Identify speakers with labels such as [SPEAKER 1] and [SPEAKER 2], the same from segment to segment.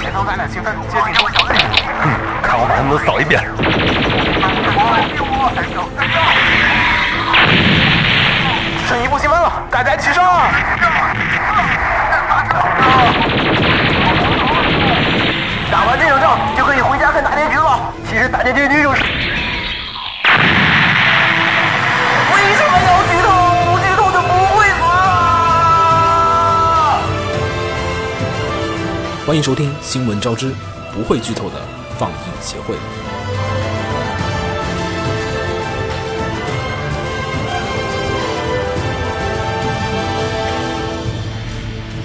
[SPEAKER 1] 前方咱俩兴奋，接近我小队。
[SPEAKER 2] 看我把他们都扫一遍。
[SPEAKER 1] 剩一步积分了，大家齐上！打完这场仗就可以回家看大结局了。其实大结局就是……为什么要剧透？不剧透就不会死啊！
[SPEAKER 3] 欢迎收听《新闻招之》，不会剧透的放映协会。
[SPEAKER 4] 勘違いの言葉を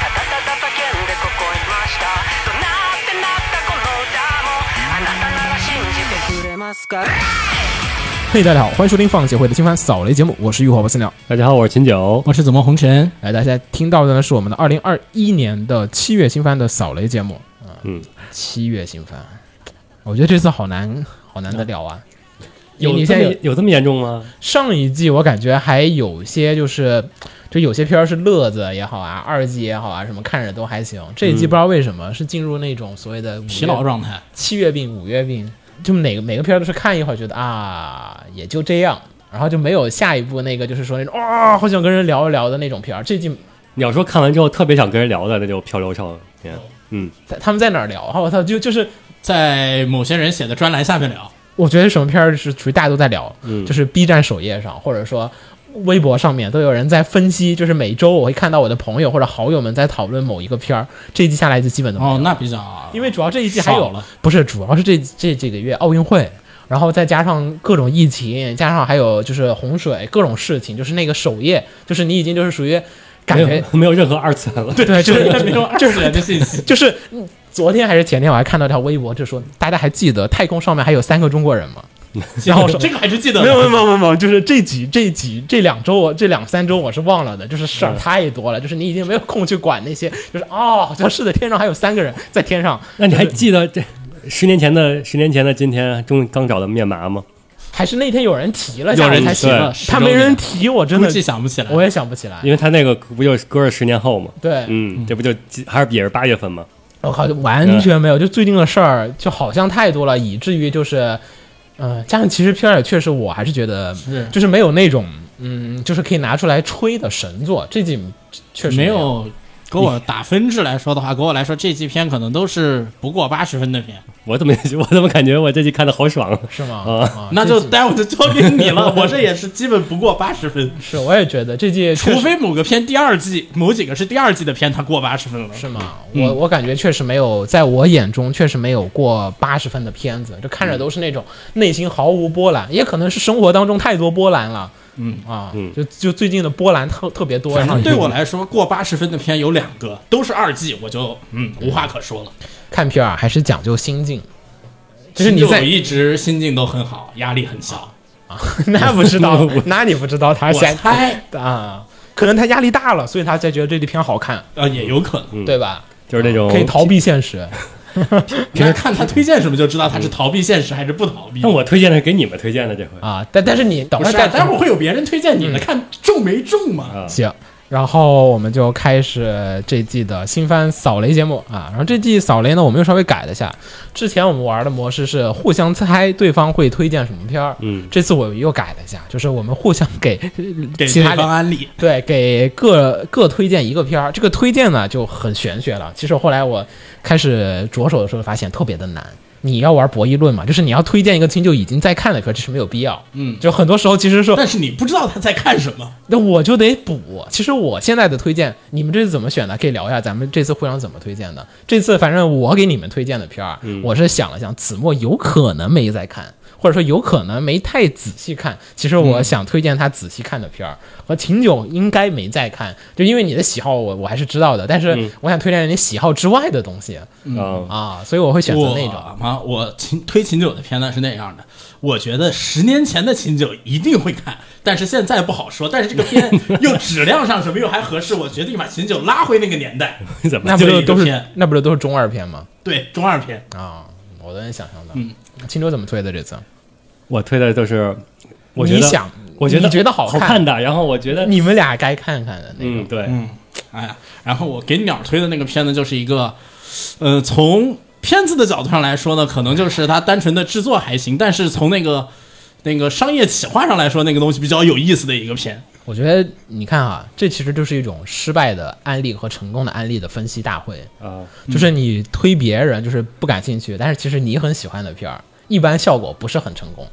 [SPEAKER 4] ただただ叫んでここいましたどなってなったこの歌もあなたなら信じてくれますか
[SPEAKER 3] 嘿、大家好，欢迎收听放映协会的新番扫雷节目，我是浴火不死鸟。
[SPEAKER 5] 大家好，我是秦九。
[SPEAKER 6] 我是怎么红尘？
[SPEAKER 3] 哎，大家听到的呢是我们的二零二一年的七月新番的扫雷节目。
[SPEAKER 5] 嗯，
[SPEAKER 3] 七月新番，我觉得这次好难，好难得了啊！
[SPEAKER 5] 有
[SPEAKER 3] 你
[SPEAKER 5] 这
[SPEAKER 3] 现
[SPEAKER 5] 么
[SPEAKER 3] 在有
[SPEAKER 5] 有这么严重吗？
[SPEAKER 3] 上一季我感觉还有些就是，就有些片儿是乐子也好啊，二季也好啊，什么看着都还行。这一季不知道为什么、是进入那种所谓的五月
[SPEAKER 6] 嗯疲劳状态，
[SPEAKER 3] 七月病、五月病，就哪个每个片儿都是看一会儿觉得啊也就这样，然后就没有下一步那个就是说那种啊、好想跟人聊一聊的那种片儿。这季
[SPEAKER 5] 你要说看完之后特别想跟人聊的，那就《漂流少年》。嗯，
[SPEAKER 3] 在他们在哪儿聊啊？我操，就就是
[SPEAKER 6] 在某些人写的专栏下面聊。
[SPEAKER 3] 我觉得什么片儿是属于大家都在聊，
[SPEAKER 5] 嗯
[SPEAKER 3] 就是 B 站首页上或者说。微博上面都有人在分析，就是每周我会看到我的朋友或者好友们在讨论某一个片儿，这一季下来就基本都没有
[SPEAKER 6] 哦，那比较，
[SPEAKER 3] 因为主要这一季还有
[SPEAKER 6] 少了，
[SPEAKER 3] 不是主要是这这这个月奥运会，然后再加上各种疫情，加上还有就是洪水各种事情，就是那个首页，就是你已经就是属于感
[SPEAKER 5] 没
[SPEAKER 3] 觉
[SPEAKER 5] 有 没有任何二次元了。对，
[SPEAKER 3] 对， 就是
[SPEAKER 6] 没有二次元的信息。
[SPEAKER 3] 就是嗯昨天还是前天我还看到一条微博，就说大家还记得太空上面还有三个中国人 吗？
[SPEAKER 6] 然后这个还是记得
[SPEAKER 3] 没
[SPEAKER 6] 的
[SPEAKER 3] 有没有没有没有没有，就是这几这几这两周我这两三周我是忘了的，就是事儿太多了，就是你已经没有空去管那些，就是哦，好像是的，天上还有三个人在天上，
[SPEAKER 5] 那你还记得这十年前的十年前的今天，终于刚找到面麻吗？
[SPEAKER 3] 还是那天有人提了，
[SPEAKER 6] 有人
[SPEAKER 3] 才
[SPEAKER 6] 提了，
[SPEAKER 3] 他没人提，我真
[SPEAKER 6] 估
[SPEAKER 3] 的
[SPEAKER 6] 计想不起来。
[SPEAKER 3] 我也想不起来。
[SPEAKER 5] 因为他那个不就是隔着十年后吗？
[SPEAKER 3] 对，
[SPEAKER 5] 嗯，这不就几还是也是八月份吗？
[SPEAKER 3] 我靠，就完全没有，就最近的事儿就好像太多了，以至于就是，嗯，加上其实片儿也确实，我还是觉得
[SPEAKER 6] 是
[SPEAKER 3] 就是没有那种，嗯，就是可以拿出来吹的神作，这季确实
[SPEAKER 6] 没
[SPEAKER 3] 有。
[SPEAKER 6] 有给我打分制来说的话，给我来说这季片可能都是不过八十分的片，
[SPEAKER 5] 我怎么 我怎么感觉我这季看的好爽啊？
[SPEAKER 3] 是吗？
[SPEAKER 5] 啊
[SPEAKER 3] 啊
[SPEAKER 6] 呃那
[SPEAKER 3] 这
[SPEAKER 6] 就
[SPEAKER 3] 季
[SPEAKER 6] 待会儿就交给你了。 我这也是基本不过八十分，
[SPEAKER 3] 是，我也觉得这季确实
[SPEAKER 6] 除非某个片第二季某几个是第二季的片，它过八十分了。
[SPEAKER 3] 是吗？
[SPEAKER 6] 嗯
[SPEAKER 3] 我我感觉确实没有，在我眼中确实没有过八十分的片子，就看
[SPEAKER 6] 嗯
[SPEAKER 3] 着都是那种内心毫无波澜，也可能是生活当中太多波澜了。嗯啊，就就最近的波澜特特别多，
[SPEAKER 6] 反
[SPEAKER 3] 然后
[SPEAKER 6] 正对我
[SPEAKER 3] 来
[SPEAKER 6] 来说，过八十分的片有两个，都是二季，我就嗯无话可说了。
[SPEAKER 3] 看片儿啊还是讲究心境，就是你在
[SPEAKER 6] 我一直心境都很好，压力很小。
[SPEAKER 3] 那不知 道，那你不知道他
[SPEAKER 6] 我
[SPEAKER 3] 先
[SPEAKER 6] 猜
[SPEAKER 3] 啊，可能他压力大了，所以他才觉得这地片好看，
[SPEAKER 6] 呃也有可能，
[SPEAKER 3] 对吧？
[SPEAKER 5] 就是那种
[SPEAKER 6] 哦
[SPEAKER 3] 可以逃。避现实，
[SPEAKER 6] 平时看他推荐什么就知道他是逃避现实还是不逃避。
[SPEAKER 5] 那我推荐的是给你们推荐的这回，
[SPEAKER 3] 啊，但但是你等
[SPEAKER 6] 不
[SPEAKER 3] 会儿
[SPEAKER 6] 是
[SPEAKER 3] 再
[SPEAKER 6] 啊，待会儿会有别人推荐你的，看中没中嘛？
[SPEAKER 3] 行，然后我们就开始这季的新番扫雷节目啊。然后这季扫雷呢，我们又稍微改了一下。之前我们玩的模式是互相猜对方会推荐什么片儿，
[SPEAKER 5] 嗯
[SPEAKER 3] 这次我又改了一下，就是我们互相给
[SPEAKER 6] 给
[SPEAKER 3] 其
[SPEAKER 6] 对
[SPEAKER 3] 他
[SPEAKER 6] 方
[SPEAKER 3] 人
[SPEAKER 6] 安利，
[SPEAKER 3] 对给各各推荐一个片儿。这个推荐呢就很玄学了。其实后来我开始着手的时候，发现特别的难。你要玩博弈论嘛，就是你要推荐一个亲就已经在看的片，这是没有必要。
[SPEAKER 6] 嗯
[SPEAKER 3] 就很多时候其实说
[SPEAKER 6] 但是你不知道他在看什么。
[SPEAKER 3] 那我就得补。其实我现在的推荐，你们这次怎么选的？可以聊一下，咱们这次互相怎么推荐的。这次反正我给你们推荐的片儿，
[SPEAKER 6] 嗯
[SPEAKER 3] 我是想了想，子墨有可能没在看，或者说有可能没太仔细看。其实
[SPEAKER 6] 嗯
[SPEAKER 3] 我想推荐他仔细看的片儿，和秦九应该没在看，就因为你的喜好我我还是知道的，但
[SPEAKER 6] 嗯
[SPEAKER 3] 是我想推荐你喜好之外的东西、
[SPEAKER 5] 啊，
[SPEAKER 3] 啊，所以我会选择那种。
[SPEAKER 6] 我嘛，我秦推秦九的片段是那样的。我觉得十年前的秦九一定会看，但是现在不好说。但是这个片又质量上什么又还合适，我决定把秦九拉回那个年代。
[SPEAKER 5] 怎么
[SPEAKER 3] 那不
[SPEAKER 6] 就
[SPEAKER 3] 就
[SPEAKER 6] 一个
[SPEAKER 3] 都是
[SPEAKER 6] 片
[SPEAKER 3] 那不就都是中二片吗？
[SPEAKER 6] 对，中二片
[SPEAKER 3] 啊，
[SPEAKER 6] 嗯
[SPEAKER 3] 我都能想象到。秦九怎么推的这次？
[SPEAKER 5] 我推的都是，我觉
[SPEAKER 3] 你
[SPEAKER 5] 得
[SPEAKER 3] 想
[SPEAKER 5] 我觉得
[SPEAKER 3] 你觉得好
[SPEAKER 5] 好
[SPEAKER 3] 看
[SPEAKER 5] 看的，然后我觉得
[SPEAKER 3] 你们俩该看看的那个。
[SPEAKER 5] 嗯对，
[SPEAKER 6] 哎呀，然后我给鸟推的那个片子就是一个，呃，从片子的角度上来说呢，可能就是它单纯的制作还行，但是从那个那个商业企划上来说，那个东西比较有意思的一个片。
[SPEAKER 3] 我觉得你看啊，这其实就是一种失败的案例和成功的案例的分析大会。
[SPEAKER 5] 啊
[SPEAKER 3] 就是你推别人就是不感兴趣，但是其实你很喜欢的片儿，一般效果不是很成功。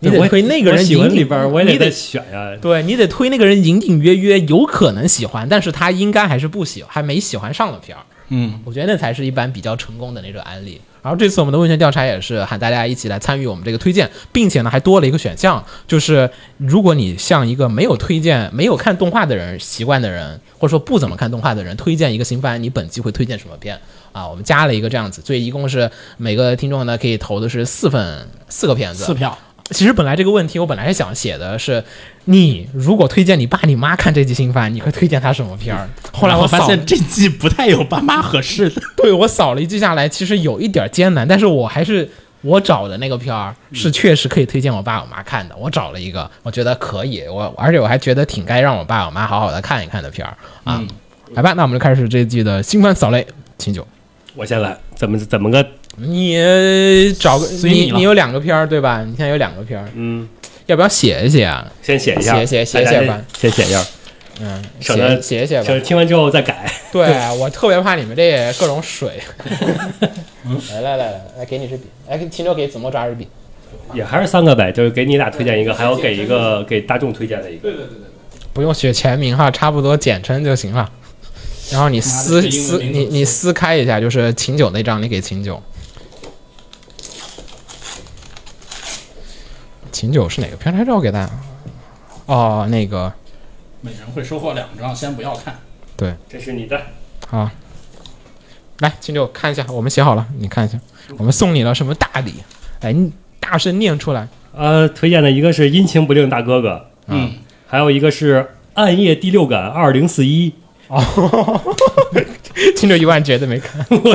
[SPEAKER 3] 你
[SPEAKER 5] 对我
[SPEAKER 3] 得推
[SPEAKER 5] 也
[SPEAKER 3] 那个
[SPEAKER 5] 我
[SPEAKER 3] 人
[SPEAKER 5] 喜
[SPEAKER 3] 引
[SPEAKER 5] 欢
[SPEAKER 3] 领
[SPEAKER 5] 里边儿我也
[SPEAKER 3] 你
[SPEAKER 5] 得
[SPEAKER 3] 得
[SPEAKER 5] 再选呀，
[SPEAKER 3] 对你得推那个人隐隐约约有可能喜欢，但是他应该还是不喜欢，还没喜欢上的片儿。
[SPEAKER 6] 嗯，
[SPEAKER 3] 我觉得那才是一般比较成功的那种案例。然后这次我们的问卷调查也是喊大家一起来参与我们这个推荐，并且呢还多了一个选项，就是如果你向一个没有推荐、没有看动画的人习惯的人，或者说不怎么看动画的人推荐一个新番，你本期会推荐什么片啊？我们加了一个这样子，所以一共是每个听众呢可以投的是四份四个片子，
[SPEAKER 6] 四票。
[SPEAKER 3] 其实本来这个问题，我本来是想写的是，你如果推荐你爸你妈看这季新番，你会推荐他什么片儿？后来
[SPEAKER 6] 然
[SPEAKER 3] 我
[SPEAKER 6] 后发
[SPEAKER 3] 扫，
[SPEAKER 6] 现这季不太有爸妈合适的。
[SPEAKER 3] 对我扫了一季下来，其实有一点艰难，但是我还是我找的那个片儿是确实可以推荐我爸我妈看的。我找了一个，我觉得可以，我而且我还觉得挺该让我爸我妈好好的看一看的片儿啊。
[SPEAKER 6] 嗯
[SPEAKER 3] 来吧，那我们就开始这季的新番扫雷，秦九，
[SPEAKER 5] 我先来，怎么怎么个
[SPEAKER 3] 你找个
[SPEAKER 6] 嗯随你
[SPEAKER 3] 你
[SPEAKER 6] 了
[SPEAKER 3] 你有两个片儿对吧？你现在有两个片儿，
[SPEAKER 5] 嗯，
[SPEAKER 3] 要不要写一写啊？
[SPEAKER 5] 先写一下，
[SPEAKER 3] 写写写
[SPEAKER 5] 大家
[SPEAKER 3] 写吧
[SPEAKER 5] 先写一下，
[SPEAKER 3] 嗯，
[SPEAKER 5] 省得
[SPEAKER 3] 写写一写吧
[SPEAKER 5] 就。是听完之后再改。
[SPEAKER 3] 对我特别怕你们这各种 水。来来来来来，给你支笔，来，秦州给子墨抓支笔。
[SPEAKER 5] 也还是三个呗，就是给你俩推荐一个，还有给一个给大众推荐的一个。
[SPEAKER 3] 不用写全名哈，差不多简称就行了。然后你
[SPEAKER 6] 妈的
[SPEAKER 3] 撕
[SPEAKER 6] 这英文
[SPEAKER 3] 撕
[SPEAKER 6] 名
[SPEAKER 3] 你
[SPEAKER 6] 字
[SPEAKER 3] 你撕开一下，就是秦九那张，你给秦九。秦九是哪个片拍照给大家？哦，那个
[SPEAKER 6] 每人会收获两张，先不要看。
[SPEAKER 5] 这是你的，
[SPEAKER 3] 好，来秦九看一下，我们写好了，你看一下，我们送你了什么大礼？哎，你大声念出 来。
[SPEAKER 5] 呃，推荐的一个是《阴晴不定大哥哥
[SPEAKER 6] 嗯，》，
[SPEAKER 5] 还有一个是《暗夜第六感二零四一
[SPEAKER 3] 秦九一万绝对没看。》。
[SPEAKER 5] 我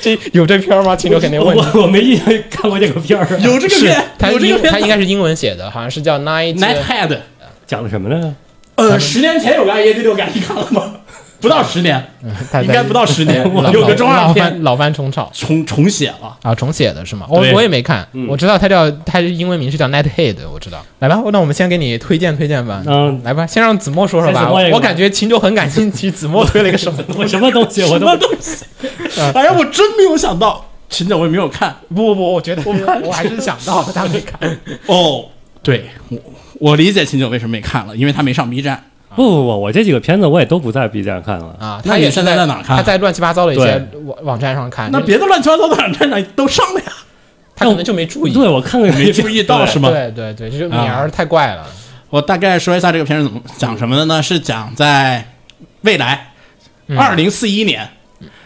[SPEAKER 5] 这
[SPEAKER 3] 这 有这片儿吗？秦州肯定 问你。
[SPEAKER 5] 我我没印象看过这个片儿，啊
[SPEAKER 6] 有这个
[SPEAKER 3] 是
[SPEAKER 6] 片，
[SPEAKER 3] 他
[SPEAKER 6] 有这
[SPEAKER 3] 英
[SPEAKER 6] 个片，
[SPEAKER 3] 他应该是英文写的，好像是叫 Night
[SPEAKER 6] Night Head。
[SPEAKER 5] 讲的什么呢？
[SPEAKER 6] 呃，十年前有个 A 第六感，你看了吗？不到十年，
[SPEAKER 3] 他
[SPEAKER 6] 应该不到十年
[SPEAKER 3] 老，
[SPEAKER 6] 有个中
[SPEAKER 3] 老
[SPEAKER 6] 二
[SPEAKER 3] 老
[SPEAKER 6] 片
[SPEAKER 3] 番老番重炒
[SPEAKER 6] 重重写了。
[SPEAKER 3] 啊，重写的是吗？我
[SPEAKER 6] 对
[SPEAKER 3] 我也没看，我知道他叫他英文名是叫 Night Head，我知道。来吧，那我们先给你推荐推荐吧。
[SPEAKER 5] 嗯
[SPEAKER 3] 来吧，先让子墨说说
[SPEAKER 5] 先
[SPEAKER 3] 吧
[SPEAKER 5] 子墨也。
[SPEAKER 3] 我感觉秦州很感兴趣，子墨推了一个 什么？
[SPEAKER 5] 我什么 东西我
[SPEAKER 6] 什
[SPEAKER 5] 都
[SPEAKER 6] 么东西？哎呀，我真没有想到，秦九我也没有看
[SPEAKER 3] 不不不，我觉得我还是想到他没看。
[SPEAKER 6] 哦。对，我我理解秦九为什么没看了，因为他没上 B 站。
[SPEAKER 5] 不不不，我这几个片子我也都不在 B 站看了。
[SPEAKER 3] 啊，
[SPEAKER 6] 那
[SPEAKER 3] 他
[SPEAKER 6] 你
[SPEAKER 3] 也是
[SPEAKER 6] 现在在哪儿看
[SPEAKER 3] 他在乱七八糟的一些
[SPEAKER 5] 对
[SPEAKER 3] 网网站上看，
[SPEAKER 6] 那别的乱七八糟的网站上都上了呀。
[SPEAKER 3] 他可能就没注意。
[SPEAKER 5] 对，我 看看
[SPEAKER 6] 没注意到是吗
[SPEAKER 3] 对对对，这名儿太怪了。
[SPEAKER 6] 我大概说一下这个片是怎么讲什么的呢？是讲在未来二零四一年、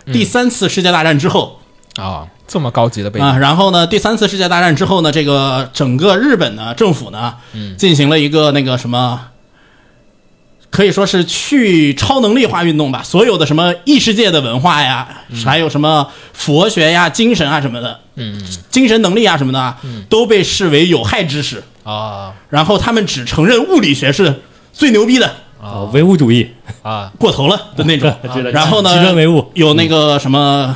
[SPEAKER 6] 第三次世界大战之后
[SPEAKER 3] 啊、这么高级的背景，
[SPEAKER 6] 啊，然后呢，第三次世界大战之后呢，这个整个日本呢政府呢
[SPEAKER 5] 嗯
[SPEAKER 6] 进行了一个那个什么。可以说是去超能力化运动吧，所有的什么异世界的文化呀，
[SPEAKER 5] 嗯
[SPEAKER 6] 还有什么佛学呀、精神啊什么的，
[SPEAKER 3] 嗯
[SPEAKER 6] 精神能力啊什么的啊，
[SPEAKER 5] 嗯
[SPEAKER 6] 都被视为有害知识。
[SPEAKER 3] 啊
[SPEAKER 6] 然后他们只承认物理学是最牛逼的，
[SPEAKER 5] 啊，唯物主义，。
[SPEAKER 3] 啊
[SPEAKER 6] 过头了的那种
[SPEAKER 5] 知道
[SPEAKER 6] 然后呢，
[SPEAKER 5] 极端唯物嗯
[SPEAKER 6] 有那个什么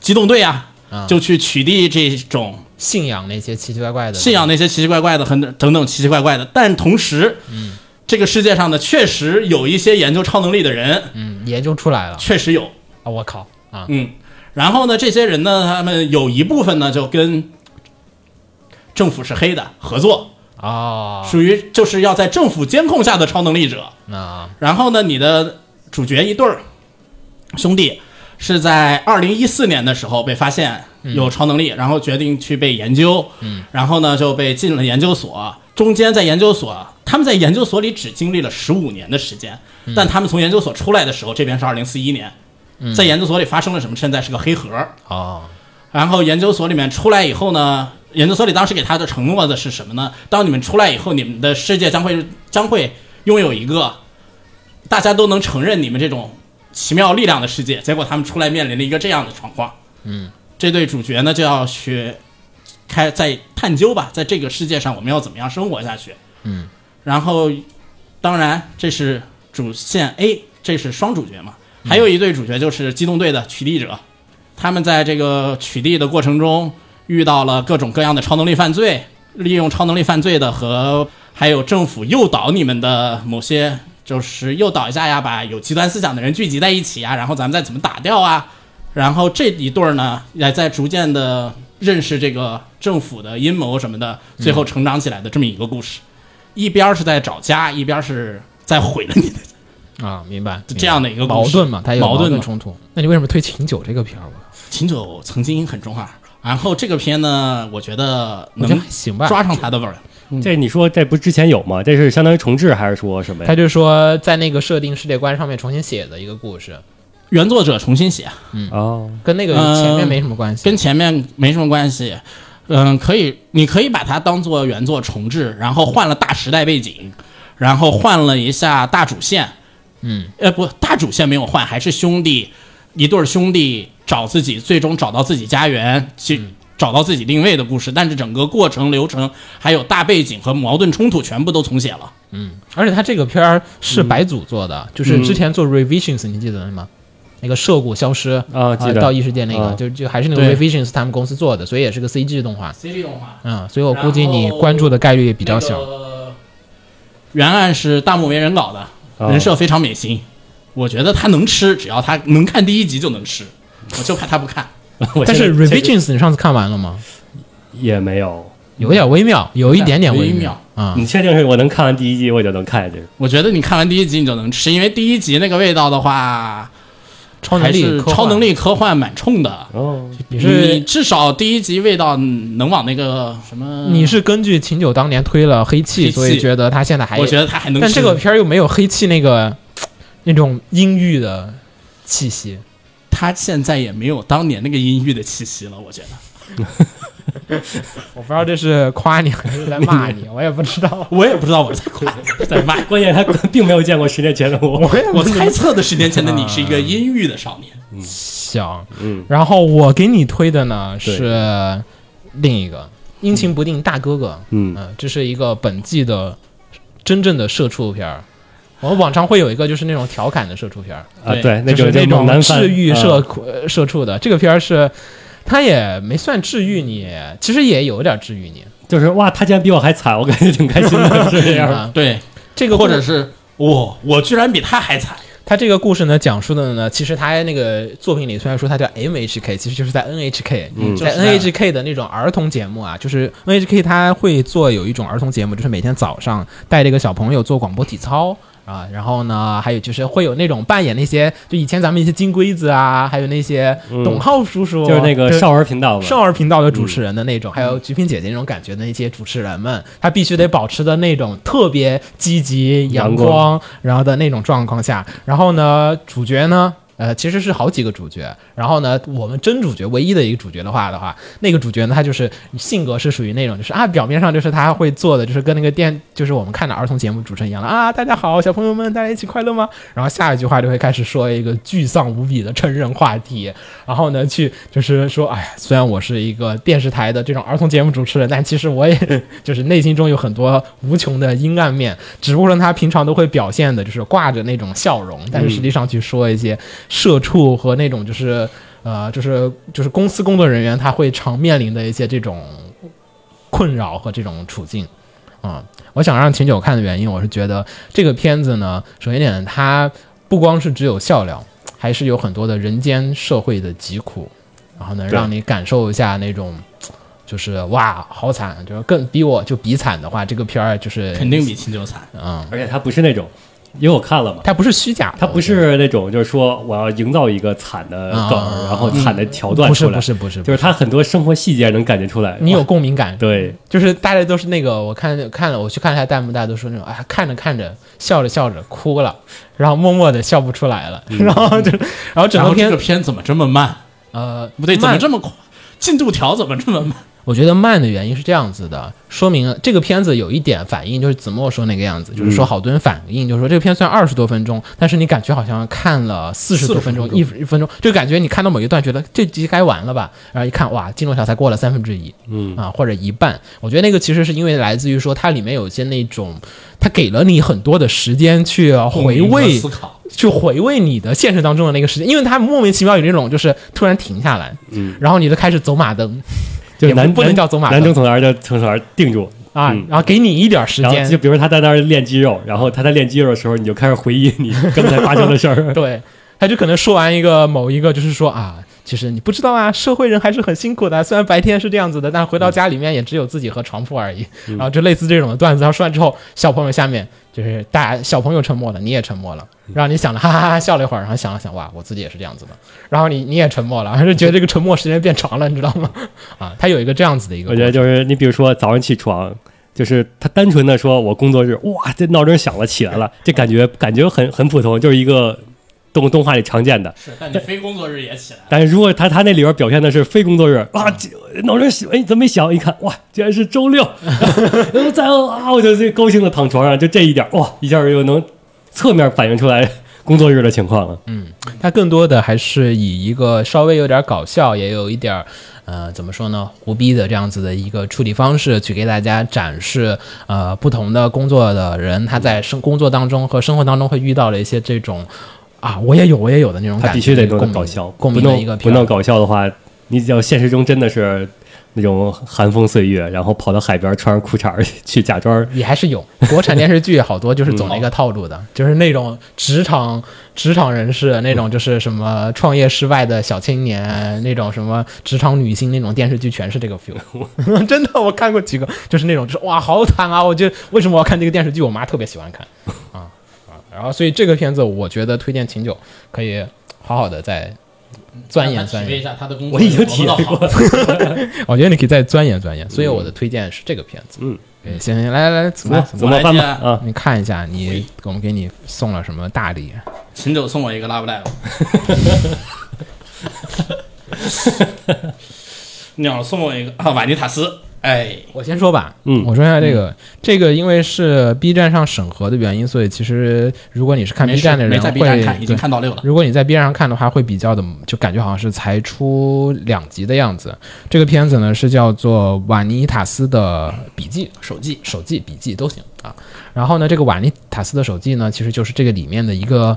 [SPEAKER 6] 机动队啊，
[SPEAKER 3] 啊
[SPEAKER 6] 就去取缔这种
[SPEAKER 3] 信仰那些奇奇怪怪的
[SPEAKER 6] 信仰那些奇奇怪怪的、很等等奇奇怪怪的。但同时，这个世界上呢，确实有一些研究超能力的人，
[SPEAKER 3] 嗯研究出来了
[SPEAKER 6] 确实有，
[SPEAKER 3] 啊！我靠啊！
[SPEAKER 6] 嗯。然后呢，这些人呢，他们有一部分呢就跟政府是黑的合作，
[SPEAKER 3] 哦，
[SPEAKER 6] 属于就是要在政府监控下的超能力者。
[SPEAKER 3] 那
[SPEAKER 6] 然后呢，你的主角一对儿兄弟是在二零一四年的时候被发现有超能力，然后决定去被研究，嗯，然后呢就被进了研究所。中间在研究所，他们在研究所里只经历了十五年的时间，但他们从研究所出来的时候，这边是二零四一年，在研究所里发生了什么？现在是个黑盒儿，
[SPEAKER 3] 哦
[SPEAKER 6] 然后研究所里面出来以后呢，研究所里当时给他的承诺的是什么呢？当你们出来以后，你们的世界将会将会拥有一个大家都能承认你们这种奇妙力量的世界。结果他们出来面临了一个这样的状况。
[SPEAKER 3] 嗯，
[SPEAKER 6] 这对主角呢就要去开在探究吧，在这个世界上我们要怎么样生活下去？
[SPEAKER 3] 嗯，
[SPEAKER 6] 然后，当然这是主线 A，这是双主角嘛，还有一对主角就是机动队的取缔者，他们在这个取缔的过程中遇到了各种各样的超能力犯罪，利用超能力犯罪的和还有政府诱导你们的某些，就是诱导一下呀，把有极端思想的人聚集在一起啊，然后咱们再怎么打掉啊。然后这一对儿呢，也在逐渐的认识这个政府的阴谋什么的，最后成长起来的这么一个故事。一边儿是在找家，一边儿是在毁了你的家。
[SPEAKER 3] 啊，明白
[SPEAKER 6] 这样的一个
[SPEAKER 3] 明白
[SPEAKER 6] 故
[SPEAKER 3] 矛
[SPEAKER 6] 事
[SPEAKER 3] 盾嘛，它有
[SPEAKER 6] 矛盾
[SPEAKER 3] 盾
[SPEAKER 6] 嘛
[SPEAKER 3] 冲突。那你为什么推《秦九》这个片儿？我
[SPEAKER 6] 秦九曾经很中二，然后这个片呢，我觉得
[SPEAKER 3] 我觉得
[SPEAKER 6] 能
[SPEAKER 3] 还行吧。
[SPEAKER 6] 抓上他的味儿。
[SPEAKER 5] 这你说这不之前有吗？这是相当于重置还是说什么呀
[SPEAKER 3] 他？就说在那个设定世界观上面重新写的一个故事，
[SPEAKER 6] 原作者重新写，
[SPEAKER 5] 哦，
[SPEAKER 3] 跟那个
[SPEAKER 6] 嗯
[SPEAKER 3] 前面没什么关系。
[SPEAKER 6] 跟前面没什么关系。嗯，可以，你可以把它当做原作重置，然后换了大时代背景，然后换了一下大主线。
[SPEAKER 3] 嗯，
[SPEAKER 6] 呃，不，大主线没有换，还是兄弟一对儿兄弟找自己，最终找到自己家园，去
[SPEAKER 3] 嗯
[SPEAKER 6] 找到自己定位的故事。但是整个过程流程还有大背景和矛盾冲突，全部都重写了。
[SPEAKER 3] 而且他这个片儿是白组做
[SPEAKER 6] 嗯
[SPEAKER 3] 的，就是之前做 Revisions，你记得吗？那个涉谷消失
[SPEAKER 5] 啊记得
[SPEAKER 3] 到异世界那个，
[SPEAKER 5] 啊
[SPEAKER 3] 就就还是那个
[SPEAKER 6] 对
[SPEAKER 3] Revisions 他们公司做的，所以也是个 CG 动画。
[SPEAKER 6] CG 动画
[SPEAKER 3] 嗯，所以我估计你关注的概率也比较小。
[SPEAKER 6] 原案是大木为人搞的，
[SPEAKER 3] 啊
[SPEAKER 5] 哦
[SPEAKER 6] 人设非常美型，我觉得他能吃，只要他能看第一集就能吃，我就怕他不看。
[SPEAKER 5] 我
[SPEAKER 3] 但是
[SPEAKER 5] 现在这个
[SPEAKER 3] Revisions 你上次看完了吗？
[SPEAKER 5] 也没有。
[SPEAKER 3] 有点微妙，有一点点
[SPEAKER 6] 微
[SPEAKER 3] 妙
[SPEAKER 6] 妙
[SPEAKER 3] 啊。
[SPEAKER 5] 你确定是我能看完第一集我就能看下去？
[SPEAKER 6] 我觉得你看完第一集你就能吃，因为第一集那个味道的话，
[SPEAKER 3] 超能
[SPEAKER 6] 还
[SPEAKER 3] 力
[SPEAKER 6] 是
[SPEAKER 3] 科幻，
[SPEAKER 6] 超能力科幻蛮冲的。
[SPEAKER 5] 哦，
[SPEAKER 3] 你
[SPEAKER 6] 你
[SPEAKER 3] 是
[SPEAKER 6] 至少第一集味道嗯能往那个什么？
[SPEAKER 3] 你是根据秦九当年推了黑气，
[SPEAKER 6] 嗯黑气
[SPEAKER 3] 所以觉得他现在还
[SPEAKER 6] 我觉得他还能吃，
[SPEAKER 3] 但这个片儿又没有黑气那个那种阴郁的气息。
[SPEAKER 6] 他现在也没有当年那个阴郁的气息了，我觉得。
[SPEAKER 3] 我不知道这是夸你还是在骂 你，我也不知道。
[SPEAKER 6] 我也不知道我在夸，在骂。
[SPEAKER 5] 关键他 并没有见过十年前的我。
[SPEAKER 6] 我猜测的十年前的你是一个阴郁的少年。
[SPEAKER 3] 行，
[SPEAKER 5] 嗯，
[SPEAKER 3] 然后我给你推的呢
[SPEAKER 5] 对
[SPEAKER 3] 是另一个阴晴不定大哥哥，
[SPEAKER 5] 嗯
[SPEAKER 3] 嗯，这是一个本季的真正的社畜片儿。我们往常会有一个就是那种调侃的社畜片儿，
[SPEAKER 5] 啊，
[SPEAKER 6] 对
[SPEAKER 5] 对，那
[SPEAKER 3] 就是
[SPEAKER 5] 就
[SPEAKER 3] 那
[SPEAKER 5] 猛
[SPEAKER 3] 种
[SPEAKER 5] 男范
[SPEAKER 3] 治愈
[SPEAKER 5] 啊
[SPEAKER 3] 社呃社畜的。这个片儿是，它也没算治愈你，其实也有点治愈你。
[SPEAKER 5] 就是哇，他竟然比我还惨，我感觉挺开心 的， 是这样。
[SPEAKER 3] 啊，
[SPEAKER 6] 对，
[SPEAKER 3] 这个
[SPEAKER 6] 或
[SPEAKER 3] 故
[SPEAKER 6] 者是我，我居然比他还惨。
[SPEAKER 3] 他这个故事呢，讲述的呢，其实他那个作品里虽然说他叫 MHK，其实就是在 NHK，、在
[SPEAKER 5] 嗯
[SPEAKER 6] 就是
[SPEAKER 3] NHK 的那种儿童节目啊，就是 NHK 他会做有一种儿童节目，就是每天早上带这个小朋友做广播体操。啊，然后呢，还有就是会有那种扮演那些，就以前咱们一些金龟子啊，还有那些董浩叔叔，
[SPEAKER 5] 嗯就是那个
[SPEAKER 3] 对
[SPEAKER 5] 少儿频道嘛，嗯
[SPEAKER 3] 少儿频道的主持人的那种，还有菊萍姐姐那种感觉的那些主持人们，他必须得保持的那种特别积极、阳
[SPEAKER 5] 阳
[SPEAKER 3] 光，
[SPEAKER 5] 光
[SPEAKER 3] 然后的那种状况下，然后呢，主角呢。呃，其实是好几个主角，然后呢，我们真主角唯一的一个主角的话的话，那个主角呢，他就是性格是属于那种，就是啊，表面上就是他会做的，就是跟那个电，就是我们看的儿童节目主持人一样的啊，大家好，小朋友们，大家一起快乐吗？然后下一句话就会开始说一个沮丧无比的成人话题，然后呢，去就是说，哎呀，虽然我是一个电视台的这种儿童节目主持人，但其实我也就是内心中有很多无穷的阴暗面，只不过呢，他平常都会表现的就是挂着那种笑容，但是实际上去说一些社畜和那种就是呃，就是就是公司工作人员他会常面临的一些这种困扰和这种处境。啊、我想让秦九看的原因，我是觉得这个片子呢，首先一点，它不光是只有笑料，还是有很多的人间社会的疾苦，然后呢，
[SPEAKER 5] 对
[SPEAKER 3] 让你感受一下那种，就是哇，好惨，就是更比我就比惨的话，这个片儿就是
[SPEAKER 6] 肯定比秦九惨。
[SPEAKER 3] 嗯，
[SPEAKER 5] 而且他不是那种，因为我看了嘛。
[SPEAKER 3] 它不是虚假的，
[SPEAKER 5] 他不
[SPEAKER 3] 我觉
[SPEAKER 5] 是那种，就是说我要营造一个惨的梗，
[SPEAKER 3] 啊
[SPEAKER 5] 然后惨的桥
[SPEAKER 3] 得
[SPEAKER 5] 段
[SPEAKER 3] 不
[SPEAKER 5] 出
[SPEAKER 3] 是
[SPEAKER 5] 来，
[SPEAKER 3] 不是不是，
[SPEAKER 5] 就是他很多生活细节能感觉出来。
[SPEAKER 3] 你有
[SPEAKER 5] 哇
[SPEAKER 3] 共鸣感，
[SPEAKER 5] 对，
[SPEAKER 3] 就是大家都是那个，我看看了，我去看了一下弹幕，大家都说那种，哎，看着看着，笑着笑着哭了，然后默默的笑不出来了，然后就，然后整
[SPEAKER 6] 然
[SPEAKER 3] 个
[SPEAKER 6] 后这
[SPEAKER 3] 片
[SPEAKER 6] 个片怎么这么慢？
[SPEAKER 3] 呃
[SPEAKER 6] 不对，怎么
[SPEAKER 3] 慢
[SPEAKER 6] 这么快？进度条怎么这么慢？
[SPEAKER 3] 我觉得慢的原因是这样子的，说明这个片子有一点反应，就是子墨说那个样子，就是说好多人反应，就是说这个片虽然二十多分钟，但是你感觉好像看了四十多分钟，一一分钟，就感觉你看到某一段觉得这集该完了吧，然后一看哇，进度条才过了三分之一，嗯啊或者一半，我觉得那个其实是因为来自于说它里面有一些那种，它给了你很多的时间去回
[SPEAKER 6] 共鸣
[SPEAKER 3] 味
[SPEAKER 6] 和思考。
[SPEAKER 3] 去回味你的现实当中的那个时间，因为它莫名其妙有那种就是突然停下来，嗯，然后你就开始走马灯，
[SPEAKER 5] 就
[SPEAKER 3] 也
[SPEAKER 5] 是
[SPEAKER 3] 不
[SPEAKER 5] 男
[SPEAKER 3] 不能叫走马
[SPEAKER 5] 男
[SPEAKER 3] 灯
[SPEAKER 5] 男程从儿叫程从儿定住
[SPEAKER 3] 啊，
[SPEAKER 5] 嗯
[SPEAKER 3] 然后给你一点时
[SPEAKER 5] 然
[SPEAKER 3] 间。
[SPEAKER 5] 后，就比如他在那儿练肌肉，然后他在练肌肉的时候，你就开始回忆你刚才发生的事儿
[SPEAKER 3] 对，他就可能说完一个某一个，就是说啊，其实你不知道啊，社会人还是很辛苦的。虽然白天是这样子的，但回到家里面也只有自己和床铺而已。
[SPEAKER 5] 嗯
[SPEAKER 3] 然后就类似这种的段子，然后说完之后，小朋友下面就是大家小朋友沉默了，你也沉默了，
[SPEAKER 5] 嗯
[SPEAKER 3] 然后你想了哈哈哈哈笑了一会儿，然后想了想哇，我自己也是这样子的，然后你你也沉默了，还是觉得这个沉默时间变长了，你知道吗？啊，他有一个这样子的一个
[SPEAKER 5] 我
[SPEAKER 3] 过程，
[SPEAKER 5] 觉得就是你比如说早上起床，就是他单纯的说我工作日，哇，这闹钟响了起来了，这感觉感觉很很普通，就是一个动动画里常见的。
[SPEAKER 6] 是，但你非工作日也起来了，
[SPEAKER 5] 但是如果他他那里边表现的是非工作
[SPEAKER 3] 嗯
[SPEAKER 5] 日，哇，这闹钟醒，哎，怎么没响？一看，哇，竟然是周六， 然后再啊，我就最高兴的躺床上，就这一点，哇，一下就能侧面反映出来工作日的情况了。
[SPEAKER 3] 嗯他更多的还是以一个稍微有点搞笑，也有一点儿，呃，怎么说呢，胡逼的这样子的一个处理方式，去给大家展示，呃，不同的工作的人他在生工作当中和生活当中会遇到了一些这种，啊，我也有，我也有的那种
[SPEAKER 5] 他
[SPEAKER 3] 感觉，
[SPEAKER 5] 必须得
[SPEAKER 3] 共
[SPEAKER 5] 弄
[SPEAKER 3] 鸣
[SPEAKER 5] 得搞笑，
[SPEAKER 3] 共
[SPEAKER 5] 不
[SPEAKER 3] 鸣的一个
[SPEAKER 5] 弄不
[SPEAKER 3] 片
[SPEAKER 5] 弄
[SPEAKER 3] 儿。
[SPEAKER 5] 搞笑的话，你只要现实中真的是那种寒风岁月，然后跑到海边穿上裤衩儿去假装
[SPEAKER 3] 也还是有国产电视剧好多就是走那个套路的，就是那种职场职场人士那种就是什么创业失败的小青年，那种什么职场女星那种电视剧全是这个 feel。真的，我看过几个，就是那种就是哇好惨啊！我就为什么我要看这个电视剧？我妈特别喜欢 看啊啊！然后所以这个片子我觉得推荐秦九可以好好的再钻研
[SPEAKER 6] 让他
[SPEAKER 3] 钻
[SPEAKER 6] 体会
[SPEAKER 3] 研，
[SPEAKER 6] 一下他的工作
[SPEAKER 5] 我
[SPEAKER 6] 日
[SPEAKER 5] 已经
[SPEAKER 6] 活
[SPEAKER 5] 体
[SPEAKER 6] 得到
[SPEAKER 5] 验
[SPEAKER 6] 好
[SPEAKER 5] 过，
[SPEAKER 3] 我觉得你可以再钻研钻研。所以我的推荐是这个片子。嗯，行行，来来来，怎么
[SPEAKER 5] 怎么办吧啊，
[SPEAKER 3] 你看一下，你我们给你送了什么大礼？
[SPEAKER 6] 秦九送我一个 Love Live。鸟送我一个啊，瓦尼塔斯，哎，
[SPEAKER 3] 我先说吧，
[SPEAKER 5] 嗯
[SPEAKER 3] 我说一下这个，这个因为是 B 站上审核的原因，所以其实如果你是看
[SPEAKER 6] 没
[SPEAKER 3] B
[SPEAKER 6] 事
[SPEAKER 3] 站的
[SPEAKER 6] 没
[SPEAKER 3] 人，
[SPEAKER 6] 在
[SPEAKER 3] 会
[SPEAKER 6] B 站看，已经
[SPEAKER 3] 对
[SPEAKER 6] 看到六了。
[SPEAKER 3] 如果你在 B 站上看的话，会比较的，就感觉好像是才出两集的样子。这个片子呢是叫做《瓦尼塔斯的笔记》
[SPEAKER 6] 手记，
[SPEAKER 3] 手记、笔记都行啊。然后呢，这个瓦尼塔斯的手记呢，其实就是这个里面的一个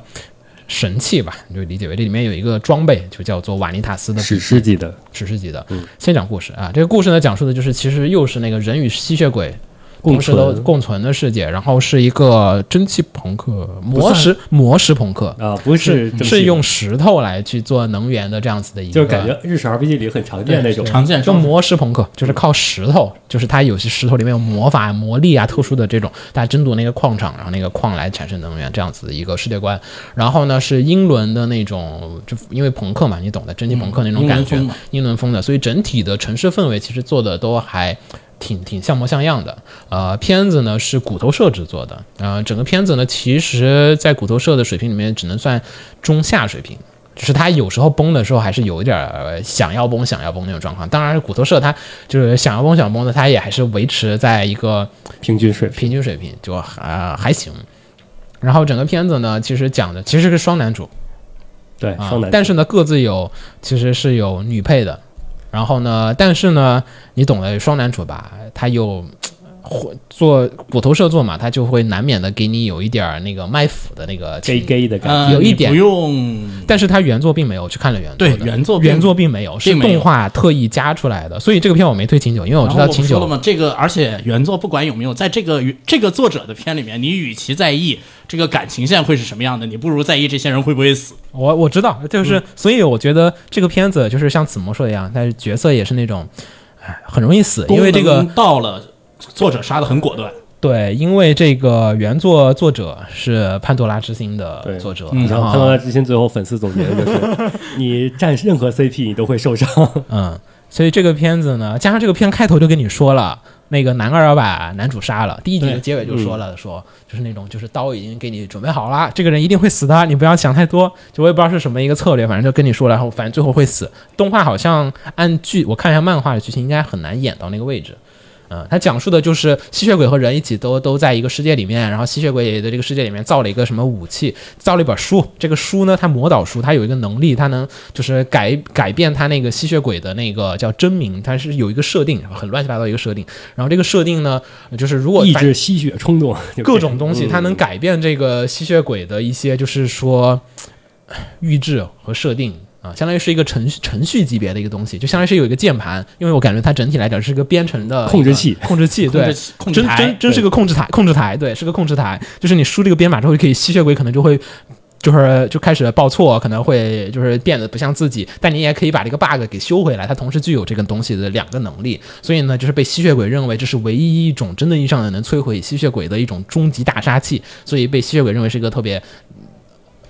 [SPEAKER 3] 神器吧，你就理解为这里面有一个装备，就叫做瓦尼塔斯的笔
[SPEAKER 5] 史诗级的，
[SPEAKER 3] 史诗级的。
[SPEAKER 5] 嗯
[SPEAKER 3] 先讲故事啊，这个故事呢，讲述的就是其实又是那个人与吸血鬼。
[SPEAKER 5] 共
[SPEAKER 3] 同时都
[SPEAKER 5] 存
[SPEAKER 3] 共存的世界，然后是一个蒸汽朋克、魔石魔石朋克
[SPEAKER 5] 啊不是蒸汽
[SPEAKER 3] 是用石头来去做能源的这样子的一个，
[SPEAKER 5] 就是感觉日式 RPG 里很常见那种。
[SPEAKER 6] 常见
[SPEAKER 3] 就
[SPEAKER 6] 说
[SPEAKER 3] 魔石朋克，就是靠石头，就是它有些石头里面有魔法、魔力啊、特殊的这种，大家争夺那个矿场，然后那个矿来产生能源，这样子的一个世界观。然后呢，是英伦的那种，就因为朋克嘛，你懂的，蒸汽朋克那种感觉，
[SPEAKER 6] 嗯英伦风嘛
[SPEAKER 3] 英伦风的，所以整体的城市氛围其实做的都还。挺挺像模像样的，呃，片子呢是骨头社制作的，呃，整个片子呢，其实在骨头社的水平里面，只能算中下水平，就是他有时候崩的时候还是有一点儿呃想要崩、想要崩那种状况。当然，骨头社他就是想要崩、想要崩的，他也还是维持在一个
[SPEAKER 5] 平均水平，
[SPEAKER 3] 平均水平，就啊、还行。然后整个片子呢，其实讲的其实是双男主，
[SPEAKER 5] 对，
[SPEAKER 3] 啊
[SPEAKER 5] 双男，
[SPEAKER 3] 但是呢，各自有其实是有女配的。然后呢，但是呢，你懂得双男主吧，他又会做骨头社作嘛，他就会难免的给你有一点儿那个卖腐的那个
[SPEAKER 5] gay
[SPEAKER 3] 情
[SPEAKER 5] gay 的感觉，
[SPEAKER 6] 呃
[SPEAKER 3] 有一
[SPEAKER 6] 你
[SPEAKER 3] 点
[SPEAKER 6] 不用
[SPEAKER 3] 但是它原作并没有，我去看了原作的。
[SPEAKER 6] 对原作并
[SPEAKER 3] 原作并没有，是
[SPEAKER 6] 并没有
[SPEAKER 3] 动画特意加出来的。所以这个片我没推秦九，因为我知
[SPEAKER 6] 然后
[SPEAKER 3] 道
[SPEAKER 6] 我不
[SPEAKER 3] 秦
[SPEAKER 6] 说了
[SPEAKER 3] 九
[SPEAKER 6] 吗？这个，而且原作不管有没有，在这个这个作者的片里面，你与其在意这个感情线会是什么样的，你不如在意这些人会不会死。
[SPEAKER 3] 我我知道，
[SPEAKER 6] 嗯
[SPEAKER 3] 就是、所以我觉得这个片子就是像子墨说的一样，但是角色也是那种，哎，很容易死，因为这
[SPEAKER 6] 功
[SPEAKER 3] 个
[SPEAKER 6] 能到了，作者杀的很果断，
[SPEAKER 3] 对，因为这个原作作者是潘多拉之心的
[SPEAKER 5] 对
[SPEAKER 3] 呃
[SPEAKER 5] 嗯
[SPEAKER 3] 作者，
[SPEAKER 5] 然
[SPEAKER 3] 然
[SPEAKER 6] 嗯
[SPEAKER 5] 后看到
[SPEAKER 3] 后
[SPEAKER 5] 他之前最后粉丝总结的就是， 你站任何 CP 你都会受伤。
[SPEAKER 3] 嗯，所以这个片子呢，加上这个片开头就跟你说了。那个男二要把男主杀了，第一集的
[SPEAKER 5] 对
[SPEAKER 3] 结尾就说了，说就是那种就是刀已经给你准备好了，这个人一定会死的，你不要想太多。就我也不知道是什么一个策略，反正就跟你说了，然后反正最后会死。动画好像按剧我看一下漫画的剧情，应该很难演到那个位置。嗯，它讲述的就是吸血鬼和人一起都都在一个世界里面，然后吸血鬼也在这个世界里面造了一个什么武器，造了一本书。这个书呢，它魔导书，它有一个能力，它能就是改改变它那个吸血鬼的那个叫真名，它是有一个设定，很乱七八糟一个设定。然后这个设定呢，就是如果
[SPEAKER 5] 抑
[SPEAKER 3] 反
[SPEAKER 5] 制吸血冲动，就
[SPEAKER 3] 各种东
[SPEAKER 5] 嗯
[SPEAKER 3] 西，它能改变这个吸血鬼的一些，就是说预制和设定啊，相当于是一个程序程序级别的一个东西，就相当于是有一个键盘，因为我感觉它整体来讲是个编程的
[SPEAKER 5] 控制
[SPEAKER 3] 一个
[SPEAKER 5] 器
[SPEAKER 3] 控制 器
[SPEAKER 6] 控
[SPEAKER 3] 对
[SPEAKER 6] 制器，控制
[SPEAKER 3] 真
[SPEAKER 6] 台
[SPEAKER 3] 真真是个控制台，控制台对，是个控制台，就是你输这个编码之后，就可以吸血鬼可能就会。就是就开始报错，可能会就是变得不像自己，但你也可以把这个 bug 给修回来。它同时具有这个东西的两个能力，所以呢，就是被吸血鬼认为这是唯一一种真正意义上的能摧毁吸血鬼的一种终极大杀器，所以被吸血鬼认为是一个特别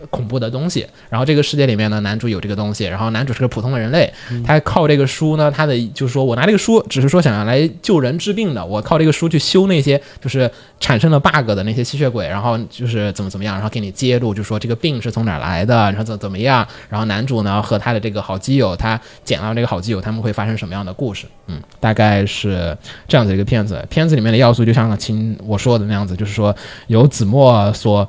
[SPEAKER 3] 恐怖的东西。然后这个世界里面呢，男主有这个东西，然后男主是个普通的人类，他靠这个书呢，他的就是说我拿这个书只是说想要来救人治病的，我靠这个书去修那些就是产生了 bug 的那些吸血鬼，然后就是怎么怎么样，然后给你揭露，就说这个病是从哪儿来的，然后怎么怎么样，然后男主呢和他的这个好基友，他捡到这个好基友，他们会发生什么样的故事？嗯，大概是这样子一个片子。片子里面的要素就像秦我说的那样子，就是说由子墨所。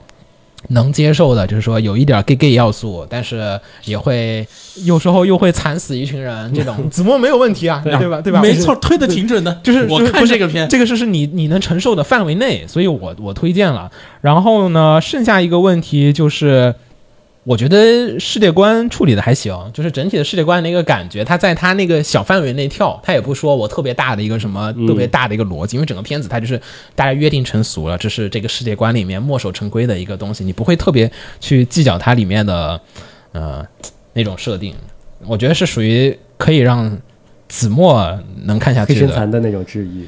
[SPEAKER 3] 能接受的，就是说有一点 gay gay 要素，但是也会有时候又会惨死一群人， 这种子墨没有问题啊，对吧？对吧？
[SPEAKER 6] 没错，推的挺准的。
[SPEAKER 3] 就是
[SPEAKER 6] 我
[SPEAKER 3] 就是
[SPEAKER 6] 看
[SPEAKER 3] 不是
[SPEAKER 6] 这个片，
[SPEAKER 3] 这个是是你你能承受的范围内，所以我我推荐了。然后呢，剩下一个问题就是，我觉得世界观处理的还行，就是整体的世界观的一个感觉，它在它那个小范围内跳，它也不说我特别大的一个什
[SPEAKER 6] 嗯
[SPEAKER 3] 么特别大的一个逻辑，因为整个片子它就是大家约定成俗了，这是这个世界观里面墨守成规的一个东西，你不会特别去计较它里面的呃那种设定，我觉得是属于可以让。子墨能看下
[SPEAKER 5] 黑
[SPEAKER 3] 去
[SPEAKER 5] 身
[SPEAKER 3] 的，
[SPEAKER 5] 残的那种质疑，
[SPEAKER 3] 嗯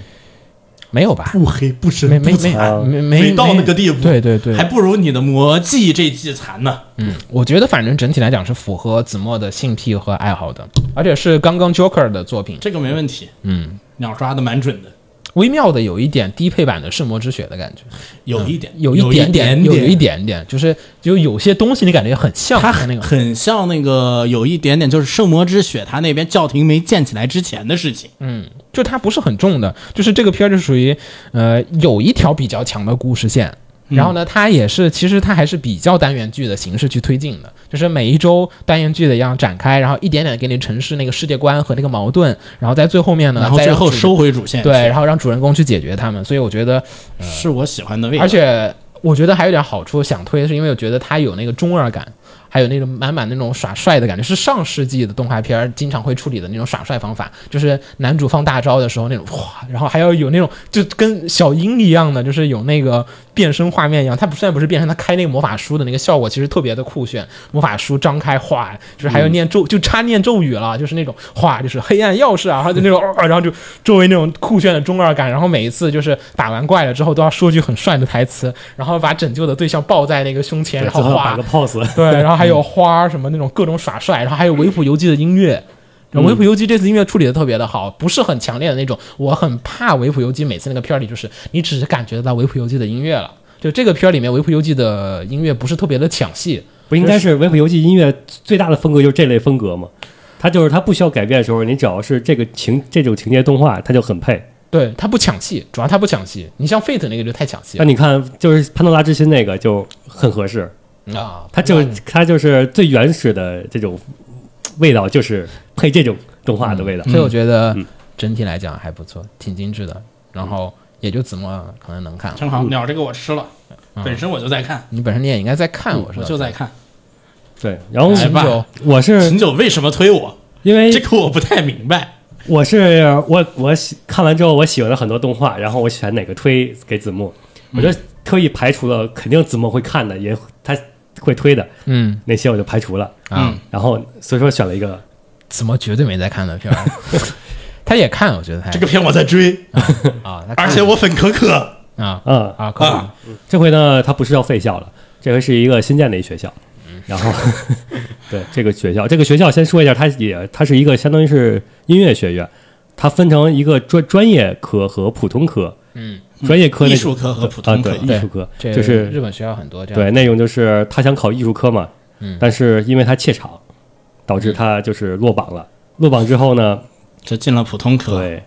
[SPEAKER 3] 没有吧？
[SPEAKER 6] 不黑不深
[SPEAKER 3] 没没
[SPEAKER 6] 不
[SPEAKER 3] 没
[SPEAKER 6] 惨
[SPEAKER 3] 没没
[SPEAKER 6] 没到那个地步
[SPEAKER 3] 对对对
[SPEAKER 6] 还，不如你的魔技这季残呢。
[SPEAKER 3] 嗯，我觉得反正整体来讲是符合子墨的性癖和爱好的，而且是刚刚 Joker 的作品，
[SPEAKER 6] 这个没问题，
[SPEAKER 3] 嗯，
[SPEAKER 6] 鸟抓的蛮准的，
[SPEAKER 3] 微妙的有一点低配版的圣魔之血的感觉，
[SPEAKER 6] 有一点，
[SPEAKER 3] 嗯有
[SPEAKER 6] 一
[SPEAKER 3] 点
[SPEAKER 6] 点，
[SPEAKER 3] 有有一。点点，就是就有些东西你感觉很像
[SPEAKER 6] 它
[SPEAKER 3] 和那
[SPEAKER 6] 很
[SPEAKER 3] 个，
[SPEAKER 6] 很像那个有一点点，就是圣魔之血，它那边教廷没建起来之前的事情。
[SPEAKER 3] 嗯，就它不是很重的，就是这个片儿就属于呃有一条比较强的故事线。
[SPEAKER 6] 嗯
[SPEAKER 3] 然后呢，它也是，其实它还是比较单元剧的形式去推进的，就是每一周单元剧的一样展开，然后一点点给你陈述那个世界观和那个矛盾，然后在最后面呢，
[SPEAKER 6] 然后
[SPEAKER 3] 再
[SPEAKER 6] 最
[SPEAKER 3] 让
[SPEAKER 6] 后
[SPEAKER 3] 主
[SPEAKER 6] 收回主线去，
[SPEAKER 3] 对，然后让主人公去解决他们。所以我觉得，
[SPEAKER 6] 是我喜欢的味道。
[SPEAKER 3] 而且我觉得还有点好处，想推是因为我觉得它有那个中二感，还有那种满满那种耍帅的感觉，是上世纪的动画片儿经常会处理的那种耍帅方法，就是男主放大招的时候那种哇，然后还要有那种就跟小樱一样的，就是有那个变身画面一样。它不虽然不是变身，它开那个魔法书的那个效果其实特别的酷炫，魔法书张开哗，就是还有念 咒，就差念咒语了，就是那种哗，就是黑暗钥匙啊，然后就那种，哦然后就周围那种酷炫的中二感，然后每一次就是打完怪了之后都要说句很帅的台词，然后把拯救的对象抱在那个胸前，
[SPEAKER 5] 最
[SPEAKER 3] 然后
[SPEAKER 5] 后
[SPEAKER 3] 哗
[SPEAKER 5] 摆个 pose，
[SPEAKER 3] 对，然后还
[SPEAKER 6] 嗯
[SPEAKER 3] 有花儿什么那种各种耍帅，然后还有《维普游记》的音乐。
[SPEAKER 6] 嗯
[SPEAKER 3] 然后维普游记这次音乐处理的特别的好，不是很强烈的那种。我很怕维普游记每次那个片儿里，就是你只是感觉得到维普游记的音乐了。就这个片儿里面，维普游记的音乐不是特别的抢戏，
[SPEAKER 5] 不应该是维普游戏音乐最大的风格就是这类风格吗？它就是它不需要改变的时候，你只要是这个情这种情节动画，它就很配。
[SPEAKER 3] 对它不抢戏，主要它不抢戏。你像 Fate 那个就太抢戏了
[SPEAKER 5] 那你看，就是潘多拉之心那个就很合适，
[SPEAKER 6] 嗯
[SPEAKER 3] 啊，
[SPEAKER 5] 它就它就是最原始的这种味道，就是配这种动画的味道。
[SPEAKER 3] 嗯所
[SPEAKER 5] 嗯
[SPEAKER 6] 嗯
[SPEAKER 3] 以我觉得整体来讲还不错，挺精致的。
[SPEAKER 6] 嗯
[SPEAKER 3] 然后也就子墨可能能看，
[SPEAKER 6] 正好鸟这个我吃了，
[SPEAKER 3] 嗯
[SPEAKER 6] 本身我就在看，
[SPEAKER 3] 你本身你也应该在看，我
[SPEAKER 6] 嗯我
[SPEAKER 3] 说
[SPEAKER 6] 就在看。
[SPEAKER 5] 对，然后
[SPEAKER 6] 来吧
[SPEAKER 3] 有
[SPEAKER 5] 我是
[SPEAKER 3] 嗯
[SPEAKER 6] 秦九为什么推我？
[SPEAKER 5] 因为
[SPEAKER 3] 哎
[SPEAKER 6] 这个我不太明白。
[SPEAKER 5] 我是我我喜看完之后，我喜欢了很多动画，然后我选哪个推给子墨，我
[SPEAKER 3] 嗯
[SPEAKER 5] 就特意排除了肯定子墨会看的，也他会推的
[SPEAKER 3] 嗯
[SPEAKER 5] 那些，我就排除了。
[SPEAKER 3] 啊。
[SPEAKER 6] 嗯
[SPEAKER 5] 然后所以说选了一个，
[SPEAKER 3] 子墨绝对没在看的 片儿，他也看，我觉得他也
[SPEAKER 6] 这个片我在 追，
[SPEAKER 3] 啊，他看
[SPEAKER 6] 而且我粉可可，
[SPEAKER 3] 啊
[SPEAKER 5] 嗯，
[SPEAKER 3] 啊可
[SPEAKER 6] 啊
[SPEAKER 3] 以，
[SPEAKER 5] 这回呢，他不是要废校了，这回是一个新建的一学校。
[SPEAKER 3] 嗯
[SPEAKER 5] 然后， 对这个学校，这个学校先说一下，它也它是一个相当于是音乐学院，它分成一个专专业科和普通科。嗯，专业科那
[SPEAKER 6] 艺术科和普通科
[SPEAKER 5] 啊对
[SPEAKER 3] 对
[SPEAKER 5] 艺术科
[SPEAKER 3] 这
[SPEAKER 5] 就是
[SPEAKER 3] 日本学校很多这样。嗯
[SPEAKER 5] 对，那种就是他想考艺术科嘛，但是因为他怯场，导致他就是落榜了。落榜之后呢，
[SPEAKER 6] 这进了普通
[SPEAKER 3] 嗯
[SPEAKER 6] 科，
[SPEAKER 5] 对，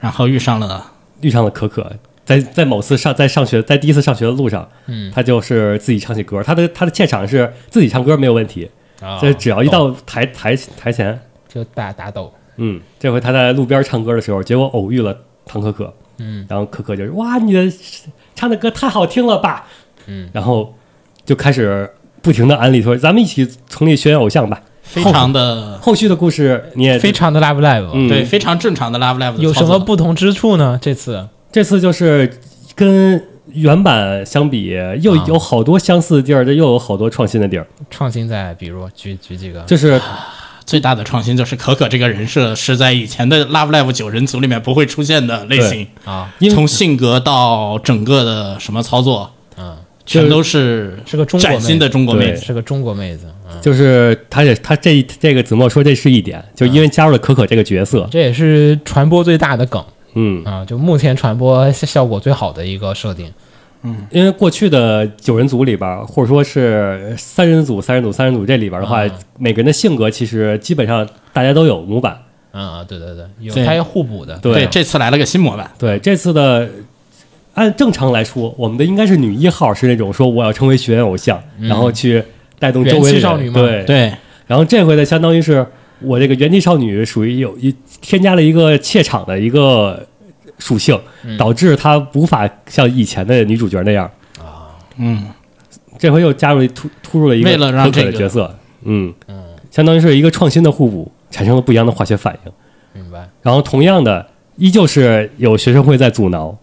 [SPEAKER 6] 然后遇上了
[SPEAKER 5] 遇上了可可，在在某次上在上学在第一次上学的路上，
[SPEAKER 3] 嗯
[SPEAKER 5] 他就是自己唱起歌，他的他的怯场是自己唱歌没有问题，
[SPEAKER 3] 啊，
[SPEAKER 5] 这只要一到台台台前，
[SPEAKER 3] 就打打斗，
[SPEAKER 5] 嗯，这回他在路边唱歌的时候，结果偶遇了唐可可，
[SPEAKER 3] 嗯，
[SPEAKER 5] 然后可可就是哇，你的唱的歌太好听了吧，
[SPEAKER 3] 嗯，
[SPEAKER 5] 然后就开始不停的安利说，咱们一起成立学员偶像吧。
[SPEAKER 6] 非常的
[SPEAKER 5] 后续的故事你也
[SPEAKER 3] 非常的 love live，、哦
[SPEAKER 5] 嗯
[SPEAKER 6] 对非常正常的 Love Live 的
[SPEAKER 3] 有什
[SPEAKER 6] 操作
[SPEAKER 3] 么不同之处呢？这次
[SPEAKER 5] 这次就是跟原版相比，又
[SPEAKER 3] 啊
[SPEAKER 5] 有好多相似的地儿，这又有好多创新的地儿。
[SPEAKER 3] 创新在，比如举举几个，
[SPEAKER 5] 就是
[SPEAKER 6] 最大的创新就是可可这个人设是在以前的 Love Live 九人组里面不会出现的类型
[SPEAKER 3] 啊，
[SPEAKER 5] 因为
[SPEAKER 6] 从性格到整个的什么操作，
[SPEAKER 3] 嗯，
[SPEAKER 6] 全都是
[SPEAKER 3] 是个中国妹
[SPEAKER 6] 崭
[SPEAKER 3] 子
[SPEAKER 6] 新的中国妹子。
[SPEAKER 3] 是个中国妹子，嗯，
[SPEAKER 5] 就是，他也他这这个子墨说这是一点，就因为加入了可可这个角色，
[SPEAKER 3] 这也是传播最大的梗
[SPEAKER 5] 嗯，
[SPEAKER 3] 啊，就目前传播效果最好的一个设定，
[SPEAKER 5] 因为过去的九人组里边儿，或者说是三人组、三人组、三人组这里边儿的话，每个人的性格其实基本上大家都有模板。
[SPEAKER 3] 啊，对对对，有
[SPEAKER 6] 对
[SPEAKER 3] 它有互补的，
[SPEAKER 5] 对
[SPEAKER 6] 对，这次来了个新模板，
[SPEAKER 5] 对这次的，按正常来说，我们的应该是女一号是那种说我要成为学院偶像，然后去带动周围的
[SPEAKER 3] 元气
[SPEAKER 5] 人
[SPEAKER 3] 少女嘛
[SPEAKER 5] 对
[SPEAKER 6] 对，
[SPEAKER 5] 然后这回呢，相当于是我这个元气少女属于有一添加了一个怯场的一个属性，导致她无法像以前的女主角那样。
[SPEAKER 6] 嗯，
[SPEAKER 5] 这回又加入了突突入了一个
[SPEAKER 6] 为了让
[SPEAKER 5] 可可的
[SPEAKER 6] 这个
[SPEAKER 5] 角色，嗯相当于是一个创新的互补，产生了不一样的化学反应。
[SPEAKER 3] 明白？
[SPEAKER 5] 然后同样的，依旧是有学生会在阻挠，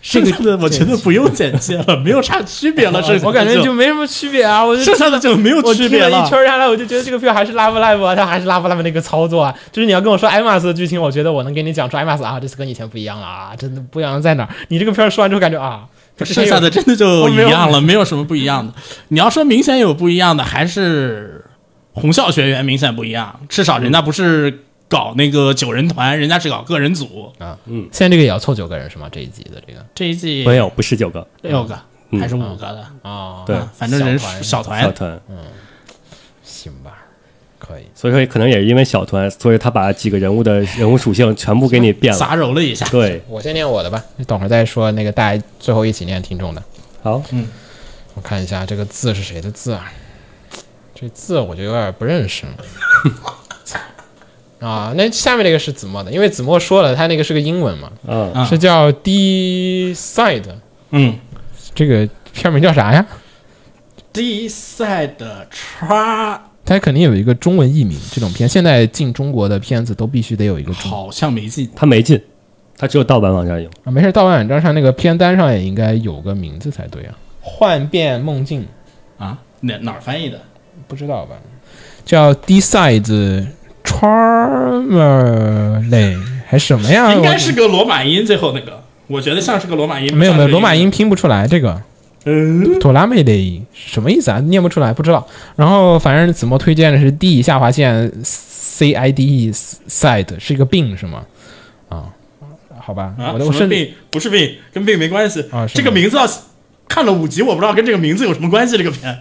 [SPEAKER 6] 剩下的我觉得不用剪辑 了，没有啥区别了。剩下的
[SPEAKER 3] 我感觉就没什么区别啊，我就
[SPEAKER 6] 剩下的就没有
[SPEAKER 3] 我
[SPEAKER 6] 区
[SPEAKER 3] 听
[SPEAKER 6] 别
[SPEAKER 3] 了一圈下来，我就觉得这个片还是 Love Live 啊，它还是 Love Live 那个操作啊。就是你要跟我说 IMAS 的剧情，我觉得我能给你讲出 IMAS 啊，这次跟以前不一样了啊，真的不一样在哪儿？你这个片儿说完之后感觉啊，这
[SPEAKER 6] 剩下的真的就
[SPEAKER 3] 我
[SPEAKER 6] 一
[SPEAKER 3] 没有
[SPEAKER 6] 样了，没有什么不一样的。你要说明显有不一样的，还是红校学员明显不一样，至少人家不是搞那个九人团，人家是搞个人组。
[SPEAKER 3] 啊，嗯，现在这个也要凑九个人是吗？这一集的这个
[SPEAKER 6] 这一季
[SPEAKER 5] 没有不是九个
[SPEAKER 6] 六个
[SPEAKER 5] 嗯
[SPEAKER 6] 还是五个的，
[SPEAKER 3] 啊，
[SPEAKER 5] 对
[SPEAKER 6] 啊反正人
[SPEAKER 3] 小团
[SPEAKER 5] 小
[SPEAKER 6] 小团。
[SPEAKER 5] 团，
[SPEAKER 3] 行吧，可以。
[SPEAKER 5] 所以说可能也是因为小团，所以他把几个人物的 人物属性全部给你变了。
[SPEAKER 6] 杂糅了一下，
[SPEAKER 5] 对，
[SPEAKER 3] 我先念我的吧，你等会儿再说那个大家最后一起念听众的。
[SPEAKER 5] 好，
[SPEAKER 3] 我看一下这个字是谁的字啊？这字我就有点不认识了。啊，那下面这个是子墨的，因为子墨说了，他那个是个英文嘛，
[SPEAKER 5] 嗯，
[SPEAKER 6] 啊
[SPEAKER 3] 是叫 D side，
[SPEAKER 6] 嗯
[SPEAKER 3] 这个片名叫啥呀？
[SPEAKER 6] ，D side 叉
[SPEAKER 3] 它肯定有一个中文译名。这种片现在进中国的片子都必须得有一个中
[SPEAKER 6] 好像没进，
[SPEAKER 5] 他没进，他只有盗版网站有。
[SPEAKER 3] 啊，没事，盗版网站上那个片单上也应该有个名字才对啊。幻变梦境，
[SPEAKER 6] 啊，哪哪儿翻译的？
[SPEAKER 3] 不知道吧？叫 D side Charmerley 还是什么呀？
[SPEAKER 6] 应该是个罗马音，最后那个，我觉得像是个罗马音。
[SPEAKER 3] 没有
[SPEAKER 6] 不
[SPEAKER 3] 没
[SPEAKER 6] 像
[SPEAKER 3] 有，
[SPEAKER 6] 是
[SPEAKER 3] 罗马
[SPEAKER 6] 英
[SPEAKER 3] 音拼不出来这个。
[SPEAKER 6] 嗯，
[SPEAKER 3] 妥拉妹的什么意思啊？念不出来，不知道。然后反正子墨推荐的是 D 下划线 C I D E side 是一个病是吗？啊，好吧，
[SPEAKER 6] 啊，
[SPEAKER 3] 我的
[SPEAKER 6] 什
[SPEAKER 3] 我
[SPEAKER 6] 么
[SPEAKER 3] 甚至
[SPEAKER 6] 病不是病，跟病没关系
[SPEAKER 3] 啊是
[SPEAKER 6] 这个
[SPEAKER 3] 吗
[SPEAKER 6] 名字要看了五集，我不知道跟这个名字有什么关系。这个片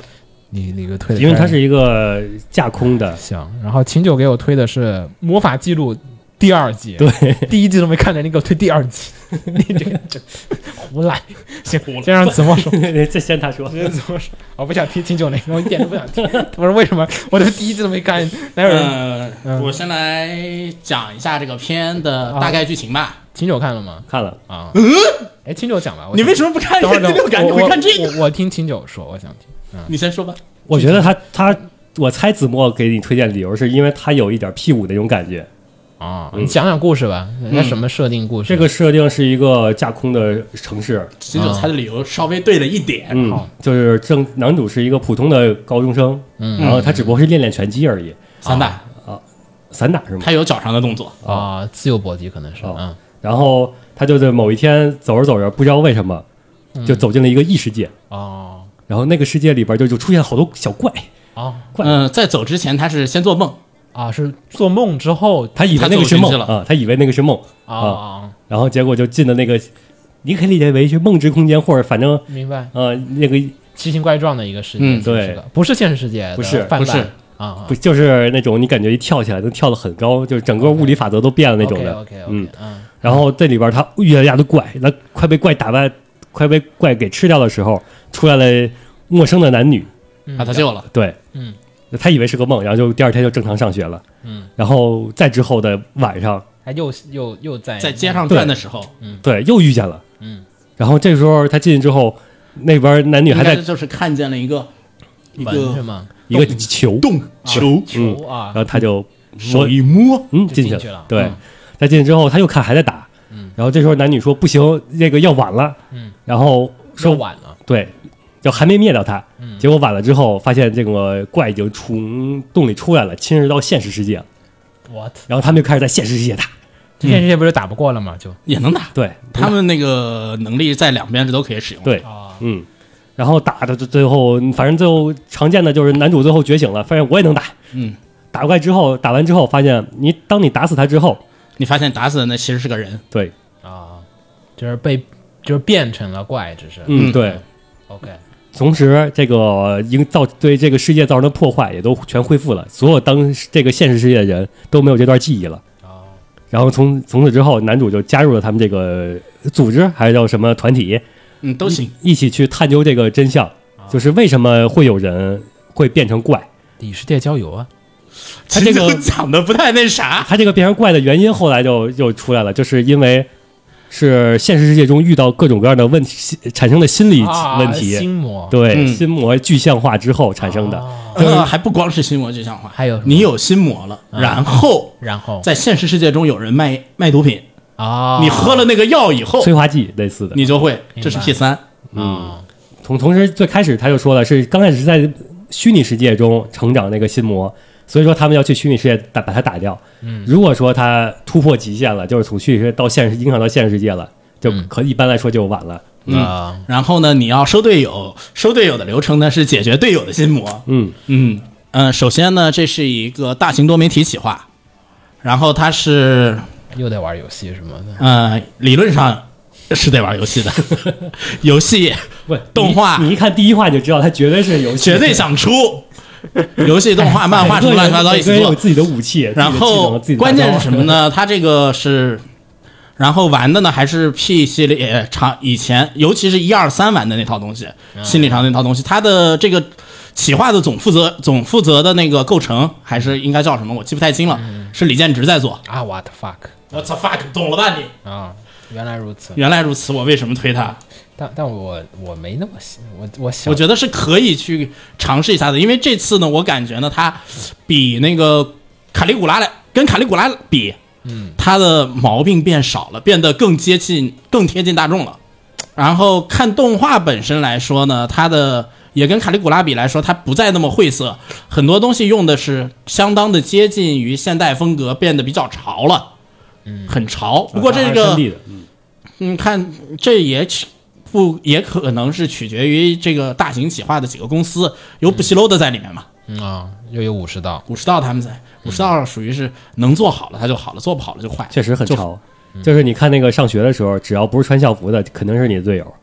[SPEAKER 3] 你那个推的，
[SPEAKER 5] 因为它是一个架空 的，
[SPEAKER 3] 行。然后秦九给我推的是《魔法记录》第二季，对，第一季都没看见，你给我推第二季，你这个这胡来。行，先让子墨说。
[SPEAKER 5] 这先他 说，
[SPEAKER 3] 先子墨说，哦我不想听秦九那个，我一点都不想听。我说为什么？我这第一季都没看，哪有人？
[SPEAKER 6] 呃，我先来讲一下这个片的
[SPEAKER 3] 嗯啊
[SPEAKER 6] 大概剧情吧。
[SPEAKER 3] 秦九看了吗？
[SPEAKER 5] 看了，
[SPEAKER 3] 啊，哎，秦九讲吧，我
[SPEAKER 6] 你
[SPEAKER 3] 想
[SPEAKER 6] 为什么不看
[SPEAKER 3] 等会儿
[SPEAKER 6] 第
[SPEAKER 3] 等会
[SPEAKER 6] 六
[SPEAKER 3] 儿
[SPEAKER 6] 感？你
[SPEAKER 3] 我
[SPEAKER 6] 会
[SPEAKER 3] 我
[SPEAKER 6] 看这个？
[SPEAKER 3] 我我听秦九说，我想听。
[SPEAKER 6] 你先说吧。
[SPEAKER 5] 我觉得他他，我猜子墨给你推荐理由是因为他有一点 P 五那种感觉。
[SPEAKER 3] 啊，你讲讲故事吧，人家什么设定故事？
[SPEAKER 5] 这个设定是一个架空的城市，
[SPEAKER 6] 秦
[SPEAKER 3] 啊
[SPEAKER 6] 九猜的理由稍微对了一点，
[SPEAKER 5] 嗯
[SPEAKER 3] 好，
[SPEAKER 5] 就是正男主是一个普通的高中生，嗯，然后他只不过是练练拳击而已，
[SPEAKER 6] 散打
[SPEAKER 5] 散打是吗
[SPEAKER 6] 他？有脚上的动作，
[SPEAKER 3] 啊，自由搏击可能是
[SPEAKER 5] 哦
[SPEAKER 3] 嗯
[SPEAKER 5] 然后他就在某一天走着走着，不知道为什么
[SPEAKER 6] 嗯
[SPEAKER 5] 就走进了一个异世界，
[SPEAKER 3] 哦
[SPEAKER 5] 然后那个世界里边就就出现好多小怪，
[SPEAKER 3] 哦
[SPEAKER 5] 怪
[SPEAKER 6] 嗯，在走之前他是先做梦，
[SPEAKER 3] 啊，是做梦之后
[SPEAKER 5] 他以为那个是
[SPEAKER 6] 他走进
[SPEAKER 5] 梦
[SPEAKER 6] 去了
[SPEAKER 5] 啊，他以为那个是梦
[SPEAKER 3] 啊
[SPEAKER 5] 啊，
[SPEAKER 3] 啊，
[SPEAKER 5] 然后结果就进的那个，你可以理解为是梦之空间，或者反正
[SPEAKER 3] 明白，
[SPEAKER 5] 呃那个
[SPEAKER 3] 奇形怪状的一个世界，
[SPEAKER 6] 嗯
[SPEAKER 5] 对
[SPEAKER 3] 是的，不是现实世界的
[SPEAKER 5] 不是
[SPEAKER 3] 泛
[SPEAKER 6] 不是
[SPEAKER 3] 滥啊，
[SPEAKER 5] 不就是那种你感觉一跳起来能跳得很高，就是整个物理法则都变了那种的。
[SPEAKER 3] OK OK，
[SPEAKER 5] 嗯，
[SPEAKER 3] 嗯
[SPEAKER 5] 然后这里边他遇到一大堆怪，那快被怪打败，快被怪给吃掉的时候，出来了陌生的男女，
[SPEAKER 3] 嗯
[SPEAKER 5] 啊
[SPEAKER 6] 把他救了，
[SPEAKER 5] 对，
[SPEAKER 3] 嗯，
[SPEAKER 5] 他以为是个梦，然后就第二天就正常上学了，
[SPEAKER 3] 嗯，
[SPEAKER 5] 然后再之后的晚上，
[SPEAKER 3] 还又又又在
[SPEAKER 7] 在街上转的时候，
[SPEAKER 5] 对，又遇见了，
[SPEAKER 3] 嗯，
[SPEAKER 5] 然后这时候他进去之后，那边男女
[SPEAKER 7] 应
[SPEAKER 5] 还
[SPEAKER 7] 该
[SPEAKER 5] 在
[SPEAKER 7] 就是看见了一个一
[SPEAKER 3] 门是
[SPEAKER 7] 个
[SPEAKER 3] 吗？
[SPEAKER 5] 一个球，
[SPEAKER 7] 洞球，
[SPEAKER 5] 嗯
[SPEAKER 3] 球啊
[SPEAKER 5] 然，后他就
[SPEAKER 7] 手
[SPEAKER 5] 说
[SPEAKER 7] 一摸，
[SPEAKER 5] 嗯，
[SPEAKER 3] 就
[SPEAKER 5] 进
[SPEAKER 3] 进去
[SPEAKER 5] 去
[SPEAKER 3] 了
[SPEAKER 5] 对
[SPEAKER 3] 嗯，
[SPEAKER 5] 再进去之后，他又看还在打，嗯，然后这时候男女说不行，这个要晚了，
[SPEAKER 3] 嗯，
[SPEAKER 5] 然后说
[SPEAKER 3] 说晚嗯了，
[SPEAKER 5] 对，就还没灭掉他，结果晚了之后发现这个怪已经从洞里出来了，侵蚀到现实世界了，
[SPEAKER 3] 我
[SPEAKER 5] 然后他们就开始在现实世界打，
[SPEAKER 3] 这现实世界不是打不过了吗？就
[SPEAKER 6] 也能打。
[SPEAKER 5] 对
[SPEAKER 6] 他们那个能力在两边这都可以使用。，
[SPEAKER 5] 对，
[SPEAKER 3] 啊，
[SPEAKER 5] 嗯，然后打的最最后，反正最后常见的就是男主最后觉醒了，发现我也能打，
[SPEAKER 6] 嗯，
[SPEAKER 5] 打怪之后，打完之后发现你当你打死他之后，
[SPEAKER 6] 你发现打死的那其实是个人，
[SPEAKER 5] 对，
[SPEAKER 3] 啊，就是被就是变成了怪，只是
[SPEAKER 5] 嗯
[SPEAKER 6] 嗯
[SPEAKER 5] 对，
[SPEAKER 3] OK
[SPEAKER 5] 同时，这个营造对这个世界造成的破坏也都全恢复了，所有当时这个现实世界的人都没有这段记忆了。
[SPEAKER 3] 啊，
[SPEAKER 5] 然后从从此之后，男主就加入了他们这个组织，还是叫什么团体，
[SPEAKER 6] 嗯，都行。
[SPEAKER 5] 一起去探究这个真相，就是为什么会有人会变成怪。
[SPEAKER 3] 里世界郊游啊，
[SPEAKER 5] 他这
[SPEAKER 6] 秦
[SPEAKER 5] 个
[SPEAKER 6] 九讲的不太那 啥，
[SPEAKER 5] 他这个变成怪的原因，后来就又出来了，就是因为是现实世界中遇到各种各样的问题产生的心理
[SPEAKER 3] 啊
[SPEAKER 5] 问题，
[SPEAKER 3] 心魔
[SPEAKER 5] 对、
[SPEAKER 6] 嗯
[SPEAKER 5] 心魔具象化之后产生的。
[SPEAKER 3] 啊
[SPEAKER 6] 呃， 还不光是心魔具象化，
[SPEAKER 3] 还有什么
[SPEAKER 6] 你有嗯心魔了，然后
[SPEAKER 3] 然后
[SPEAKER 6] 在现实世界中有人卖卖毒品，
[SPEAKER 3] 啊，
[SPEAKER 6] 你喝了那个药以哦后
[SPEAKER 5] 催，化剂类似的，
[SPEAKER 6] 你就会，
[SPEAKER 3] 明白
[SPEAKER 6] 这是 P 三，
[SPEAKER 3] 啊，
[SPEAKER 5] 同同时最开始他就说了，是刚开始是在虚拟世界中成长那个心魔，所以说他们要去虚拟世界打把它打掉。嗯，如果说他突破极限了，就是从虚拟世界到现实，影响到现实世界了，就可一般来说就晚了。
[SPEAKER 3] 嗯，
[SPEAKER 6] 然后呢，你要收队友，收队友的流程呢是解决队友的心魔，
[SPEAKER 5] 嗯
[SPEAKER 6] 嗯嗯、首先呢，这是一个大型多媒体企划，然后它是
[SPEAKER 3] 又在玩游戏什么的，
[SPEAKER 6] 呃，理论上是得玩游戏的， 游戏
[SPEAKER 5] 不，
[SPEAKER 6] 动画
[SPEAKER 5] 你你一看第一话你就知道，他绝对是有
[SPEAKER 6] 绝对想 出，游戏、动
[SPEAKER 5] 哎
[SPEAKER 6] 画、漫画什么乱七八糟一
[SPEAKER 5] 每
[SPEAKER 6] 起
[SPEAKER 5] 个人
[SPEAKER 6] 做
[SPEAKER 5] 有，自己的武器，
[SPEAKER 6] 然后
[SPEAKER 5] 自己的技能
[SPEAKER 6] 关键是什 么？呢？它这个是，然后玩的呢还是 P 系列呃长以前，尤其是一二三玩的那套东西，
[SPEAKER 5] 嗯
[SPEAKER 6] 心理上那套东西，它的这个企划的总负责总负责的那个构成还是应该叫什么？我记不太清了，
[SPEAKER 5] 嗯
[SPEAKER 6] 是李建直在做。
[SPEAKER 3] 啊，what the fuck
[SPEAKER 6] 我操 fuck，懂了吧你？
[SPEAKER 3] 啊，原来如此，
[SPEAKER 6] 原来如此，我为什么推他？
[SPEAKER 3] 但但我我没那么喜，我我想
[SPEAKER 6] 我觉得是可以去尝试一下的，因为这次呢，我感觉呢，它比那个卡利古拉来跟卡利古拉比，嗯，它的毛病变少了，变得更接近、更贴近大众了。然后看动画本身来说呢，它的也跟卡利古拉比来说，它不再那么晦涩，很多东西用的是相当的接近于现代风格，变得比较潮了，嗯，很潮。不过这
[SPEAKER 5] 还是
[SPEAKER 6] 个
[SPEAKER 5] 胜利的
[SPEAKER 6] 嗯，看这也取不也可能是取决于这个大型企划的几个公司，有补习楼的在里面嘛，
[SPEAKER 3] 嗯啊，又有武士道，
[SPEAKER 6] 武士道他们在，武士道属于是能做好了它就好了，做不好了就坏了，
[SPEAKER 5] 确实很
[SPEAKER 6] 就。
[SPEAKER 5] 潮。就是你看那个上学的时候，只要不是穿校服的，肯定是你的队友。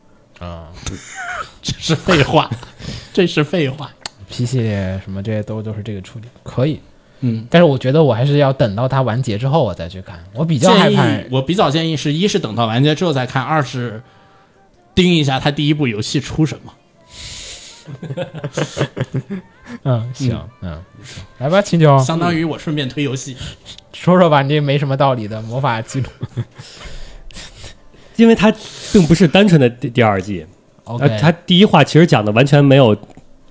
[SPEAKER 6] 这是废话， 这是废话。
[SPEAKER 3] P 系列什么这些都都是这个处理，可以。
[SPEAKER 6] 嗯，
[SPEAKER 3] 但是我觉得我还是要等到它完结之后我再去看，我比较害
[SPEAKER 6] 建议
[SPEAKER 3] 怕
[SPEAKER 6] 我比较建议是一是等到完结之后再看，二是盯一下他第一部游戏出什么。
[SPEAKER 3] 嗯，行，嗯，来吧，秦九，
[SPEAKER 6] 相当于我顺便推游戏，
[SPEAKER 3] 说说吧，你这没什么道理的魔法记录。
[SPEAKER 5] 因为它并不是单纯的第第二季，
[SPEAKER 3] OK，
[SPEAKER 5] 呃，它第一话其实讲的完全没有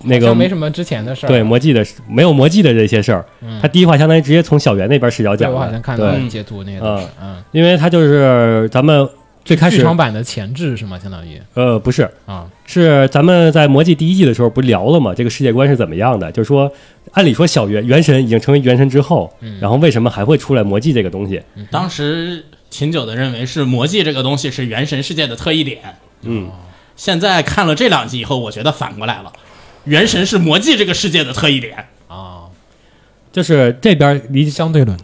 [SPEAKER 5] 那
[SPEAKER 3] 好
[SPEAKER 5] 个
[SPEAKER 3] 像没什么之前的事儿。
[SPEAKER 5] 对魔技的没有魔技的这些事儿，
[SPEAKER 6] 嗯
[SPEAKER 5] 它第一话相当于直接从小圆那边视角
[SPEAKER 3] 对，
[SPEAKER 5] 讲
[SPEAKER 3] 我好
[SPEAKER 5] 的
[SPEAKER 3] 像，看到
[SPEAKER 5] 对，
[SPEAKER 3] 截图那个东西，嗯，
[SPEAKER 5] 因为它就是咱们最开
[SPEAKER 3] 剧
[SPEAKER 5] 始
[SPEAKER 3] 场版的前置是吗？相当于
[SPEAKER 5] 呃不是
[SPEAKER 3] 啊，
[SPEAKER 5] 是咱们在魔技第一季的时候不聊了吗？这个世界观是怎么样的？就是说，按理说小圆元神已经成为元神之后，
[SPEAKER 3] 嗯
[SPEAKER 5] 然后为什么还会出来魔技这个东西？
[SPEAKER 6] 当时秦九的认为是魔技这个东西是原神世界的特异点，
[SPEAKER 5] 嗯，
[SPEAKER 6] 现在看了这两集以后，我觉得反过来了，原神是魔技这个世界的特异点。
[SPEAKER 3] 啊，
[SPEAKER 5] 就是这边离
[SPEAKER 3] 相对论，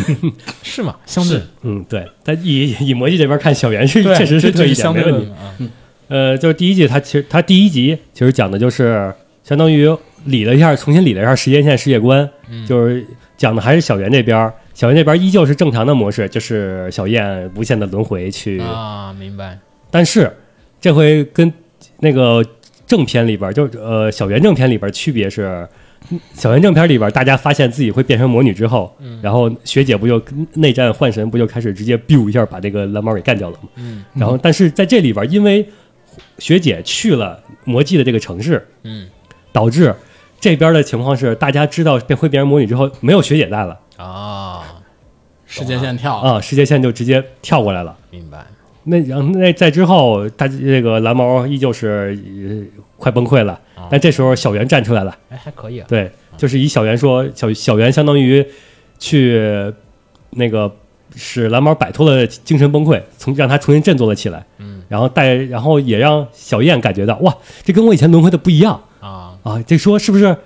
[SPEAKER 3] 是吗？相对论，
[SPEAKER 5] 嗯，对，但以以以魔镜这边看，小圆是
[SPEAKER 3] 对
[SPEAKER 5] 确实是
[SPEAKER 3] 这
[SPEAKER 5] 对
[SPEAKER 3] 是
[SPEAKER 5] 一点
[SPEAKER 3] 相
[SPEAKER 5] 没
[SPEAKER 3] 对
[SPEAKER 5] 问
[SPEAKER 3] 论
[SPEAKER 5] 题。
[SPEAKER 3] 嘛啊，
[SPEAKER 5] 呃，就是第一季，它其实它第一集其实讲的就是相当于理了一下，重新理了一下时间线、世界观，
[SPEAKER 3] 嗯
[SPEAKER 5] 就是讲的还是小圆这边儿，小圆这边依旧是正常的模式，就是小燕无限的轮回去，
[SPEAKER 3] 啊，明白。
[SPEAKER 5] 但是这回跟那个正片里边儿，就是呃小圆正片里边儿区别是。小圆正片里边儿，大家发现自己会变成魔女之后，
[SPEAKER 3] 嗯
[SPEAKER 5] 然后学姐不就内战幻神不就开始直接 biu 一下把这个蓝猫给干掉了吗？
[SPEAKER 3] 嗯
[SPEAKER 5] 然后但是在这里边儿，因为学姐去了魔界的这个城市，
[SPEAKER 3] 嗯
[SPEAKER 5] 导致这边儿的情况是，大家知道变会变成魔女之后，没有学姐在了
[SPEAKER 3] 啊，
[SPEAKER 8] 世界线跳，
[SPEAKER 3] 哦
[SPEAKER 5] 啊，世界线就直接跳过来了。
[SPEAKER 3] 明白。
[SPEAKER 5] 那然后那在之后，他这个蓝毛依旧是、呃快崩溃了
[SPEAKER 3] 啊，
[SPEAKER 5] 但这时候小圆站出来了，
[SPEAKER 3] 哎，还可以啊。
[SPEAKER 5] 对，就是以小圆说，小小圆相当于去那个使蓝毛摆脱了精神崩溃，从让他重新振作了起来，嗯，然后带，然后也让小燕感觉到，哇，这跟我以前轮回的不一样
[SPEAKER 3] 啊，
[SPEAKER 5] 啊，这说是不是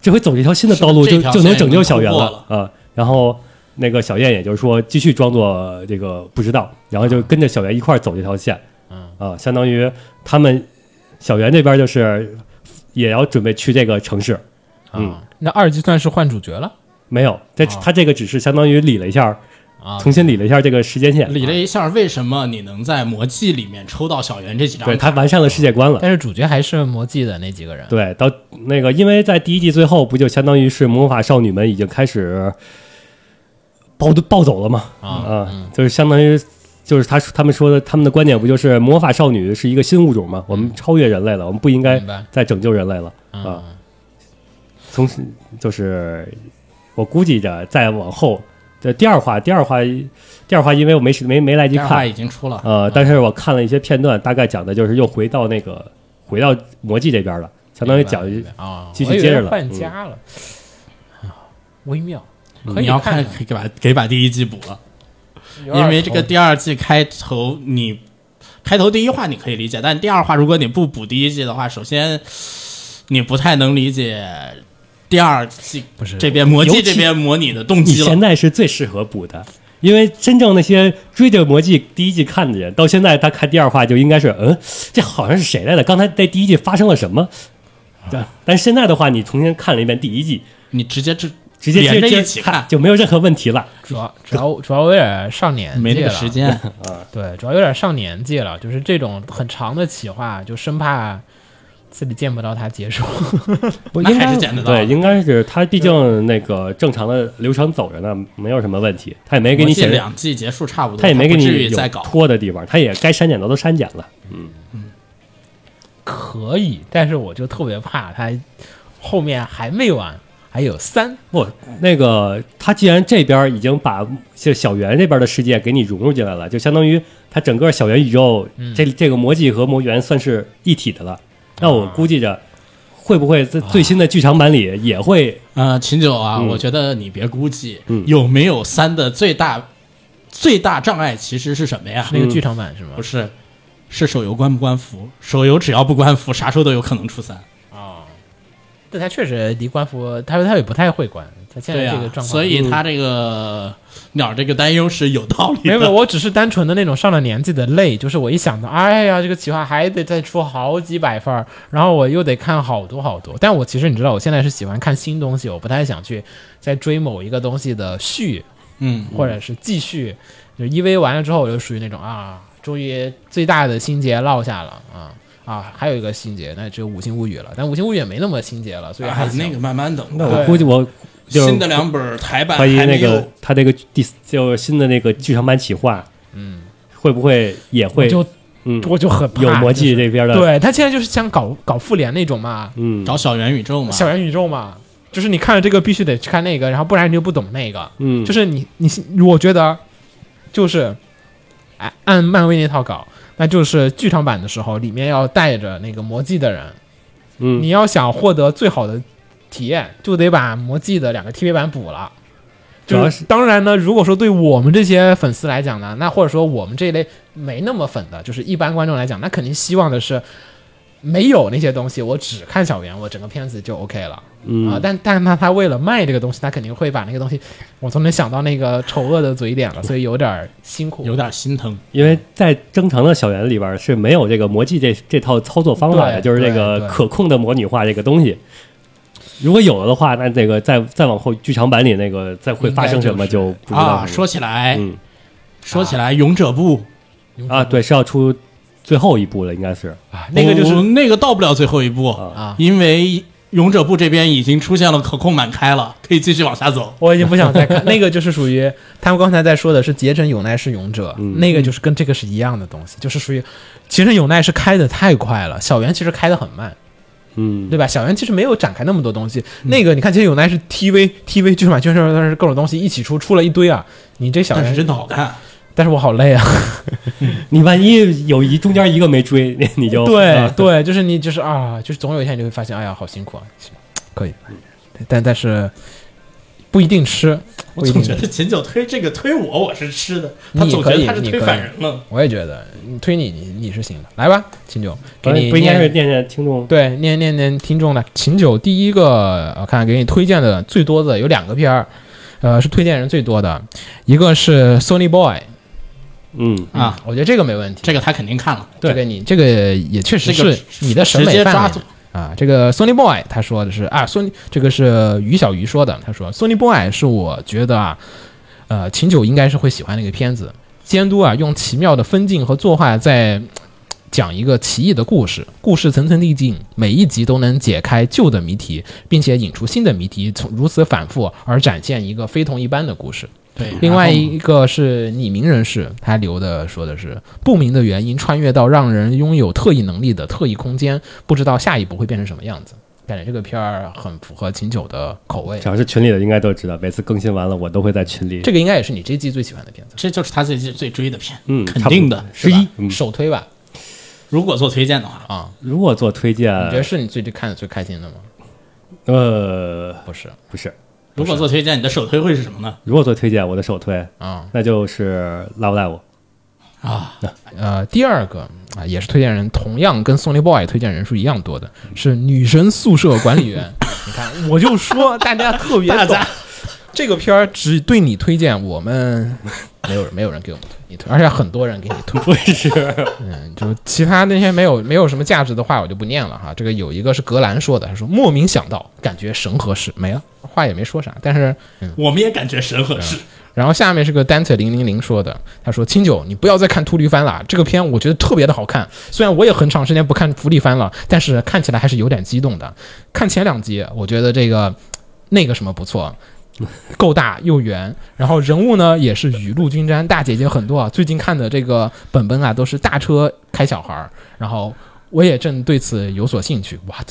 [SPEAKER 5] 这回走这条新的
[SPEAKER 8] 是不
[SPEAKER 5] 道
[SPEAKER 8] 是
[SPEAKER 5] 路
[SPEAKER 8] 这
[SPEAKER 5] 就
[SPEAKER 8] 条
[SPEAKER 5] 就能
[SPEAKER 8] 线
[SPEAKER 5] 拯
[SPEAKER 8] 能
[SPEAKER 5] 救小
[SPEAKER 8] 突
[SPEAKER 5] 圆
[SPEAKER 8] 破
[SPEAKER 5] 了啊？然后那个小燕也就是说继续装作这个不知道，然后就
[SPEAKER 8] 嗯
[SPEAKER 5] 跟着小圆一块儿走这条线，
[SPEAKER 3] 嗯
[SPEAKER 5] 啊，相当于他们小圆这边就是也要准备去这个城市，
[SPEAKER 3] 啊，那二级算是换主角了
[SPEAKER 5] 没有，这
[SPEAKER 3] 啊
[SPEAKER 5] 他这个只是相当于理了一下，
[SPEAKER 3] 啊，
[SPEAKER 5] 重新理了一下这个时间线，
[SPEAKER 8] 呃理了一下为什么你能在魔技里面抽到小圆这几张
[SPEAKER 5] 啊对
[SPEAKER 8] 卡
[SPEAKER 5] 他完善了世界观了。
[SPEAKER 3] 但是主角还是魔界的那几个人。
[SPEAKER 5] 对，到那个，因为在第一季最后，不就相当于是魔法少女们已经开始暴暴走了吗？
[SPEAKER 3] 啊
[SPEAKER 5] 就是相当于就是他他们说的，他们的观点不就是魔法少女是一个新物种吗？我们超越人类了，我们不应该
[SPEAKER 3] 嗯明白
[SPEAKER 5] 再拯救人类了啊！
[SPEAKER 3] 嗯，
[SPEAKER 5] 从此就是我估计着再往后的第二话，第二话，第二话，因为我没时没没来及
[SPEAKER 8] 第二话
[SPEAKER 5] 看
[SPEAKER 8] 已，经出了，
[SPEAKER 5] 呃，但是我看了一些片段，大概讲的就是又回到那个回到魔界这边了，相当于讲
[SPEAKER 3] 明白明白啊，
[SPEAKER 5] 继续
[SPEAKER 3] 我以为
[SPEAKER 5] 接着了
[SPEAKER 3] 换
[SPEAKER 5] 嗯
[SPEAKER 3] 家了，啊微妙。
[SPEAKER 5] 嗯
[SPEAKER 3] 可以
[SPEAKER 8] 嗯你要
[SPEAKER 3] 看
[SPEAKER 8] 看可以给把给把第一季补了，
[SPEAKER 3] 有点
[SPEAKER 8] 因为这个
[SPEAKER 3] 头
[SPEAKER 8] 第二季开头你开头第一话你可以理解，但第二话如果你不补第一季的话，首先你不太能理解第二季
[SPEAKER 3] 不是
[SPEAKER 8] 这边魔
[SPEAKER 5] 尤
[SPEAKER 8] 技
[SPEAKER 5] 其
[SPEAKER 8] 这边模拟的动
[SPEAKER 5] 你
[SPEAKER 8] 机了
[SPEAKER 5] 现。在是最适合补的，因为真正那些追着《魔戒》第一季看的人，到现在他看第二话就应该是，嗯，这好像是谁来的？刚才在第一季发生了什么？对，但是现在的话，你重新看了一遍第一季，
[SPEAKER 8] 你直接这
[SPEAKER 5] 直接
[SPEAKER 8] 连着
[SPEAKER 5] 接
[SPEAKER 8] 一起看，
[SPEAKER 5] 就没有任何问题了。
[SPEAKER 3] 主要主要主要我有点上年纪
[SPEAKER 8] 没那个
[SPEAKER 3] 了
[SPEAKER 8] 时间。
[SPEAKER 3] 对，主要有点上年纪了，就是这种很长的企划，就生怕自己见不到它结束。
[SPEAKER 5] 不
[SPEAKER 8] 那
[SPEAKER 5] 应
[SPEAKER 8] 还
[SPEAKER 5] 该
[SPEAKER 8] 是捡得到
[SPEAKER 5] 对，应该是他毕竟那个正常的流程走着呢，没有什么问题。他也没给你
[SPEAKER 8] 魔戒
[SPEAKER 5] 写，
[SPEAKER 8] 两季结束差不多，
[SPEAKER 5] 他也没给
[SPEAKER 8] 不至于
[SPEAKER 5] 你有
[SPEAKER 8] 再搞。
[SPEAKER 5] 拖的地方，他也该删减的都删减了。
[SPEAKER 3] 可以，但是我就特别怕它后面还没完，还有三
[SPEAKER 5] 不，哦那个他既然这边已经把就小圆这边的世界给你融入进来了，就相当于他整个小圆宇宙，这
[SPEAKER 8] 嗯
[SPEAKER 5] 这个魔技和魔圆算是一体的了。那我
[SPEAKER 8] 啊
[SPEAKER 5] 估计着，会不会在最新的剧场版里也会
[SPEAKER 8] 呃，秦九啊，
[SPEAKER 5] 嗯
[SPEAKER 8] 我觉得你别估计、
[SPEAKER 5] 嗯
[SPEAKER 8] 有没有三的最大最大障碍其实是什么呀？
[SPEAKER 3] 那个剧场版是吗？
[SPEAKER 8] 不是，是手游关不关服？手游只要不关服，啥时候都有可能出三。
[SPEAKER 3] 哎但它确实离官服，他说他也不太会关，他现在
[SPEAKER 8] 对
[SPEAKER 3] 这
[SPEAKER 8] 呀、
[SPEAKER 3] 个状况。嗯
[SPEAKER 8] 所以他这个鸟这个担忧是有道理
[SPEAKER 3] 没
[SPEAKER 8] 的。
[SPEAKER 3] 有，没有，我只是单纯的那种上了年纪的累，就是我一想到，哎呀，这个企划还得再出好几百份儿，然后我又得看好多好多。但我其实你知道，我现在是喜欢看新东西，我不太想去再追某一个东西的续
[SPEAKER 8] 嗯，
[SPEAKER 3] 或者是继续。就 EV 完了之后，我就属于那种啊，终于最大的心结落下了啊啊，还有一个心结，那只有《五星物语》了，但《五星物语》也没那么心结了，所以还
[SPEAKER 8] 啊，
[SPEAKER 3] 行
[SPEAKER 8] 那个慢慢等。
[SPEAKER 5] 那我估计我就
[SPEAKER 8] 新的两本台版
[SPEAKER 5] 怀
[SPEAKER 8] 还
[SPEAKER 5] 疑
[SPEAKER 8] 没
[SPEAKER 5] 那
[SPEAKER 8] 有，
[SPEAKER 5] 个他这个第就新的那个剧场版企划，嗯，会不会也
[SPEAKER 3] 我
[SPEAKER 5] 会
[SPEAKER 3] 就
[SPEAKER 5] 嗯
[SPEAKER 3] 我就很怕
[SPEAKER 5] 有魔
[SPEAKER 3] 就是
[SPEAKER 5] 技这边的
[SPEAKER 3] 对他现在就是想搞搞复联那种嘛，
[SPEAKER 5] 嗯
[SPEAKER 8] 找小元宇宙嘛。
[SPEAKER 3] 小元宇宙嘛，就是你看了这个必须得去看那个，然后不然你就不懂那个。
[SPEAKER 5] 嗯
[SPEAKER 3] 就是你你我觉得就是哎按漫威那套搞，那就是剧场版的时候里面要带着那个魔技的人，
[SPEAKER 5] 嗯
[SPEAKER 3] 你要想获得最好的体验，就得把魔技的两个 TV 版补了。
[SPEAKER 5] 主要
[SPEAKER 3] 就是当然呢，如果说对我们这些粉丝来讲呢，那或者说我们这一类没那么粉的，就是一般观众来讲，那肯定希望的是没有那些东西，我只看小圆，我整个片子就 OK 了。嗯啊，但但他他为了卖这个东西，他肯定会把那个东西，我总能想到那个丑恶的嘴脸了，所以有点儿辛苦，
[SPEAKER 8] 有点心疼。
[SPEAKER 5] 因
[SPEAKER 3] 嗯
[SPEAKER 5] 为在正常的小圆里边儿是没有这个魔技这这套操作方法的，
[SPEAKER 3] 对
[SPEAKER 5] 就是这
[SPEAKER 3] 对
[SPEAKER 5] 个
[SPEAKER 3] 对
[SPEAKER 5] 可控的魔女化这个东西。如果有了的话，那那个再再往后剧场版里那个再会发生什么就不知道
[SPEAKER 8] 啊，
[SPEAKER 5] 了
[SPEAKER 8] 说起来，
[SPEAKER 5] 嗯
[SPEAKER 8] 说起来，勇者部
[SPEAKER 5] 啊，对，是要出最后一部了，应该是
[SPEAKER 3] 啊那个就是
[SPEAKER 8] 哦那个到不了最后一步
[SPEAKER 3] 啊
[SPEAKER 8] 因为勇者部这边已经出现了可控满开了，可以继续往下走。
[SPEAKER 3] 我已经不想再看那个，就是属于他们刚才在说的是结城永奈是勇者，
[SPEAKER 8] 嗯
[SPEAKER 3] 那个就是跟这个是一样的东西，就是属于结城永奈是开的太快了，小圆其实开的很慢，
[SPEAKER 5] 嗯，
[SPEAKER 3] 对吧？小圆其实没有展开那么多东西。
[SPEAKER 8] 嗯
[SPEAKER 3] 那个你看，结城永奈是 TV TV 剧场版圈圈但是各种东西一起出，出了一堆啊。你这小
[SPEAKER 8] 但是
[SPEAKER 3] 圆
[SPEAKER 8] 真的好看，
[SPEAKER 3] 但是我好累啊。
[SPEAKER 5] 你万一有一中间一个没追， 你你就
[SPEAKER 3] 对
[SPEAKER 5] 啊
[SPEAKER 3] 对，就是你就是啊，就是总有一天你就会发现，哎呀，好辛苦啊，可以，但但是不一定吃，
[SPEAKER 8] 我
[SPEAKER 3] 不一
[SPEAKER 8] 总
[SPEAKER 3] 定
[SPEAKER 8] 觉得秦九推这个推我，我是吃的，他
[SPEAKER 3] 你
[SPEAKER 8] 总觉得
[SPEAKER 3] 可以
[SPEAKER 8] 他是
[SPEAKER 3] 你
[SPEAKER 8] 推
[SPEAKER 3] 可
[SPEAKER 8] 反
[SPEAKER 3] 以
[SPEAKER 8] 人了。
[SPEAKER 3] 我也觉得，你推你你你是行的，来吧，秦九，给你
[SPEAKER 5] 不应该是
[SPEAKER 3] 念
[SPEAKER 5] 念念听众
[SPEAKER 3] 对念念念听众的秦九第一个，我看给你推荐的最多的有两个片儿，呃，是推荐人最多的，一个是 Sony Boy，
[SPEAKER 5] 嗯
[SPEAKER 8] 啊，
[SPEAKER 3] 我觉得这个没问题，
[SPEAKER 8] 这个他肯定看了，
[SPEAKER 3] 这个你这个也确实
[SPEAKER 8] 这个
[SPEAKER 3] 是你的审
[SPEAKER 8] 直
[SPEAKER 3] 美
[SPEAKER 8] 接
[SPEAKER 3] 范
[SPEAKER 8] 抓
[SPEAKER 3] 围
[SPEAKER 8] 住
[SPEAKER 3] 内。啊，这个 Sony Boy 他说的是啊，Sony 这个是于小鱼说的，他说 Sony Boy 是我觉得啊，呃，秦九应该是会喜欢那个片子。监督啊，用奇妙的分镜和作画在嘖讲一个奇异的故事，故事层层递进，每一集都能解开旧的谜题，并且引出新的谜题，从如此反复而展现一个非同一般的故事。
[SPEAKER 8] 对，嗯然后
[SPEAKER 3] 另外一个是匿名人士，他留的说的是不明的原因穿越到让人拥有特异能力的特异空间，不知道下一步会变成什么样子。感觉这个片儿很符合秦九的口味
[SPEAKER 5] 只，要是群里的应该都知道，每次更新完了我都会在群里
[SPEAKER 3] 这个应该也是你这季最喜欢的片子，
[SPEAKER 8] 这就是他最最追的片，
[SPEAKER 5] 嗯
[SPEAKER 8] 肯定的
[SPEAKER 5] 差不多
[SPEAKER 8] 之一。
[SPEAKER 5] 嗯
[SPEAKER 3] 首推吧？
[SPEAKER 8] 如果做推荐的话，
[SPEAKER 3] 啊，
[SPEAKER 5] 如果做推荐
[SPEAKER 3] 你觉得是你最近看的最开心的吗？
[SPEAKER 5] 呃
[SPEAKER 3] 不是
[SPEAKER 5] 不是，
[SPEAKER 8] 如果做推荐，你的首推会是什么呢？
[SPEAKER 5] 如果做推荐我的首推
[SPEAKER 3] 啊，
[SPEAKER 5] 那就是《Love Live》。
[SPEAKER 8] 啊，
[SPEAKER 3] 呃，第二个啊，也是推荐人，同样跟 Sony Boy 推荐人数一样多的是《女神宿舍管理员》。你看，我就说大家特别
[SPEAKER 8] 大
[SPEAKER 3] 懂
[SPEAKER 8] 家，
[SPEAKER 3] 这个片儿只对你推荐，我们没有人没有人给我们推，你推，而且很多人给你 推。
[SPEAKER 5] 不是，
[SPEAKER 3] 嗯，就其他那些没有没有什么价值的话，我就不念了哈。这个有一个是格兰说的，他说莫名想到，感觉神合适，没了，话也没说啥，但是
[SPEAKER 8] 我们也感觉神合适。
[SPEAKER 3] 然后下面是个单腿零零零说的，他说：“清九，你不要再看秃驴番了，这个片我觉得特别的好看。虽然我也很长时间不看福利番了，但是看起来还是有点激动的。看前两集，我觉得这个那个什么不错，够大又圆，然后人物呢也是雨露均沾，大姐姐很多啊。最近看的这个本本啊，都是大车开小孩儿，然后我也正对此有所兴趣。What？”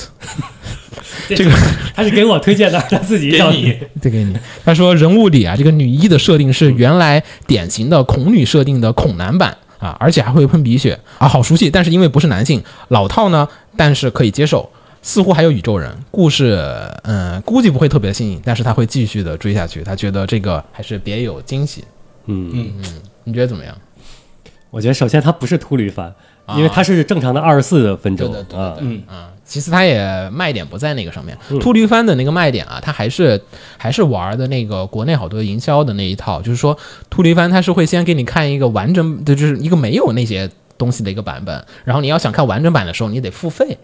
[SPEAKER 3] 这个
[SPEAKER 5] 他是给我推荐 的，他自己
[SPEAKER 8] 给
[SPEAKER 5] 要
[SPEAKER 8] 你
[SPEAKER 3] 这给你。他说人物里啊，这个女一的设定是原来典型的恐女设定的恐男版啊，而且还会喷鼻血啊，好熟悉。但是因为不是男性，老套呢，但是可以接受。似乎还有宇宙人故事，嗯、估计不会特别新颖，但是他会继续的追下去。他觉得这个还是别有惊喜，
[SPEAKER 5] 嗯，
[SPEAKER 3] 你觉得怎么样？
[SPEAKER 5] 我觉得首先它不是秃驴番，因为它是正常的二十四分钟
[SPEAKER 3] 啊对的对的
[SPEAKER 5] 啊，
[SPEAKER 8] 嗯，
[SPEAKER 3] 啊，其实它也卖点不在那个上面，秃驴番的那个卖点啊，它还是还是玩的那个国内好多营销的那一套，就是说秃驴番它是会先给你看一个完整，就是一个没有那些东西的一个版本，然后你要想看完整版的时候，你得付费，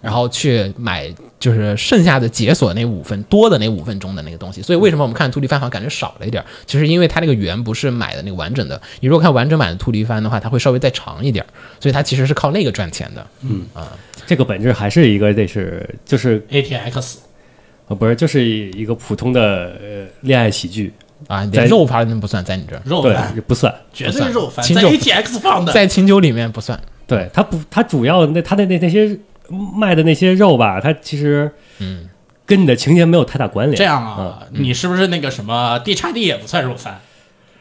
[SPEAKER 3] 然后去买就是剩下的解锁那五分多的那五分钟的那个东西。所以为什么我们看秃驴番好像感觉少了一点儿？其实因为它那个圆不是买的那个完整的，你如果看完整版的秃驴番的话，它会稍微再长一点儿，所以它其实是靠那个赚钱的。
[SPEAKER 5] 这个本质还是一个这是就是
[SPEAKER 8] ，ATX
[SPEAKER 5] 呃不是就是一个普通的呃恋爱喜剧，
[SPEAKER 3] 啊，
[SPEAKER 5] 在
[SPEAKER 3] 连肉番都不算，在你这 儿，
[SPEAKER 8] 肉
[SPEAKER 5] 对
[SPEAKER 8] 番，
[SPEAKER 5] 不算，
[SPEAKER 8] 绝对是肉番，
[SPEAKER 3] 秦
[SPEAKER 8] 在
[SPEAKER 3] 九
[SPEAKER 8] ATX 放的。
[SPEAKER 3] 在秦九里面不算。
[SPEAKER 5] 对它不它主要那它的那那些卖的那些肉吧，它其实
[SPEAKER 3] 嗯，
[SPEAKER 5] 跟你的情节没有太大关联。
[SPEAKER 8] 这样啊，
[SPEAKER 5] 嗯
[SPEAKER 8] 你是不是那个什么 D 叉 D 也不算肉番？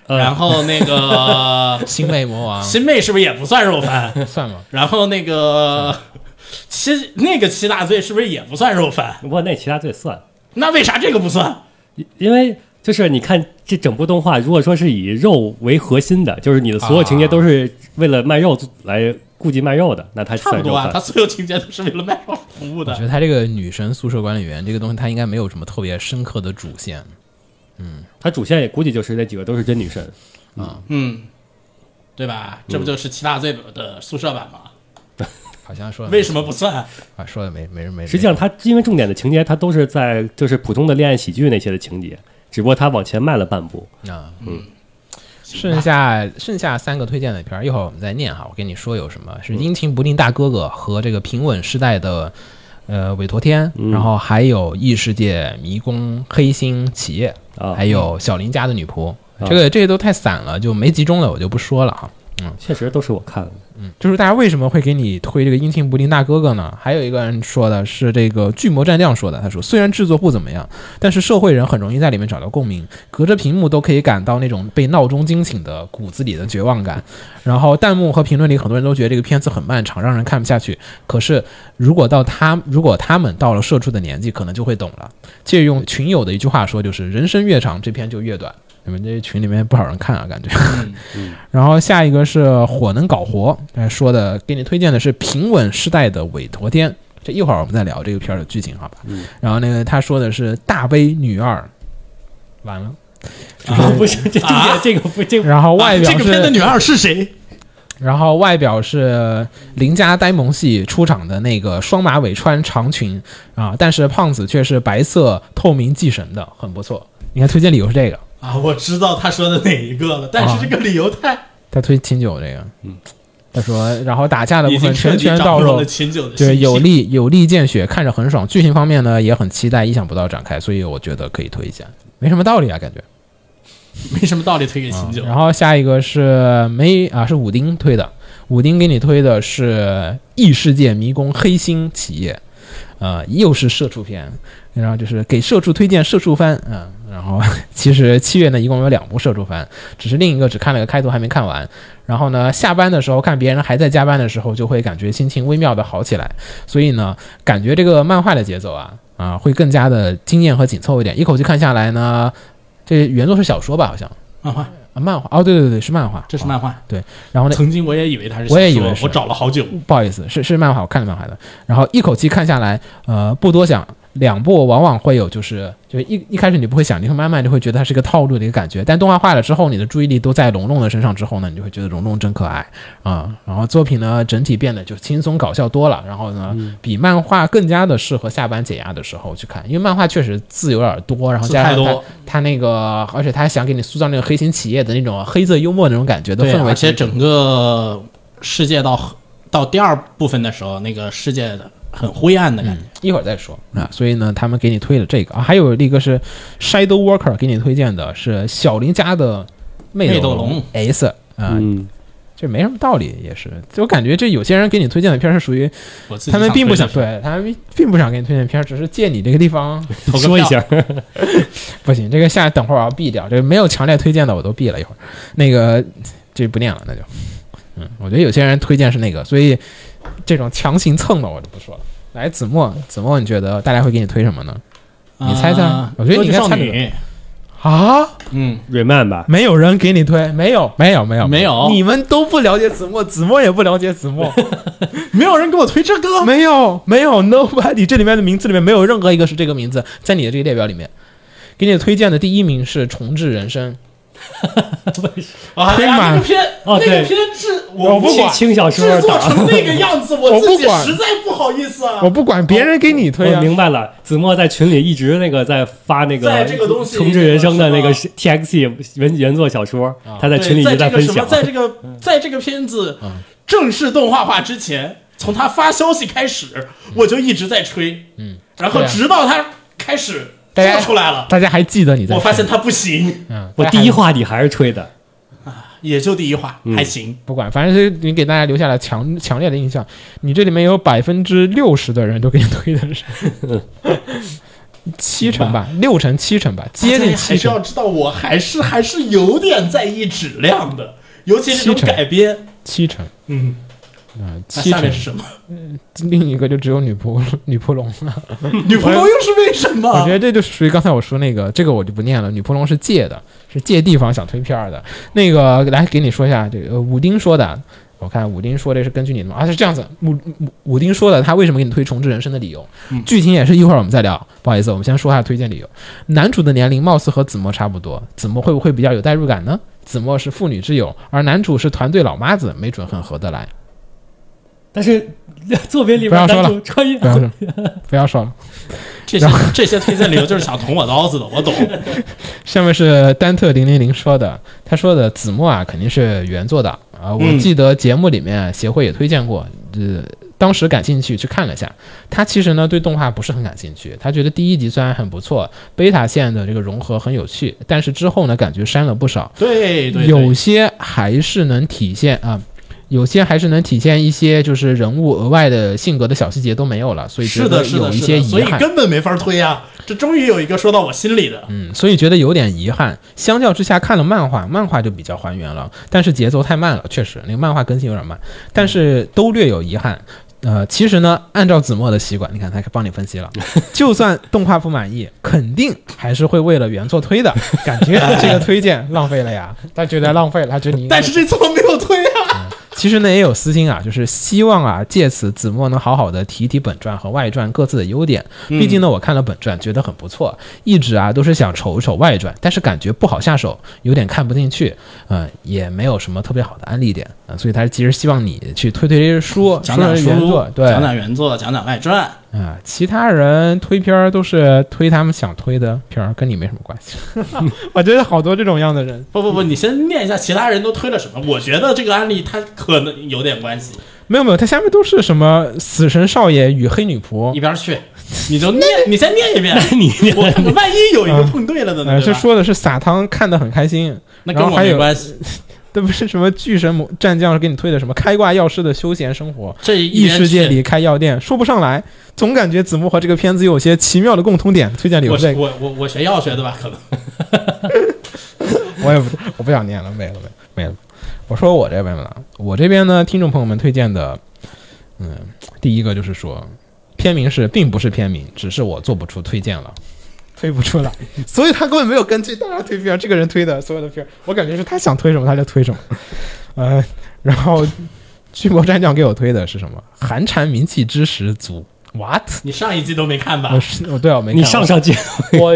[SPEAKER 5] 呃
[SPEAKER 8] 然后那 个
[SPEAKER 3] 新美魔王
[SPEAKER 8] 新妹是不是也不算肉番？
[SPEAKER 3] 算吗？
[SPEAKER 8] 然后那 个七那个七大罪是不是也不算肉番？
[SPEAKER 5] 不过那其他最算，
[SPEAKER 8] 那为啥这个不算？
[SPEAKER 5] 因为就是你看这整部动画，如果说是以肉为核心的，就是你的所有情节都是为了卖肉来顾及卖肉的，那它
[SPEAKER 6] 差不
[SPEAKER 5] 算
[SPEAKER 6] 多
[SPEAKER 5] 肉
[SPEAKER 6] 啊，
[SPEAKER 5] 番
[SPEAKER 6] 他所有情节都是为了卖肉服务
[SPEAKER 3] 我觉
[SPEAKER 6] 的。
[SPEAKER 3] 得他这个女神宿舍管理员这个东西，他应该没有什么特别深刻的主线。
[SPEAKER 5] 它主线也估计就是那几个都是真女神。
[SPEAKER 6] 嗯，对吧？
[SPEAKER 3] 嗯
[SPEAKER 6] 这不就是七大罪的宿舍版吗？
[SPEAKER 3] 好像说
[SPEAKER 6] 为什么不算？
[SPEAKER 3] 啊？说的没没没。
[SPEAKER 5] 实际上，它因为重点的情节，它都是在就是普通的恋爱喜剧那些的情节，只不过它往前迈了半步。
[SPEAKER 3] 啊，嗯，剩下剩下三个推荐的片儿，一会儿我们再念哈。我跟你说有什么是《阴晴不定大哥哥》和这个《平稳时代的呃委托天》，然后还有《异世界迷宫黑心企业》
[SPEAKER 5] 啊
[SPEAKER 3] 还有《小林家的女仆》。
[SPEAKER 5] 啊
[SPEAKER 3] 这个这些都太散了，就没集中了，我就不说了哈。
[SPEAKER 5] 确实都是我看的，
[SPEAKER 3] 就是大家为什么会给你推这个《阴晴不定大哥哥》呢？还有一个人说的是这个巨魔战将说的，他说虽然制作不怎么样，但是社会人很容易在里面找到共鸣，隔着屏幕都可以感到那种被闹钟惊醒的骨子里的绝望感。然后弹幕和评论里很多人都觉得这个片子很漫长，让人看不下去。可是如果到他如果他们到了社畜的年纪，可能就会懂了。借用群友的一句话说，就是人生越长，这片就越短。你们这群里面不少人看啊，感觉。然后下一个是火能搞活，哎，说的给你推荐的是平稳时代的韦陀天，这一会儿我们再聊这个片儿的剧情，好吧？
[SPEAKER 6] 嗯
[SPEAKER 3] 然后那个他说的是大悲女二，完了，
[SPEAKER 5] 不是这这个这个不这个
[SPEAKER 3] 然后外
[SPEAKER 6] 啊
[SPEAKER 3] 表
[SPEAKER 6] 这个
[SPEAKER 3] 是，
[SPEAKER 6] 片的女二是谁？
[SPEAKER 3] 然后外表是邻家呆萌系出场的那个双马尾穿长裙啊，但是胖子却是白色透明系神的，很不错。你看推荐理由是这个，
[SPEAKER 6] 啊，我知道他说的哪一个了，
[SPEAKER 3] 啊
[SPEAKER 6] 但是这个理由太
[SPEAKER 3] 他推秦九这个，嗯，他说，然后打架的部
[SPEAKER 6] 已经
[SPEAKER 3] 分
[SPEAKER 6] 彻
[SPEAKER 3] 拳
[SPEAKER 6] 底
[SPEAKER 3] 拳
[SPEAKER 6] 掌
[SPEAKER 3] 到
[SPEAKER 6] 握
[SPEAKER 3] 肉
[SPEAKER 6] 了，秦九的
[SPEAKER 3] 就
[SPEAKER 6] 信
[SPEAKER 3] 是
[SPEAKER 6] 息
[SPEAKER 3] 有力有力见血，看着很爽。剧情方面呢也很期待，意想不到展开，所以我觉得可以推一下，没什么道理啊，感觉。
[SPEAKER 6] 没什么道理推给秦九
[SPEAKER 3] 啊然后下一个是没啊，是武丁推的，武丁给你推的是异世界迷宫黑心企业，呃，又是社畜片，啊然后就是给社畜推荐社畜番，嗯、然后其实七月呢一共有两部社畜番，只是另一个只看了个开头还没看完，然后呢下班的时候看别人还在加班的时候，就会感觉心情微妙的好起来，所以呢感觉这个漫画的节奏啊啊会更加的惊艳和紧凑一点，一口气看下来呢，这原作是小说吧好像。
[SPEAKER 6] 漫画，
[SPEAKER 3] 啊，漫画哦，对对对，是漫画，
[SPEAKER 6] 这是
[SPEAKER 3] 哦
[SPEAKER 6] 漫画。
[SPEAKER 3] 对，然后呢，
[SPEAKER 6] 曾经我也以为他是小说，
[SPEAKER 3] 我也以为是
[SPEAKER 6] 我找了好久。
[SPEAKER 3] 不好意思，是是漫画，我看了漫画的。然后一口气看下来，呃，不多想，两部往往会有就是就是一一开始你不会想，你会慢慢就会觉得它是一个套路的一个感觉。但动画化了之后，你的注意力都在龙龙的身上之后呢，你就会觉得龙龙真可爱啊、然后作品呢整体变得就轻松搞笑多了，然后呢
[SPEAKER 6] 嗯
[SPEAKER 3] 比漫画更加的适合下班解压的时候去看，因为漫画确实字有点多，然后
[SPEAKER 6] 字
[SPEAKER 3] 加
[SPEAKER 6] 太
[SPEAKER 3] 上它
[SPEAKER 6] 多
[SPEAKER 3] 它那个，而且他想给你塑造那个黑心企业的那种黑色幽默那种感觉的
[SPEAKER 6] 对，
[SPEAKER 3] 氛围，
[SPEAKER 6] 而且整个世界到到第二部分的时候，那个世界很灰暗的感觉。
[SPEAKER 3] 一会儿再说啊。所以呢，他们给你推了这个啊，还有一个是 Shadow Worker 给你推荐的是小林家的魅
[SPEAKER 6] 斗
[SPEAKER 3] 龙
[SPEAKER 6] 龙
[SPEAKER 3] S 啊、
[SPEAKER 5] 嗯，
[SPEAKER 3] 这没什么道理，也是。就我感觉这有些人给你推荐的片儿是属于
[SPEAKER 6] 我自己
[SPEAKER 3] 他们并不想
[SPEAKER 6] 推的
[SPEAKER 3] 对，他们并不想给你推荐片儿，只是借你这个地 方
[SPEAKER 6] 投个
[SPEAKER 5] 说一
[SPEAKER 6] 票
[SPEAKER 5] 下，
[SPEAKER 3] 不行。这个下等会儿我要毙掉，这个没有强烈推荐的我都毙了一会儿。那个这不念了，那就嗯，我觉得有些人推荐是那个，所以这种强行蹭的我就不说了。来，子墨，子墨，你觉得大家会给你推什么呢？
[SPEAKER 6] 是吧
[SPEAKER 3] 你猜猜
[SPEAKER 6] 啊
[SPEAKER 3] 我觉得你应该
[SPEAKER 6] 多
[SPEAKER 3] 猜
[SPEAKER 6] 久少
[SPEAKER 3] 得
[SPEAKER 6] 女，
[SPEAKER 3] 啊，
[SPEAKER 6] 嗯，
[SPEAKER 5] Rayman 吧，
[SPEAKER 3] 没有人给你推，没有，没有，没有，
[SPEAKER 6] 没有
[SPEAKER 3] 你们都不了解子墨，子墨也不了解子 墨，
[SPEAKER 6] 没有人给我推这个，
[SPEAKER 3] 没有，没有，nobody，这里面的名字里面没有任何一个是这个名字，在你的这个列表里面，给你推荐的第一名是重置人生，
[SPEAKER 6] 啊
[SPEAKER 3] 推
[SPEAKER 6] 呀，
[SPEAKER 3] 满
[SPEAKER 6] 那个片，
[SPEAKER 5] 哦
[SPEAKER 6] 那个
[SPEAKER 5] 对
[SPEAKER 6] 片是
[SPEAKER 5] 我不管轻小说
[SPEAKER 6] 制作
[SPEAKER 5] 党
[SPEAKER 6] 成那个样子，我
[SPEAKER 3] 我
[SPEAKER 6] 自
[SPEAKER 3] 不
[SPEAKER 6] 己
[SPEAKER 3] 管
[SPEAKER 6] 实在不好意思啊
[SPEAKER 3] 我。不管别人给你推
[SPEAKER 5] 我
[SPEAKER 3] 啊，
[SPEAKER 5] 明白了，子墨在群里一直那个在发那
[SPEAKER 6] 在这个东西
[SPEAKER 5] 重置人生的那个
[SPEAKER 6] 什
[SPEAKER 5] TXT 原原作小说，他在
[SPEAKER 6] 啊对，
[SPEAKER 5] 群里一直
[SPEAKER 6] 在这
[SPEAKER 5] 分
[SPEAKER 6] 个什
[SPEAKER 5] 享。
[SPEAKER 6] 么，在这个
[SPEAKER 3] 嗯
[SPEAKER 6] 在这个片子正式动画化之前，从他发消息开始，我就一直在吹，嗯，然后
[SPEAKER 3] 嗯对啊
[SPEAKER 6] 直到他开始
[SPEAKER 3] 大家
[SPEAKER 6] 做出来了，
[SPEAKER 3] 大家还记得你在，
[SPEAKER 6] 我发现他不行，
[SPEAKER 3] 嗯，
[SPEAKER 5] 我
[SPEAKER 3] 大家
[SPEAKER 5] 第一
[SPEAKER 3] 还
[SPEAKER 5] 话你还是吹的，
[SPEAKER 6] 也就第一话
[SPEAKER 8] 嗯
[SPEAKER 6] 还行，
[SPEAKER 3] 不管，反正是你给大家留下了强强烈的印象。你这里面有百分之六十的人都给你推 的是七成吧，六成七成吧，接
[SPEAKER 6] 大
[SPEAKER 3] 近
[SPEAKER 6] 家啊还
[SPEAKER 3] 七
[SPEAKER 6] 是要
[SPEAKER 3] 成，
[SPEAKER 6] 知道，我还是还是有点在意质量的，尤其是这
[SPEAKER 3] 七
[SPEAKER 6] 种
[SPEAKER 3] 成
[SPEAKER 6] 改编，
[SPEAKER 3] 七成。
[SPEAKER 6] 嗯，
[SPEAKER 8] 那
[SPEAKER 3] 嗯，七
[SPEAKER 8] 下面
[SPEAKER 3] 成
[SPEAKER 8] 是什么？
[SPEAKER 3] 另一个就只有女仆女仆龙了。
[SPEAKER 8] 女仆龙又是为什么？
[SPEAKER 3] 我觉得这就是属于刚才我说那个，这个我就不念了。女仆龙是借的，是借地方想推片儿的。那个来给你说一下，这个呃武丁说的。我看武丁说这是根据你的嘛？而、且这样子，武武武丁说的他为什么给你推重置人生的理由，
[SPEAKER 8] 嗯
[SPEAKER 3] 剧情也是一会儿我们再聊。不好意思，我们先说一下推荐理由。男主的年龄貌似和子墨差不多，子墨会不会比较有代入感呢？子墨是妇女之友，而男主是团队老妈子，没准很合得来。
[SPEAKER 5] 但是 作品里
[SPEAKER 3] 不要
[SPEAKER 5] 边
[SPEAKER 3] 说
[SPEAKER 5] 男
[SPEAKER 3] 了
[SPEAKER 5] 主穿越
[SPEAKER 3] 不要说，不要说了。
[SPEAKER 8] 这些这些推荐理由就是想捅我刀子的，我懂。
[SPEAKER 3] 下面是丹特零零零说的，他说的子墨啊肯定是原作党啊，我
[SPEAKER 8] 嗯
[SPEAKER 3] 记得节目里面协会也推荐过，呃，当时感兴趣去看了一下。他其实呢对动画不是很感兴趣，他觉得第一集虽然很不错，贝塔线的这个融合很有趣，但是之后呢感觉删了不少，
[SPEAKER 8] 对对，对
[SPEAKER 3] 有些还是能体现啊。有些还是能体现一些就是人物额外的性格的小细节都没有了，所以
[SPEAKER 8] 是
[SPEAKER 3] 觉得
[SPEAKER 8] 的，是
[SPEAKER 3] 有
[SPEAKER 8] 的，
[SPEAKER 3] 一
[SPEAKER 8] 是
[SPEAKER 3] 些
[SPEAKER 8] 的，
[SPEAKER 3] 遗
[SPEAKER 8] 所以
[SPEAKER 3] 憾。
[SPEAKER 8] 根本没法推啊！这终于有一个说到我心里的，
[SPEAKER 3] 嗯，所以觉得有点遗憾。相较之下，看了漫画，漫画就比较还原了，但是节奏太慢了，确实那个漫画更新有点慢，但是都略有遗憾。呃，其实呢，按照子墨的习惯，你看他帮你分 析了，就算动画不满意，肯定还是会为了原作推的。感 觉这个推荐浪费了呀，他觉得浪费了，他觉得你应该
[SPEAKER 8] 但是这次我没有推啊。
[SPEAKER 3] 其实呢也有私心啊，就是希望啊借此子墨能好好的提一提本传和外传各自的优点。毕竟呢，我看了本传觉得很不错，一直啊都是想瞅一瞅外传，但是感觉不好下手，有点看不进去，嗯、也没有什么特别好的案例点啊、所以他其实希望你去推推这些书，
[SPEAKER 8] 讲讲
[SPEAKER 3] 说说原
[SPEAKER 8] 书
[SPEAKER 3] 作，，对，
[SPEAKER 8] 讲讲原作，讲讲外传。
[SPEAKER 3] 啊，其他人推片儿都是推他们想推的片儿，跟你没什么关系。 我觉得好多这种样的人，
[SPEAKER 8] 不不不，你先念一下其他人都推了什么？我觉得这个案例它可能有点关系。
[SPEAKER 3] 没有没有，他下面都是什么死神少爷与黑女仆
[SPEAKER 8] 一，边去，你就 念，你先念一遍。你 我我万一有一个碰对了的呢？
[SPEAKER 3] 呃，
[SPEAKER 8] 对
[SPEAKER 3] 是
[SPEAKER 8] 吧
[SPEAKER 3] 说的是撒糖看得很开心，
[SPEAKER 8] 那
[SPEAKER 3] 然
[SPEAKER 8] 跟
[SPEAKER 3] 后
[SPEAKER 8] 我
[SPEAKER 3] 还
[SPEAKER 8] 没
[SPEAKER 3] 有
[SPEAKER 8] 关系。
[SPEAKER 3] 这不是什么巨神魔战将给你推的什么开挂药师的休闲生活，
[SPEAKER 8] 这一
[SPEAKER 3] 异
[SPEAKER 8] 边
[SPEAKER 3] 世界
[SPEAKER 8] 去
[SPEAKER 3] 里开药店，说不上来，总感觉子墨和这个片子有些奇妙的共通点。推荐理由
[SPEAKER 8] 我
[SPEAKER 3] 这个
[SPEAKER 8] 我我我学药学的吧？ 可能
[SPEAKER 3] 我也不我不想念了，没了没了没了。我说我这边了，我这边呢，听众朋友们推荐的，嗯，第一个就是说，片名是并不是片名，只是我做不出推荐了。推不出来，所以他根本没有根据大家推片儿，这个人推的所有的片儿，我感觉是他想推什么他就推什么。呃，然后巨魔战将给我推的是什么？寒蝉鸣泣之时足，what？
[SPEAKER 8] 你上一季都没看吧
[SPEAKER 3] 我？是我对啊我没看
[SPEAKER 5] 你上上届
[SPEAKER 3] 我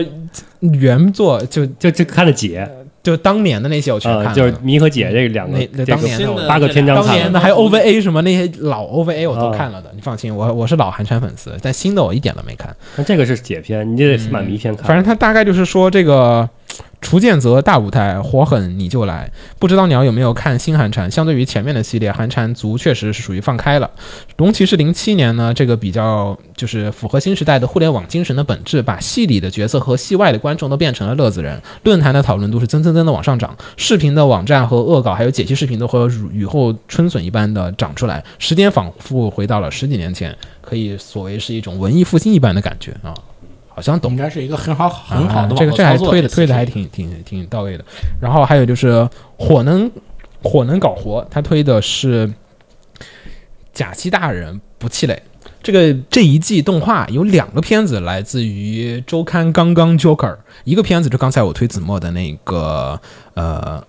[SPEAKER 3] 原作就
[SPEAKER 5] 就就看了姐
[SPEAKER 3] 就当年的那些我全看
[SPEAKER 5] 啊，
[SPEAKER 3] 了，
[SPEAKER 5] 就是迷和姐这两个
[SPEAKER 3] 那那呃
[SPEAKER 5] 这
[SPEAKER 3] 当
[SPEAKER 5] 个
[SPEAKER 3] 年的我
[SPEAKER 5] 八个篇章
[SPEAKER 3] 当
[SPEAKER 5] 看
[SPEAKER 3] 年
[SPEAKER 5] 了
[SPEAKER 3] 的还有 OVA 什么那些老 OVA 我都看了的，你放心，我我是老寒蝉粉丝，但新的我一点都没看。
[SPEAKER 5] 那这个是姐篇，你这得满迷篇看。
[SPEAKER 3] 嗯反正他大概就是说这个。楚剑泽大舞台，火狠你就来。不知道鸟有没有看新寒蝉？相对于前面的系列，寒蝉族确实是属于放开了。龙骑士零七年呢，这个比较就是符合新时代的互联网精神的本质，把戏里的角色和戏外的观众都变成了乐子人。论坛的讨论度是蹭蹭蹭的往上涨，视频的网站和恶搞还有解析视频都和雨后春笋一般的长出来，时间仿佛回到了十几年前，可以所谓是一种文艺复兴一般的感觉啊，好像懂
[SPEAKER 8] 应。该是一个很好很好的
[SPEAKER 3] 啊、这
[SPEAKER 8] 网
[SPEAKER 3] 个
[SPEAKER 8] 络
[SPEAKER 3] 这还
[SPEAKER 8] 操作
[SPEAKER 3] 推的
[SPEAKER 8] 其
[SPEAKER 3] 推
[SPEAKER 8] 实
[SPEAKER 3] 的还挺挺挺到位的。然后还有就是火能火能搞活，他推的是假期大人不气馁。这个这一季动画有两个片子来自于周刊《刚刚 Joker》，一个片子就刚才我推子墨的那个呃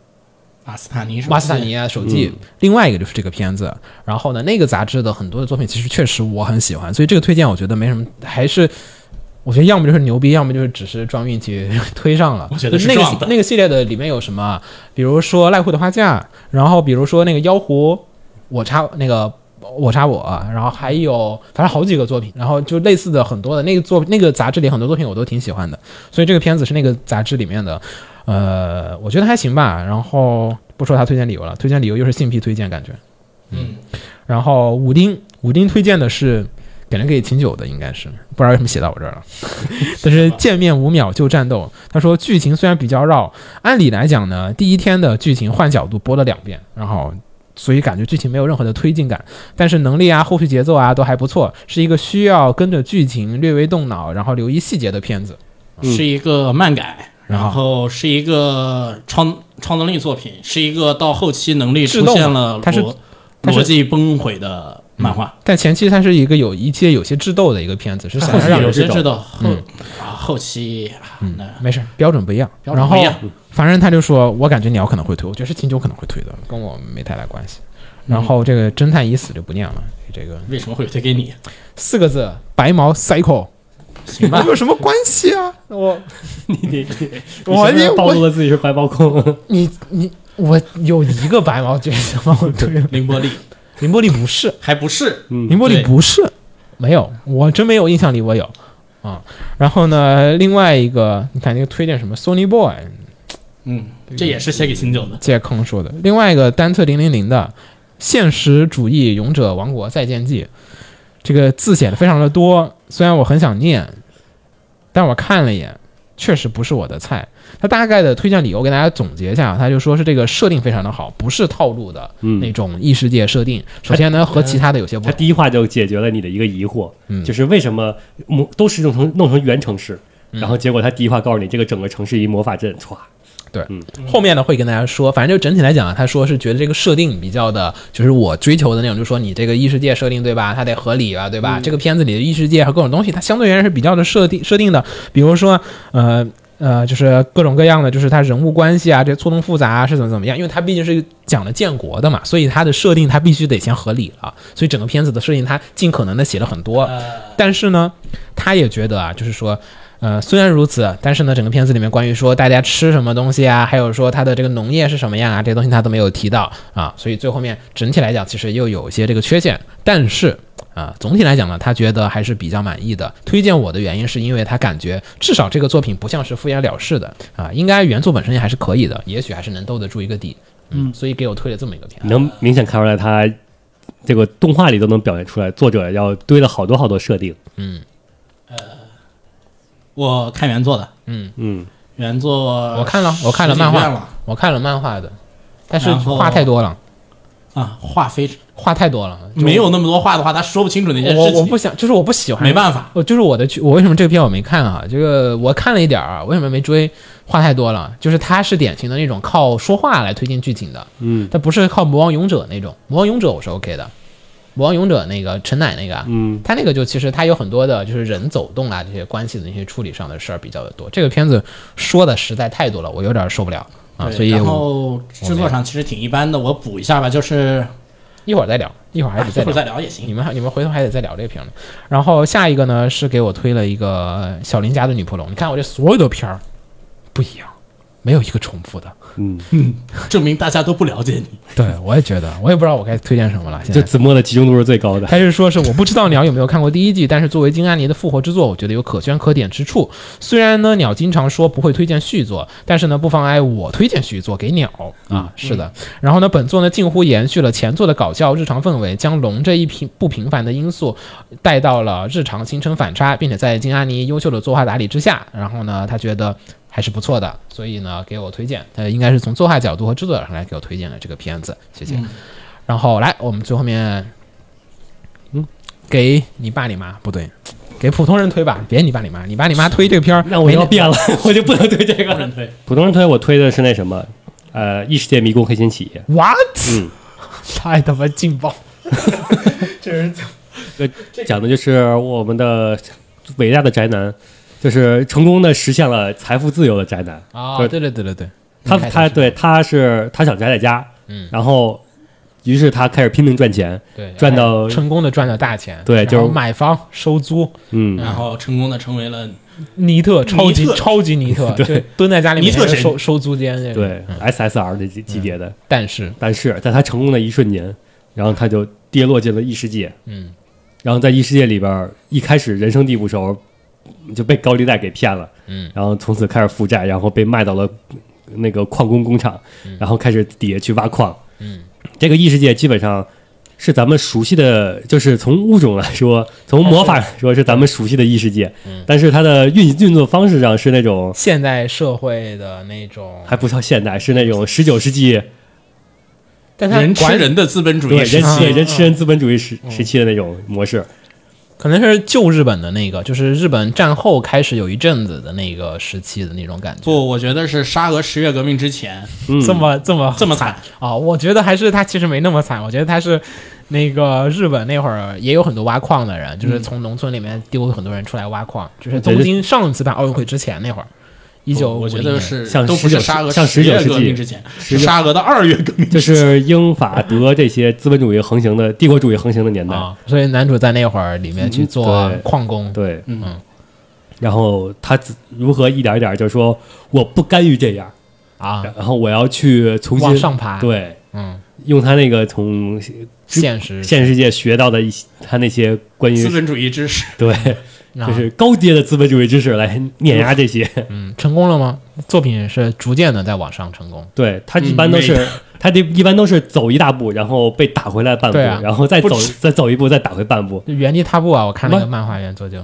[SPEAKER 8] 马斯坦尼是吧
[SPEAKER 3] 马斯坦尼啊手记，另外一个就是这个片子。然后呢，那个杂志的很多的作品其实确实我很喜欢，所以这个推荐我觉得没什么，还是我觉得要么就是牛逼，要么就是只是撞运气 推上了。
[SPEAKER 8] 我觉得是
[SPEAKER 3] 那
[SPEAKER 8] 撞
[SPEAKER 3] 个
[SPEAKER 8] 的
[SPEAKER 3] 那个系列的里面有什么？啊比如说濑户的花嫁，然后比如说那个妖狐，我插那个。我插我，啊然后还有反正好几个作品，然后就类似的很多的那个作那个杂志里很多作品我都挺喜欢的，所以这个片子是那个杂志里面的，呃，我觉得还行吧。然后不说他推荐理由了，推荐理由又是性癖推荐感觉。
[SPEAKER 8] 嗯，
[SPEAKER 3] 然后武丁，武丁推荐的是给人给秦九的，应该是不知道为什么写到我这儿了。但是见面五秒就战斗，他说剧情虽然比较绕，按理来讲呢，第一天的剧情换角度播了两遍，然后。所以感觉剧情没有任何的推进感，但是能力啊、后续节奏啊都还不错，是一个需要跟着剧情略微动脑，然后留意细节的片子。嗯
[SPEAKER 8] 是一个漫改，
[SPEAKER 3] 然后
[SPEAKER 8] 然后是一个超超能力作品，是一个到后期能力
[SPEAKER 3] 制
[SPEAKER 8] 出
[SPEAKER 3] 动
[SPEAKER 8] 现
[SPEAKER 3] 嘛
[SPEAKER 8] 了
[SPEAKER 3] 嗯它是
[SPEAKER 8] 逻
[SPEAKER 3] 但是嗯
[SPEAKER 8] 逻辑崩毁的漫画。
[SPEAKER 3] 但前期它是一个有一些有些智斗的一个片子，是想要让
[SPEAKER 8] 有
[SPEAKER 3] 人嗯
[SPEAKER 8] 些知道后啊后期啊那
[SPEAKER 3] 没事，标准不一样。
[SPEAKER 8] 标准
[SPEAKER 3] 嗯然
[SPEAKER 8] 不
[SPEAKER 3] 后
[SPEAKER 8] 一样
[SPEAKER 3] 反正他就说，我感觉鸟可能会推，我觉得是秦九可能会推的，跟我没太大关系。然后这个侦探已死就不念了，这个
[SPEAKER 8] 为什么会推给你？
[SPEAKER 3] 四个字白毛 cycle，
[SPEAKER 8] 行吧
[SPEAKER 3] 有什么关系啊？我
[SPEAKER 5] 你 你你
[SPEAKER 3] 我
[SPEAKER 5] 你是不是
[SPEAKER 3] 我
[SPEAKER 5] 暴露了自己是白毛 控，
[SPEAKER 3] 你你我有一个白毛角色吗？我推了
[SPEAKER 8] 凌波丽
[SPEAKER 3] 林波丽不是，
[SPEAKER 8] 还不是
[SPEAKER 3] 林波丽
[SPEAKER 8] 对
[SPEAKER 3] 不是，没有，我真没有印象里我有啊。然后呢，另外一个你看那个推荐什么 Sony Boy，
[SPEAKER 8] 嗯，这也是写给秦九的。
[SPEAKER 3] 借坑说的。另外一个单特零零零的《现实主义勇者王国再见记》，这个字写的非常的多，虽然我很想念，但我看了一眼，确实不是我的菜。他大概的推荐理由我给大家总结一下，他就说是这个设定非常的好，不是套路的
[SPEAKER 5] 嗯
[SPEAKER 3] 那种异世界设定。首先呢，和其他的有些不
[SPEAKER 5] 他
[SPEAKER 3] 同。
[SPEAKER 5] 第一话就解决了你的一个疑惑，就是为什么魔都是弄成弄成原城市，然后结果他第一话告诉你这个整个城市一魔法阵，歘，
[SPEAKER 3] 对，后面呢会跟大家说，反正就整体来讲啊，他说是觉得这个设定比较的，就是我追求的那种，就是说你这个异世界设定对吧，它得合理啊，对吧？这个片子里的异世界和各种东西，它相对而言是比较的设定设定的，比如说呃。呃，就是各种各样的，就是它人物关系啊，这错综复杂、啊、是怎么怎么样？因为它毕竟是讲的建国的嘛，所以它的设定它必须得先合理了。所以整个片子的设定，它尽可能的写了很多。但是呢，他也觉得啊，就是说，呃，虽然如此，但是呢，整个片子里面关于说大家吃什么东西啊，还有说它的这个农业是什么样啊，这些东西他都没有提到啊，所以最后面整体来讲，其实又有一些这个缺陷，但是。啊，总体来讲呢，他觉得还是比较满意的。推荐我的原因是因为他感觉至少这个作品不像是敷衍了事的啊，应该原作本身还是可以的，也许还是能兜得住一个底。嗯，所以给我推了这么一个片。
[SPEAKER 5] 你能明显看出来他这个动画里都能表现出来，作者要堆了好多好多设定，
[SPEAKER 8] 我看原作的，
[SPEAKER 3] 嗯
[SPEAKER 5] 嗯，
[SPEAKER 8] 原作
[SPEAKER 3] 我看了，我看了漫
[SPEAKER 8] 十几遍
[SPEAKER 3] 画
[SPEAKER 8] 了，
[SPEAKER 3] 我看了漫画的，但是
[SPEAKER 8] 然后
[SPEAKER 3] 话太多了，
[SPEAKER 8] 啊，话非
[SPEAKER 3] 话太多了，就
[SPEAKER 8] 没有那么多话的话，他说不清楚那些
[SPEAKER 3] 我
[SPEAKER 8] 事
[SPEAKER 3] 我不
[SPEAKER 8] 情。
[SPEAKER 3] 想，就是我不喜欢，
[SPEAKER 8] 没办法。
[SPEAKER 3] 我就是我的剧，我为什么这个片我没看啊？这个我看了一点儿，啊为什么没追？话太多了，就是它是典型的那种靠说话来推进剧情的，嗯，它不是靠《魔王勇者》那种，《魔王勇者》我是 OK 的，《魔王勇者》那个陈乃那个，嗯，他那个就其实他有很多的就是人走动啊这些关系的那些处理上的事儿比较的多。这个片子说的实在太多了，我有点儿受不了啊，
[SPEAKER 8] 对
[SPEAKER 3] 所以
[SPEAKER 8] 然
[SPEAKER 3] 我
[SPEAKER 8] 后制作上其实挺一般的，我补一下吧，就是
[SPEAKER 3] 一会儿再聊，一会儿还得
[SPEAKER 8] 一
[SPEAKER 3] 再
[SPEAKER 8] 会儿
[SPEAKER 3] 聊。
[SPEAKER 8] 再聊也
[SPEAKER 3] 你
[SPEAKER 8] 行。
[SPEAKER 3] 们还你们回头还得再聊这个片儿呢。然后下一个呢是给我推了一个小林家的女仆龙，你看我这所有的片儿不一样，没有一个重复的。
[SPEAKER 5] 嗯
[SPEAKER 8] 证明大家都不了解你，
[SPEAKER 3] 对，我也觉得，我也不知道我该推荐什么了。现
[SPEAKER 5] 就
[SPEAKER 3] 在
[SPEAKER 5] 子墨的集中度是最高的。
[SPEAKER 3] 还是说是我不知道鸟有没有看过第一季，但是作为金安妮的复活之作，我觉得有可圈可点之处。虽然呢，鸟经常说不会推荐续作，但是呢，不妨碍我推荐续作给鸟啊。是的，然后呢，本作呢近乎延续了前作的搞笑日常氛围，将龙这一平不平凡的因素带到了日常，形成反差，并且在金安妮优秀的作画打理之下，然后呢，他觉得。还是不错的，所以呢，给我推荐，他应该是从作画角度和制作上来给我推荐了这个片子，谢谢。
[SPEAKER 5] 嗯
[SPEAKER 3] 然后来，我们最后面给你爸你妈不对，给普通人推吧，别你爸你妈，你爸你妈推这个片儿，
[SPEAKER 5] 那我要
[SPEAKER 3] 没
[SPEAKER 5] 变了， 我就不能推这个了。
[SPEAKER 8] 对，
[SPEAKER 5] 普通人推我推的是那什么，呃，《异世界迷宫黑心企业
[SPEAKER 3] what，、
[SPEAKER 5] 嗯
[SPEAKER 3] 太他妈劲爆，这人怎么》
[SPEAKER 5] 呃，讲的就是我们的伟大的宅男，就是成功的实现了财富自由的宅男。
[SPEAKER 3] 啊、
[SPEAKER 5] 就是
[SPEAKER 3] 对对对对对，
[SPEAKER 5] 他
[SPEAKER 3] 你开头是
[SPEAKER 5] 他
[SPEAKER 3] 这
[SPEAKER 5] 对
[SPEAKER 3] 样
[SPEAKER 5] 他是他想宅在家，嗯，然后于是他开始拼命赚钱，
[SPEAKER 3] 对哎
[SPEAKER 5] 赚到
[SPEAKER 3] 成功的赚到大钱，
[SPEAKER 5] 对
[SPEAKER 3] 然
[SPEAKER 5] 就是
[SPEAKER 3] 后买房收租，
[SPEAKER 5] 嗯，
[SPEAKER 8] 然后成功的成为了
[SPEAKER 3] 尼特超级
[SPEAKER 8] 尼特
[SPEAKER 3] 超级尼特，
[SPEAKER 5] 对
[SPEAKER 3] 就蹲在家里面
[SPEAKER 8] 尼特神
[SPEAKER 3] 收收租间，这个
[SPEAKER 5] 对
[SPEAKER 3] 嗯
[SPEAKER 5] SSR 那级级别的，
[SPEAKER 3] 但是
[SPEAKER 5] 但是在他成功的一瞬间，然后他就跌落进了异世界，
[SPEAKER 3] 嗯，
[SPEAKER 5] 然后在异世界里边儿一开始人生地不熟，就被高利贷给骗了，
[SPEAKER 3] 嗯，
[SPEAKER 5] 然后从此开始负债，然后被卖到了那个矿工工厂，然后开始底下去挖矿，
[SPEAKER 3] 嗯，
[SPEAKER 5] 这个异世界基本上。是咱们熟悉的，就是从物种来说，从魔法来说是咱们熟悉的异世界，
[SPEAKER 3] 嗯
[SPEAKER 5] 但是它的运运作方式上是那种
[SPEAKER 3] 现代社会的那种，
[SPEAKER 5] 还不叫现代，是那种十九世纪
[SPEAKER 3] 但他
[SPEAKER 8] 人吃
[SPEAKER 3] 管
[SPEAKER 8] 人的资本主
[SPEAKER 5] 对
[SPEAKER 8] 义
[SPEAKER 5] 人
[SPEAKER 8] 时
[SPEAKER 5] 吃
[SPEAKER 3] 啊
[SPEAKER 8] 期，
[SPEAKER 3] 嗯
[SPEAKER 5] 人吃人资本主义时时期的那种模式。
[SPEAKER 3] 可能是旧日本的那个，就是日本战后开始有一阵子的那个时期的那种感觉，
[SPEAKER 6] 不，我觉得是沙俄十月革命之前
[SPEAKER 5] 啊嗯
[SPEAKER 3] 这么这么
[SPEAKER 6] 这么惨，
[SPEAKER 3] 啊、我觉得还是他其实没那么惨，我觉得他是那个日本那会儿也有很多挖矿的人，就是从农村里面丢很多人出来挖矿，就是东京上一次办奥运会之前那会儿，一九
[SPEAKER 6] 我觉得是
[SPEAKER 5] 像
[SPEAKER 6] 都不
[SPEAKER 5] 19
[SPEAKER 6] 是沙俄
[SPEAKER 5] 像
[SPEAKER 6] 十
[SPEAKER 5] 19
[SPEAKER 6] 月
[SPEAKER 5] 世纪
[SPEAKER 6] 革命之前，是
[SPEAKER 5] 19
[SPEAKER 6] 沙俄的二月革命
[SPEAKER 5] 就
[SPEAKER 6] 之前。
[SPEAKER 5] 是英法德这些资本主义横行的帝国主义横行的年代。
[SPEAKER 3] 啊，所以男主在那会儿里面去做
[SPEAKER 5] 嗯对
[SPEAKER 3] 矿工，
[SPEAKER 5] 对，
[SPEAKER 3] 嗯，
[SPEAKER 5] 然后他自如何一点一点就说我不甘于这样，
[SPEAKER 3] 啊，
[SPEAKER 5] 然后我要去重新
[SPEAKER 3] 往上爬，，
[SPEAKER 5] 对，
[SPEAKER 3] 嗯，
[SPEAKER 5] 用他那个从
[SPEAKER 3] 现实
[SPEAKER 5] 现实世界学到的一些他那些关于
[SPEAKER 6] 资本主义知识，
[SPEAKER 5] 对，
[SPEAKER 3] 啊
[SPEAKER 5] 就是高阶的资本主义知识来碾压这些。
[SPEAKER 3] 嗯成功了吗？作品是逐渐的在往上成功，
[SPEAKER 5] 对他一般都
[SPEAKER 6] 嗯
[SPEAKER 5] 是、他这一般都是走一大步，然后被打回来半步，
[SPEAKER 3] 对啊
[SPEAKER 5] 然后再
[SPEAKER 6] 不
[SPEAKER 5] 走再走一步，再打回半步，
[SPEAKER 3] 就原地踏步啊！我看那个
[SPEAKER 5] 慢
[SPEAKER 3] 漫画原作就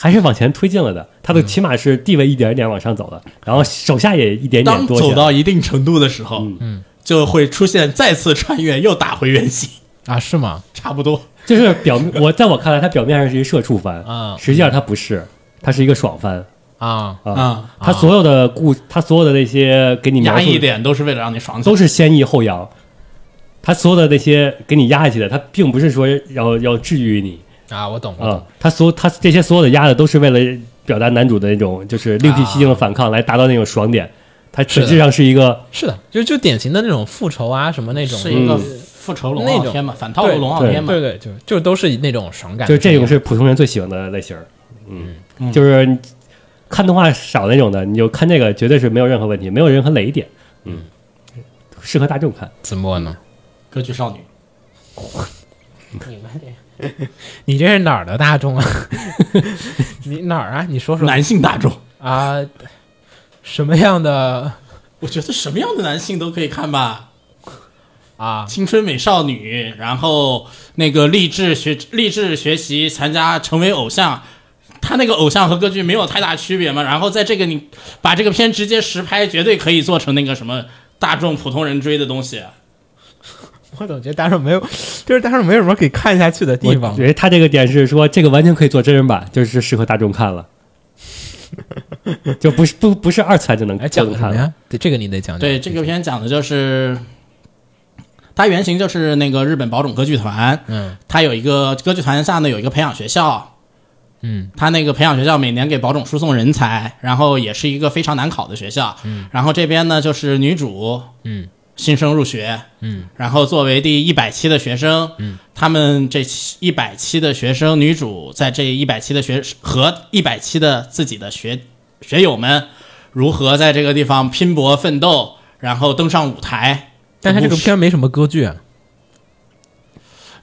[SPEAKER 5] 还是往前推进了的。他的起码是地位一点一点往上走的，然后手下也一点点
[SPEAKER 6] 当
[SPEAKER 5] 多
[SPEAKER 6] 走
[SPEAKER 5] 起来。
[SPEAKER 6] 到一定程度的时候，嗯，就会出现再次穿越，又打回原形，
[SPEAKER 3] 啊，是吗？
[SPEAKER 6] 差不多。
[SPEAKER 5] 就是表面，我在我看来，他表面上是一社畜番
[SPEAKER 3] 啊
[SPEAKER 5] 实际上他不是，他是一个爽番
[SPEAKER 3] 啊，
[SPEAKER 5] 啊。
[SPEAKER 6] 啊
[SPEAKER 5] 他所有的故，他所有的那些给你描
[SPEAKER 6] 压
[SPEAKER 5] 述
[SPEAKER 6] 抑点都是为了让你爽起来
[SPEAKER 5] 都是先抑后扬。他所有的那些给你压下去的，他并不是说要要治愈你
[SPEAKER 3] 啊，我懂了。
[SPEAKER 5] 啊、他所他这些所有的压的都是为了表达男主的那种就是另辟蹊径的反抗，来达到那种爽点。他实
[SPEAKER 3] 啊是的
[SPEAKER 5] 际上是一个
[SPEAKER 3] 是的，就就典型的那种复仇啊，什么那种，
[SPEAKER 6] 是一个嗯复仇龙傲天嘛，反套路龙傲天嘛
[SPEAKER 3] 对，对，就就都是那种爽感。
[SPEAKER 5] 就是这种是普通人最喜欢的类型儿。嗯，就是你看动画少那种的，你就看这个绝对是没有任何问题，没有任何雷点。嗯，适合大众看。
[SPEAKER 3] 子墨呢？
[SPEAKER 6] 歌剧少女。
[SPEAKER 3] 你这是哪儿的大众啊？ 你哪儿啊？你说说
[SPEAKER 6] 男性大众，
[SPEAKER 3] 啊？什么样的
[SPEAKER 6] 我觉得什么样的男性都可以看吧，
[SPEAKER 3] 啊？
[SPEAKER 6] 青春美少女，然后那个励志学励志学习，参加成为偶像。他那个偶像和歌剧没有太大区别嘛，然后在这个你把这个片直接实拍，绝对可以做成那个什么大众普通人追的东西。啊
[SPEAKER 3] 我总觉得大众没有，就是大众没有什么可以看下去的地
[SPEAKER 5] 我
[SPEAKER 3] 方
[SPEAKER 5] 觉得哎他这个点是说，这个完全可以做真人版，就是适合大众看了， 就不是不不是二次元就能
[SPEAKER 3] 哎，讲
[SPEAKER 5] 就
[SPEAKER 3] 的
[SPEAKER 5] 能
[SPEAKER 3] 什
[SPEAKER 5] 看
[SPEAKER 3] 么
[SPEAKER 5] 了。
[SPEAKER 3] 呀？对，这个你得讲讲。
[SPEAKER 6] 对，这个片讲的就是，它原型就是那个日本宝冢歌剧团，
[SPEAKER 3] 嗯，
[SPEAKER 6] 它有一个歌剧团下呢有一个培养学校，
[SPEAKER 3] 嗯，
[SPEAKER 6] 它那个培养学校每年给宝冢输送人才，然后也是一个非常难考的学校，嗯，然后这边呢就是女主，
[SPEAKER 3] 嗯，
[SPEAKER 6] 新生入学，
[SPEAKER 3] 嗯，
[SPEAKER 6] 然后作为第一百期的学生，嗯，他们这一百期的学生，女主在这一百期的学和一百期的自己的学学友们如何在这个地方拼搏奋斗，然后登上舞台。
[SPEAKER 3] 但是这个
[SPEAKER 6] 故事
[SPEAKER 3] 片没什么歌剧啊。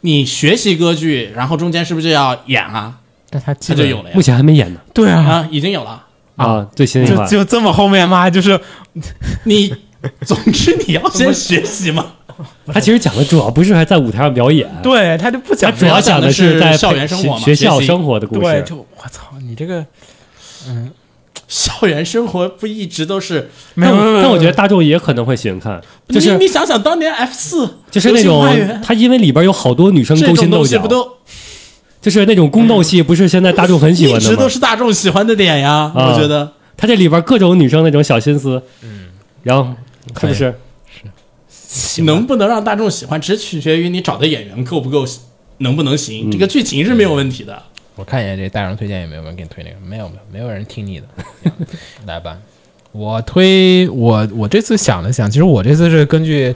[SPEAKER 6] 你学习歌剧，然后中间是不是就要演啊？
[SPEAKER 3] 但他
[SPEAKER 6] 它
[SPEAKER 3] 基
[SPEAKER 6] 就
[SPEAKER 3] 本
[SPEAKER 6] 有了呀
[SPEAKER 5] 目，前还没演呢
[SPEAKER 3] 对啊，
[SPEAKER 6] 啊，已经有了。
[SPEAKER 5] 啊，最新的一
[SPEAKER 3] 就
[SPEAKER 5] 话，
[SPEAKER 3] 就这么后面吗？就是
[SPEAKER 6] 你总之你要先学习嘛。
[SPEAKER 5] 他其实讲的主要不是还在舞台上表演，
[SPEAKER 3] 对他就不
[SPEAKER 5] 他
[SPEAKER 3] 讲
[SPEAKER 5] 主
[SPEAKER 3] 这个
[SPEAKER 5] 要讲的在
[SPEAKER 6] 校园生活嘛
[SPEAKER 5] 学学校
[SPEAKER 6] 学习
[SPEAKER 5] 生活的故
[SPEAKER 3] 对，
[SPEAKER 5] 事。
[SPEAKER 3] 就我操，你这个
[SPEAKER 6] 校园生活不一直都是，
[SPEAKER 3] 没有
[SPEAKER 5] 但
[SPEAKER 3] 没有没
[SPEAKER 5] 我
[SPEAKER 3] 有
[SPEAKER 5] 但我觉得大众也可能会喜欢看，就是
[SPEAKER 6] 你你想想当年 F 四
[SPEAKER 5] 就是那种他因为里边有好多女生
[SPEAKER 6] 这
[SPEAKER 5] 勾
[SPEAKER 6] 种
[SPEAKER 5] 心斗
[SPEAKER 6] 东西
[SPEAKER 5] 角
[SPEAKER 6] 不，都
[SPEAKER 5] 就是那种宫斗戏，不是现在大众很喜
[SPEAKER 6] 一
[SPEAKER 5] 欢
[SPEAKER 6] 直
[SPEAKER 5] 的吗
[SPEAKER 6] 都？是大众喜欢的点呀？
[SPEAKER 5] 啊
[SPEAKER 6] 我觉得
[SPEAKER 5] 他这里边各种女生那种小心思，嗯，然后是
[SPEAKER 3] 可以
[SPEAKER 5] 不是？
[SPEAKER 3] 吧
[SPEAKER 6] 能不能让大众喜欢，只取决于你找的演员够不够，能不能行。这个剧情是没有问题的。
[SPEAKER 3] 我看一眼这大众推荐有没有人给你推那个，没有没有，没有人听 你的。来吧，我推我我这次想了想，其实我这次是根据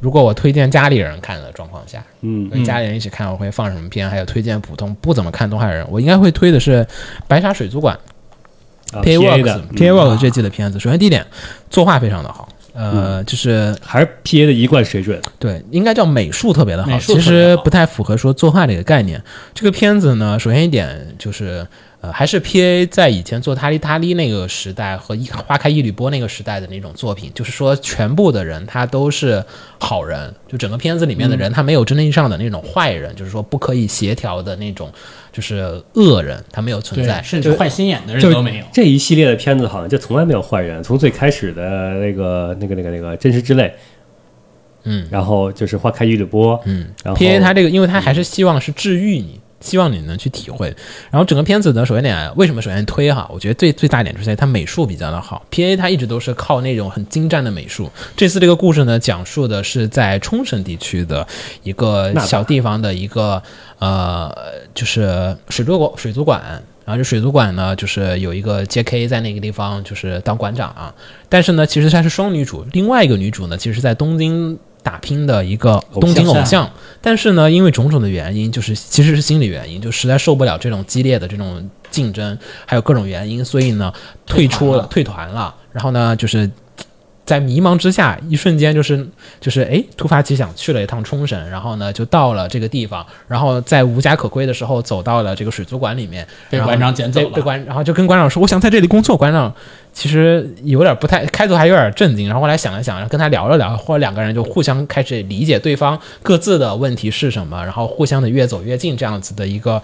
[SPEAKER 3] 如果我推荐家里人看的状况下，
[SPEAKER 5] 嗯，
[SPEAKER 3] 跟家里人一起看我会放什么片，还有推荐普通不怎么看动画的人，我应该会推的是《白沙水族馆》
[SPEAKER 5] 啊
[SPEAKER 3] P A
[SPEAKER 5] PA
[SPEAKER 3] Works
[SPEAKER 5] 的
[SPEAKER 3] P A Works 这季的片子。首先第一点，作画非常的好，呃，
[SPEAKER 5] 嗯
[SPEAKER 3] 就是
[SPEAKER 5] 还是 P A 的一贯水准。
[SPEAKER 3] 对，应该叫美术特别的好，
[SPEAKER 6] 美术
[SPEAKER 3] 其
[SPEAKER 6] 特别
[SPEAKER 3] 实
[SPEAKER 6] 好
[SPEAKER 3] 不太符合说作画这个概念。这个片子呢，首先一点就是，呃，还是 P A 在以前做《塔利塔利》那个时代和一花开一缕波那个时代的那种作品，就是说全部的人他都是好人，就整个片子里
[SPEAKER 6] 嗯
[SPEAKER 3] 面的人、他没有真正意义上的那种坏人，就是说不可以协调的那种，就是恶人，他没有存在。
[SPEAKER 6] 甚至坏心眼的人
[SPEAKER 5] 就是
[SPEAKER 6] 都没有。
[SPEAKER 5] 这一系列的片子好像就从来没有坏人，从最开始的那个、那个、那个、那个真实之泪，
[SPEAKER 3] 嗯
[SPEAKER 5] 然后就是花开一缕波，
[SPEAKER 3] 嗯
[SPEAKER 5] 然后
[SPEAKER 3] ，P A 他这个，因为他还是希望是治愈你，希望你能去体会。然后整个片子的首先点，为什么首先推哈？我觉得最最大一点就是在于它美术比较的好。P A 它一直都是靠那种很精湛的美术。这次这个故事呢，讲述的是在冲绳地区的一个
[SPEAKER 5] 那
[SPEAKER 3] 小地方的一个呃，就是水族馆水族馆。然后这水族馆呢，就是有一个 J.K. 在那个地方就是当馆长、啊，但是呢，其实她是双女主，另外一个女主呢，其实是在东京打拼的一个
[SPEAKER 5] 偶像
[SPEAKER 3] 东京偶像，但是呢，因为种种的原因，就是其实是心理原因，就实在受不了这种激烈的这种竞争，还有各种原因，所以呢，退出了，退团了。然后呢，就是在迷茫之下，一瞬间就是就是哎，突发奇想去了一趟冲绳，然后呢就到了这个地方，然后在无家可归的时候走到了这个水族馆里面，
[SPEAKER 8] 被
[SPEAKER 3] 然后
[SPEAKER 8] 馆长捡走
[SPEAKER 3] 被
[SPEAKER 8] 了
[SPEAKER 3] 被馆，然后就跟馆长说，我想在这里工作。馆长其实有点不太，开头还有点震惊，然后后来想了想，然后跟他聊了聊，或者两个人就互相开始理解对方各自的问题是什么，然后互相的越走越近这样子的一个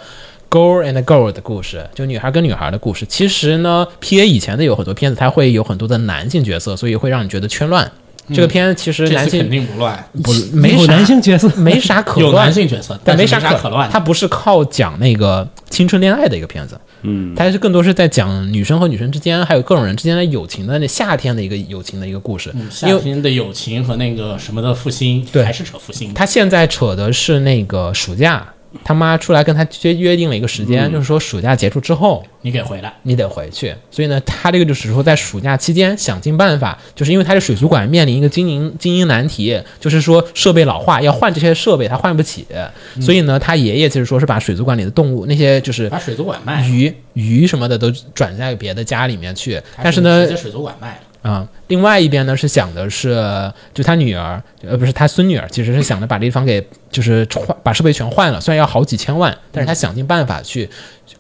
[SPEAKER 3] girl and girl 的故事，就女孩跟女孩的故事。其实呢，P A 以前的有很多片子，它会有很多的男性角色，所以会让你觉得圈乱。这个片其实
[SPEAKER 8] 嗯这
[SPEAKER 3] 男
[SPEAKER 8] 次肯
[SPEAKER 3] 性
[SPEAKER 8] 定不乱，
[SPEAKER 3] 不没
[SPEAKER 5] 有
[SPEAKER 3] 啥
[SPEAKER 5] 男性角色，
[SPEAKER 3] 没啥可
[SPEAKER 8] 有
[SPEAKER 3] 乱
[SPEAKER 8] 男性角色，但
[SPEAKER 3] 但没
[SPEAKER 8] 是
[SPEAKER 3] 啥
[SPEAKER 8] 啥可乱的。
[SPEAKER 3] 它不是靠讲那个青春恋爱的一个片子，嗯，它是更多是在讲女生和女生之间，还有各种人之间的友情的那夏天的一个友情的一个故事，因
[SPEAKER 8] 夏
[SPEAKER 3] 为。
[SPEAKER 8] 天的友情和那个什么的复兴，
[SPEAKER 3] 对
[SPEAKER 8] 还是扯复兴。
[SPEAKER 3] 他现在扯的是那个暑假，他妈出来跟他约约定了一个时
[SPEAKER 8] 嗯
[SPEAKER 3] 间，就是说暑假结束之后
[SPEAKER 8] 你给回来，
[SPEAKER 3] 你得回去。所以呢，他这个就是说在暑假期间想尽办法，就是因为他的水族馆面临一个经营经营难题，就是说设备老化，要换这些设备他换不起，
[SPEAKER 8] 嗯
[SPEAKER 3] 所以呢，他爷爷就是说是把水族馆里的动物那些就是
[SPEAKER 8] 把水族馆卖了，
[SPEAKER 3] 鱼鱼什么的都转在别的家里面去，
[SPEAKER 8] 还
[SPEAKER 3] 但是呢
[SPEAKER 8] 直，接水族馆卖了。
[SPEAKER 3] 啊、另外一边呢是想的是，就他女儿，呃，不是他孙女儿，其实是想着把这地方给就是换，把设备全换了，虽然要好几千万，但是他想尽办法去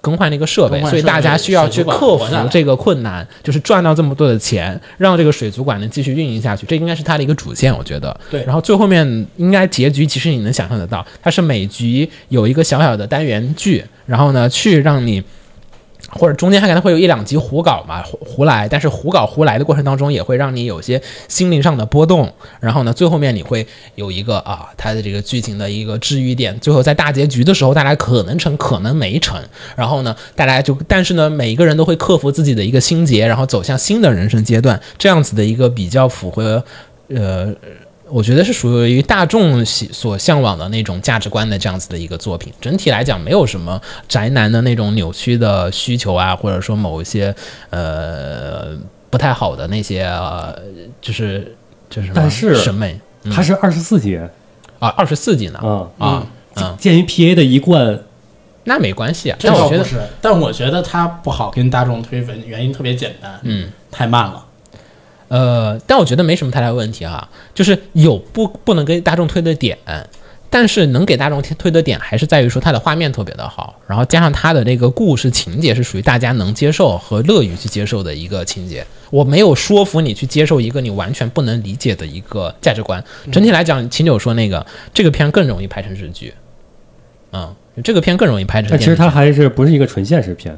[SPEAKER 3] 更换那个设备，
[SPEAKER 8] 嗯更换
[SPEAKER 3] 所以
[SPEAKER 8] 设备
[SPEAKER 3] 大家需要去
[SPEAKER 8] 水族馆
[SPEAKER 3] 克服
[SPEAKER 8] 活下来
[SPEAKER 3] 这个困难，就是赚到这么多的钱，让这个水族馆能继续运营下去，这应该是他的一个主线，我觉得。
[SPEAKER 8] 对
[SPEAKER 3] 然后最后面应该结局，其实你能想象得到，它是每局有一个小小的单元剧，然后呢去让你。或者中间还可能会有一两集胡搞嘛，胡胡来，但是胡搞胡来的过程当中，也会让你有些心灵上的波动。然后呢，最后面你会有一个啊，它的这个剧情的一个治愈点。最后在大结局的时候，大家可能成，可能没成。然后呢，大家就，但是呢，每一个人都会克服自己的一个心结，然后走向新的人生阶段，这样子的一个比较符合，呃。我觉得是属于大众喜所向往的那种价值观的这样子的一个作品。整体来讲，没有什么宅男的那种扭曲的需求啊，或者说某一些呃不太好的那些，呃、就是就是什么
[SPEAKER 5] 但是
[SPEAKER 3] 审美
[SPEAKER 8] 嗯
[SPEAKER 5] 它是二十四集啊
[SPEAKER 3] 啊，二十四集呢、啊，嗯，
[SPEAKER 5] 鉴于 P A 的一贯，
[SPEAKER 3] 那没关系啊。
[SPEAKER 8] 这
[SPEAKER 3] 但我
[SPEAKER 8] 倒
[SPEAKER 3] 觉
[SPEAKER 8] 不
[SPEAKER 3] 得
[SPEAKER 8] 是，但我觉得它不好跟大众推文，原因特别简单，嗯，太慢了。
[SPEAKER 3] 呃，但我觉得没什么太大问题啊，就是有不不能给大众推的点，但是能给大众推推的点还是在于说它的画面特别的好，然后加上它的这个故事情节是属于大家能接受和乐于去接受的一个情节。我没有说服你去接受一个你完全不能理解的一个价值观。整体来讲，秦九说那个这个片更容易拍成日剧，嗯，这个片更容易拍成电
[SPEAKER 5] 但哎其
[SPEAKER 3] 视剧。
[SPEAKER 5] 实它还是不是一个纯现实片，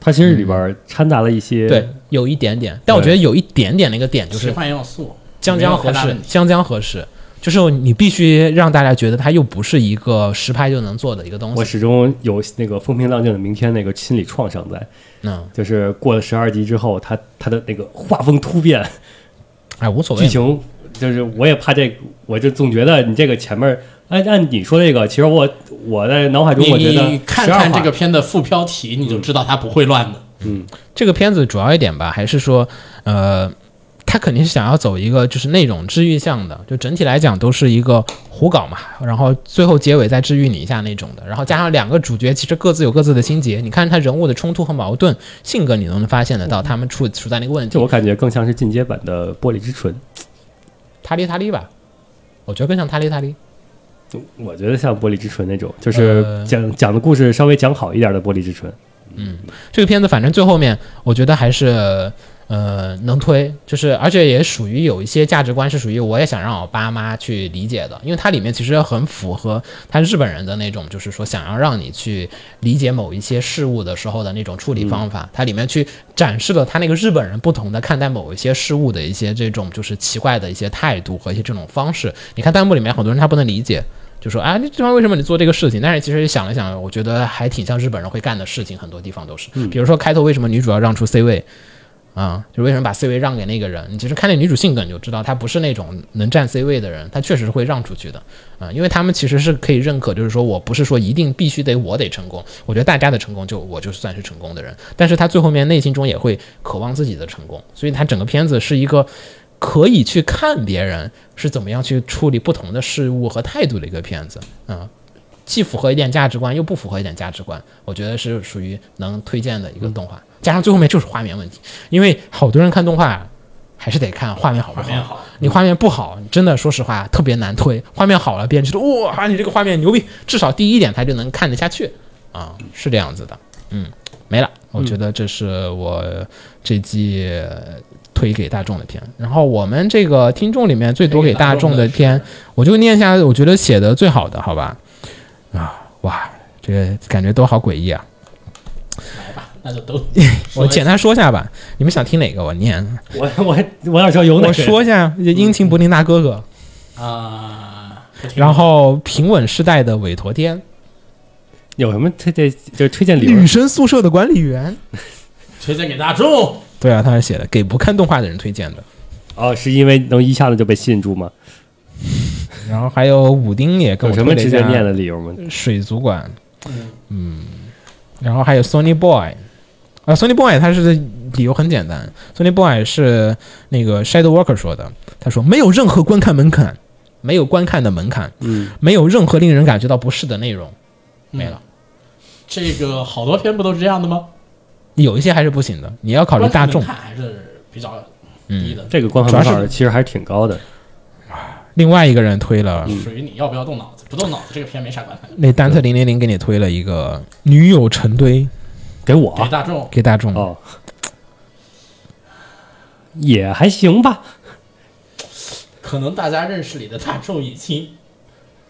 [SPEAKER 5] 它其实里
[SPEAKER 8] 嗯
[SPEAKER 5] 边掺杂了一些
[SPEAKER 3] 对有一点点，但我觉得有一点点那个点就是
[SPEAKER 8] 奇幻要素，
[SPEAKER 3] 将将
[SPEAKER 8] 没有
[SPEAKER 3] 合
[SPEAKER 8] 太大
[SPEAKER 3] 适
[SPEAKER 8] 问，题
[SPEAKER 3] 将将合适，就是你必须让大家觉得它又不是一个实拍就能做的一个
[SPEAKER 5] 我
[SPEAKER 3] 东西。
[SPEAKER 5] 始终有那个风平浪静的明天那个心理创伤在，
[SPEAKER 3] 嗯，
[SPEAKER 5] 就是过了十二集之后，他他的那个画风突变，
[SPEAKER 3] 哎，无所谓
[SPEAKER 5] 剧。情就是我也怕这，我就总觉得你这个前面，哎，按你说这个，其实我我在脑海中我觉
[SPEAKER 8] 你
[SPEAKER 5] 得
[SPEAKER 8] 你看
[SPEAKER 5] 12话
[SPEAKER 8] 看这个片的副标题，你就知道它不会乱的。
[SPEAKER 3] 这个片子主要一点吧，还是说，呃，他肯定是想要走一个就是那种治愈向的，就整体来讲都是一个胡搞嘛，然后最后结尾再治愈你一下那种的，然后加上两个主角其实各自有各自的心结，你看他人物的冲突和矛盾、性格，你都能发现得到他们处处在那个问
[SPEAKER 5] 就
[SPEAKER 3] 题。
[SPEAKER 5] 我感觉更像是进阶版的《玻璃之唇
[SPEAKER 3] 塔里塔里吧，我觉得更像塔里塔里。》，
[SPEAKER 5] 我觉得像《玻璃之唇》那种，就是
[SPEAKER 3] 呃
[SPEAKER 5] 讲、讲的故事稍微讲好一点的《玻璃之唇》。
[SPEAKER 3] 这个片子反正最后面，我觉得还是呃能推，就是而且也属于有一些价值观是属于我也想让我爸妈去理解的，因为它里面其实很符合他日本人的那种，就是说想要让你去理解某一些事物的时候的那种处理方法。它里面去展示了他那个日本人不同的看待某一些事物的一些这种就是奇怪的一些态度和一些这种方式。你看弹幕里面很多人他不能理解。就说啊，这地方为什么你做这个事情？但是其实想了想，我觉得还挺像日本人会干的事情，很多地方都是。比如说开头为什么女主要让出 C 位啊？就为什么把 C 位让给那个人？你其实看那女主性格你就知道，她不是那种能占 C 位的人，她确实是会让出去的啊。因为他们其实是可以认可，就是说我不是说一定必须得我得成功，我觉得大家的成功就我就算是成功的人。但是他最后面内心中也会渴望自己的成功，所以他整个片子是一个。可以去看别人是怎么样去处理不同的事物和态度的一个片子啊、既符合一点价值观，又不符合一点价值观，我觉得是属于能推荐的一个动画。加上最后面就是画面问题，因为好多人看动画还是得看画面好不好。
[SPEAKER 6] 面好
[SPEAKER 3] 你画面不好，真的说实话特别难推。画面好了，别人觉得哇，你这个画面牛逼，至少第一点他就能看得下去啊，是这样子的。嗯，没了，我觉得这是我这季呃推给大众的片。然后我们这个听众里面最多给哎大众的片，我就念一下，我觉得写的最好的，好吧？啊，哇，这个感觉都好诡异啊！
[SPEAKER 6] 那 就都
[SPEAKER 3] 我简单说一下吧，你们想听哪个？我念，
[SPEAKER 5] 我 我我想说有哪
[SPEAKER 3] 我
[SPEAKER 5] 个？
[SPEAKER 3] 说一下《殷勤柏林大哥哥》
[SPEAKER 6] 啊，
[SPEAKER 3] 然后《平稳世代的委托天》。
[SPEAKER 5] 有什么推荐？就是推荐理
[SPEAKER 3] 嗯
[SPEAKER 5] 由
[SPEAKER 3] 女？生宿舍的管理员。
[SPEAKER 6] 推荐给大众。
[SPEAKER 3] 对啊，他是写的给不看动画的人推荐的。
[SPEAKER 5] 哦，是因为能一下子就被吸引住吗？
[SPEAKER 3] 然后还有武丁也跟
[SPEAKER 5] 有
[SPEAKER 3] 我
[SPEAKER 5] 什
[SPEAKER 3] 推
[SPEAKER 5] 么
[SPEAKER 3] 了一
[SPEAKER 5] 值
[SPEAKER 3] 下
[SPEAKER 5] 得念的理由吗？
[SPEAKER 3] 水族馆，嗯，然后还有 Sony Boy，啊，Sony Boy 他是理由很简单，Sony Boy 是那个 Shadow Walker 说的，他说没有任何观看门槛，没有观看的门槛，
[SPEAKER 5] 嗯，
[SPEAKER 3] 没有任何令人感觉到不适的内容，没了。
[SPEAKER 6] 这个好多片不都是这样的吗？
[SPEAKER 3] 有一些还是不行的，你要考虑大众嗯
[SPEAKER 6] 观。看还是比较低的，
[SPEAKER 5] 这个光环门槛其实还是挺高的。
[SPEAKER 3] 另外一个人推
[SPEAKER 5] 嗯
[SPEAKER 3] 了，
[SPEAKER 6] 属于你要不要动脑子，不动脑子这个片没啥观看的。
[SPEAKER 3] 那丹特零零零给你推了一个女友成堆
[SPEAKER 5] 给我
[SPEAKER 6] 给大众
[SPEAKER 3] 给大众，
[SPEAKER 5] 哦，也还行吧。
[SPEAKER 6] 可能大家认识里的大众已经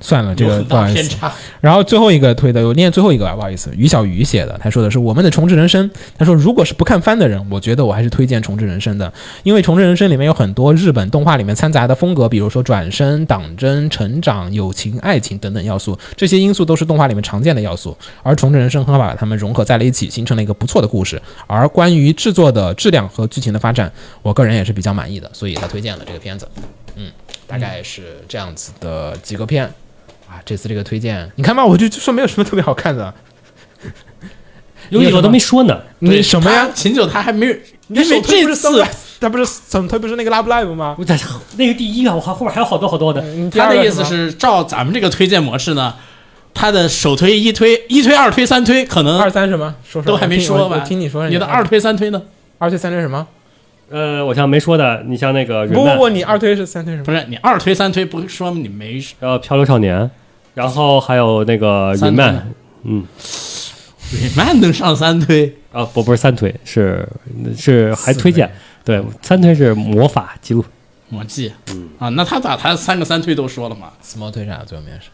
[SPEAKER 3] 算了，这
[SPEAKER 6] 有
[SPEAKER 3] 个
[SPEAKER 6] 很
[SPEAKER 3] 不好
[SPEAKER 6] 大
[SPEAKER 3] 意
[SPEAKER 6] 偏
[SPEAKER 3] 思。
[SPEAKER 6] 差。
[SPEAKER 3] 然后最后一个推的，我念最后一个吧，不好意思，于小鱼写的，他说的是我们的重置人生。他说，如果是不看番的人，我觉得我还是推荐重置人生的，因为重置人生里面有很多日本动画里面掺杂的风格，比如说转身、党争、成长、友情、爱情等等要素，这些因素都是动画里面常见的要素，而重置人生很好把它们融合在了一起，形成了一个不错的故事。而关于制作的质量和剧情的发展，我个人也是比较满意的，所以他推荐了这个片子。嗯，大概是这样子的几个片。啊，这次这个推荐，你看吧，我就就说没有什么特别好看的，
[SPEAKER 5] 有理由都没说呢。
[SPEAKER 3] 你
[SPEAKER 6] 对
[SPEAKER 3] 什么呀
[SPEAKER 6] 他？秦九他还没有，因
[SPEAKER 3] 你
[SPEAKER 6] 为
[SPEAKER 3] 推
[SPEAKER 6] 这次
[SPEAKER 3] 他不是怎他不是那个 Love Live 吗？
[SPEAKER 5] 我在那个第一啊，我还后面还有好多好多的。
[SPEAKER 3] 第
[SPEAKER 6] 他
[SPEAKER 3] 二
[SPEAKER 6] 的
[SPEAKER 3] 个
[SPEAKER 6] 意思
[SPEAKER 3] 什么
[SPEAKER 6] 是照咱们这个推荐模式呢，他的首推、一推、一推、二推、三推，可
[SPEAKER 3] 二
[SPEAKER 6] 能
[SPEAKER 3] 三什么？说说
[SPEAKER 6] 都还没
[SPEAKER 3] 我听
[SPEAKER 6] 说
[SPEAKER 3] 我
[SPEAKER 6] 完。
[SPEAKER 3] 我听你说，
[SPEAKER 6] 你的二推、三推呢？
[SPEAKER 3] 二推三推什么？
[SPEAKER 5] 呃，我像没说的，你像那个
[SPEAKER 3] 不
[SPEAKER 5] 人
[SPEAKER 3] 不
[SPEAKER 5] 漫
[SPEAKER 3] 不，你二推是三推什么？
[SPEAKER 6] 不是你二推、三推，不是说你没
[SPEAKER 5] 然后漂流少年，然后还有那个
[SPEAKER 6] 三
[SPEAKER 5] 云
[SPEAKER 6] 推
[SPEAKER 5] 漫，嗯，
[SPEAKER 6] 美漫能上三推？
[SPEAKER 5] 啊不不是三推，是是还
[SPEAKER 3] 四
[SPEAKER 5] 推荐，对，三推是魔法记录，
[SPEAKER 6] 魔戒啊，那他把他三个三推都说了嘛？
[SPEAKER 3] small 推啥？最后面是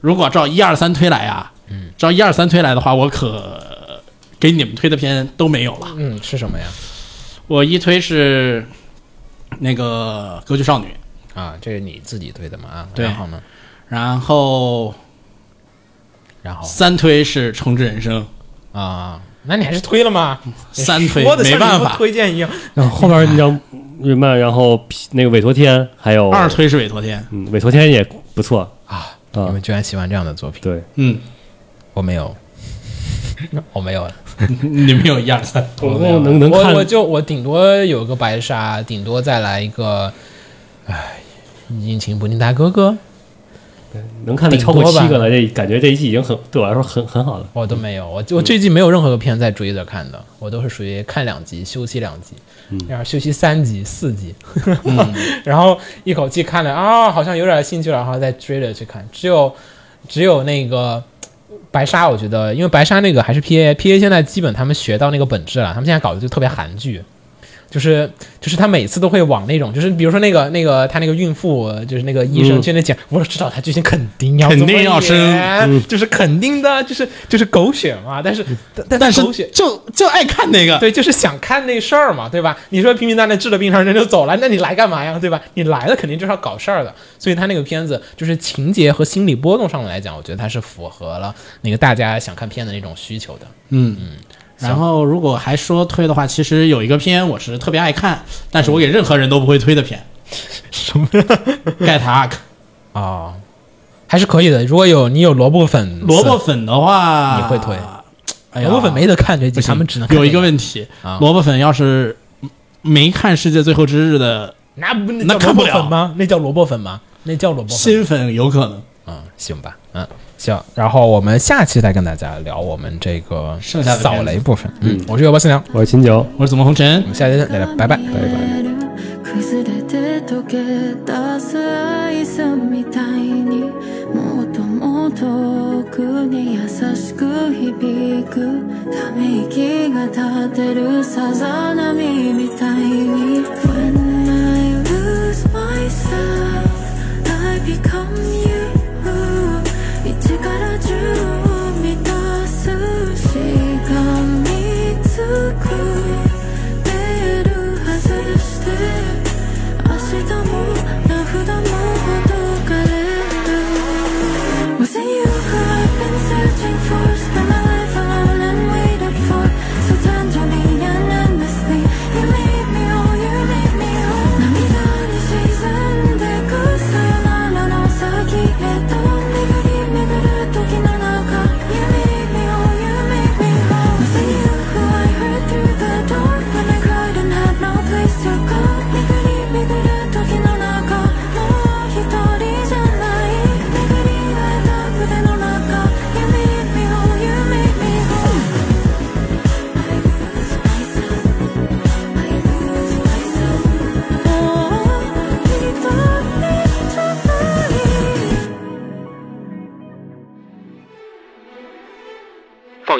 [SPEAKER 6] 如果照一二三推来啊，照一二三推来的话，我可给你们推的片都没有了。
[SPEAKER 3] 嗯是什么呀？
[SPEAKER 6] 我一推是那个《歌剧少女》，
[SPEAKER 3] 啊，这是你自己推的嘛啊？
[SPEAKER 6] 对
[SPEAKER 3] 然后呢？
[SPEAKER 6] 然后
[SPEAKER 3] 然后
[SPEAKER 6] 三推是《重置人生
[SPEAKER 3] 啊，那你还是推了嘛？》，
[SPEAKER 6] 三推
[SPEAKER 3] 哎说的
[SPEAKER 6] 没
[SPEAKER 3] 像你
[SPEAKER 6] 办
[SPEAKER 3] 不
[SPEAKER 6] 法，
[SPEAKER 3] 推荐一样。
[SPEAKER 5] 然后后面那张云漫，然后那个委托天，还有
[SPEAKER 6] 二，推是委托天。
[SPEAKER 5] 嗯，委托天也不错，
[SPEAKER 3] 啊，
[SPEAKER 5] 啊
[SPEAKER 3] 你们居然喜欢这样的作品？
[SPEAKER 5] 对，
[SPEAKER 6] 嗯，
[SPEAKER 3] 我没有，我没 有。
[SPEAKER 6] 你没有一二 三，
[SPEAKER 5] 总共能能看
[SPEAKER 3] 我我就我顶多有个白鲨，顶多再来一个，唉，殷勤不宁大哥哥，
[SPEAKER 5] 能看的
[SPEAKER 3] 顶
[SPEAKER 5] 超
[SPEAKER 3] 多
[SPEAKER 5] 过
[SPEAKER 3] 吧
[SPEAKER 5] 七个了，这感觉这一季已经很对我来说很很好了。
[SPEAKER 8] 嗯
[SPEAKER 3] 我都没有。我我最近没有任何片在追着看的，我都是属于看两集休息两集，
[SPEAKER 8] 嗯
[SPEAKER 3] 然后休息三集四集， 然后一口气看了啊，好像有点兴趣了，然后再追着去看。只有只有那个。白鲨，我觉得，因为白鲨那个还是 P A P A 现在基本他们学到那个本质了，他们现在搞的就特别韩剧，就是就是他每次都会往那种，就是比如说那个那个他那个孕妇，就是那个医生去那讲，我知道他最近肯定要
[SPEAKER 8] 嗯肯定
[SPEAKER 3] 怎么
[SPEAKER 8] 要生
[SPEAKER 3] 演就是肯定的，就是就是狗血嘛，但是嗯但
[SPEAKER 8] 但是
[SPEAKER 3] 狗血。
[SPEAKER 8] 就就爱看那个，
[SPEAKER 3] 对，就是想看那事儿嘛，对吧？你说平平淡淡治了病，让人就走了，那你来干嘛呀，对吧？你来了肯定就是要搞事儿的，所以他那个片子就是情节和心理波动上来讲，我觉得它是符合了那个大家想看片的那种需求的。
[SPEAKER 8] 嗯
[SPEAKER 3] 嗯
[SPEAKER 8] 然后如果还说推的话，其实有一个片我是特别爱看，但是我给任何人都不会推的 片，
[SPEAKER 3] 什么
[SPEAKER 8] 《盖塔 Ark》。
[SPEAKER 3] 哦，还是可以的。如果有你有萝卜粉丝，
[SPEAKER 8] 萝卜粉的话，
[SPEAKER 3] 你会推
[SPEAKER 8] 哎呀？
[SPEAKER 3] 哎萝卜粉没得看这集，
[SPEAKER 8] 不行
[SPEAKER 3] 他们只能看
[SPEAKER 8] 有一个
[SPEAKER 3] 这
[SPEAKER 8] 问题
[SPEAKER 3] 啊，
[SPEAKER 8] 萝卜粉要是没看《世界最后之日》的
[SPEAKER 3] 那不
[SPEAKER 8] 那
[SPEAKER 3] 那叫
[SPEAKER 8] 看不
[SPEAKER 3] 萝卜粉
[SPEAKER 8] 了
[SPEAKER 3] 吗？那叫萝卜粉吗？那叫萝卜粉吗。
[SPEAKER 8] 新粉，有可能
[SPEAKER 3] 嗯，行吧，嗯，行。然后我们下期再跟大家聊我们这个
[SPEAKER 8] 剩下的
[SPEAKER 3] 扫
[SPEAKER 8] 片子
[SPEAKER 3] 雷部分。嗯，我是姚波新良，
[SPEAKER 5] 我是秦九。
[SPEAKER 8] 我是怎么红尘
[SPEAKER 3] 我。们下期再见，拜拜。
[SPEAKER 9] 崩れて溶け出すアイスみたいにもっともっと奥に優しく響くため息が立てるさざ波みたいに When I lose myself I become you 1から10を満たすしがみつくベール外して明日も名札もほどかれる Wasn't you who I've been searching for Spend my life alone and waited for So turn to me and endlessly You made me all, you made me whole 涙に沈んでくさよならの先へと巡り巡る時の中 You made me all, you made me whole Wasn't you who I heard through the door when I cried and had no place to go 巡り巡る時の中もう一人じゃない巡り合えた筆の中 You made me whole, you made me whole I lose myself I lose myself もう一人じゃない
[SPEAKER 10] 放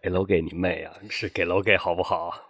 [SPEAKER 5] 给楼给你妹啊，是给楼给好不好？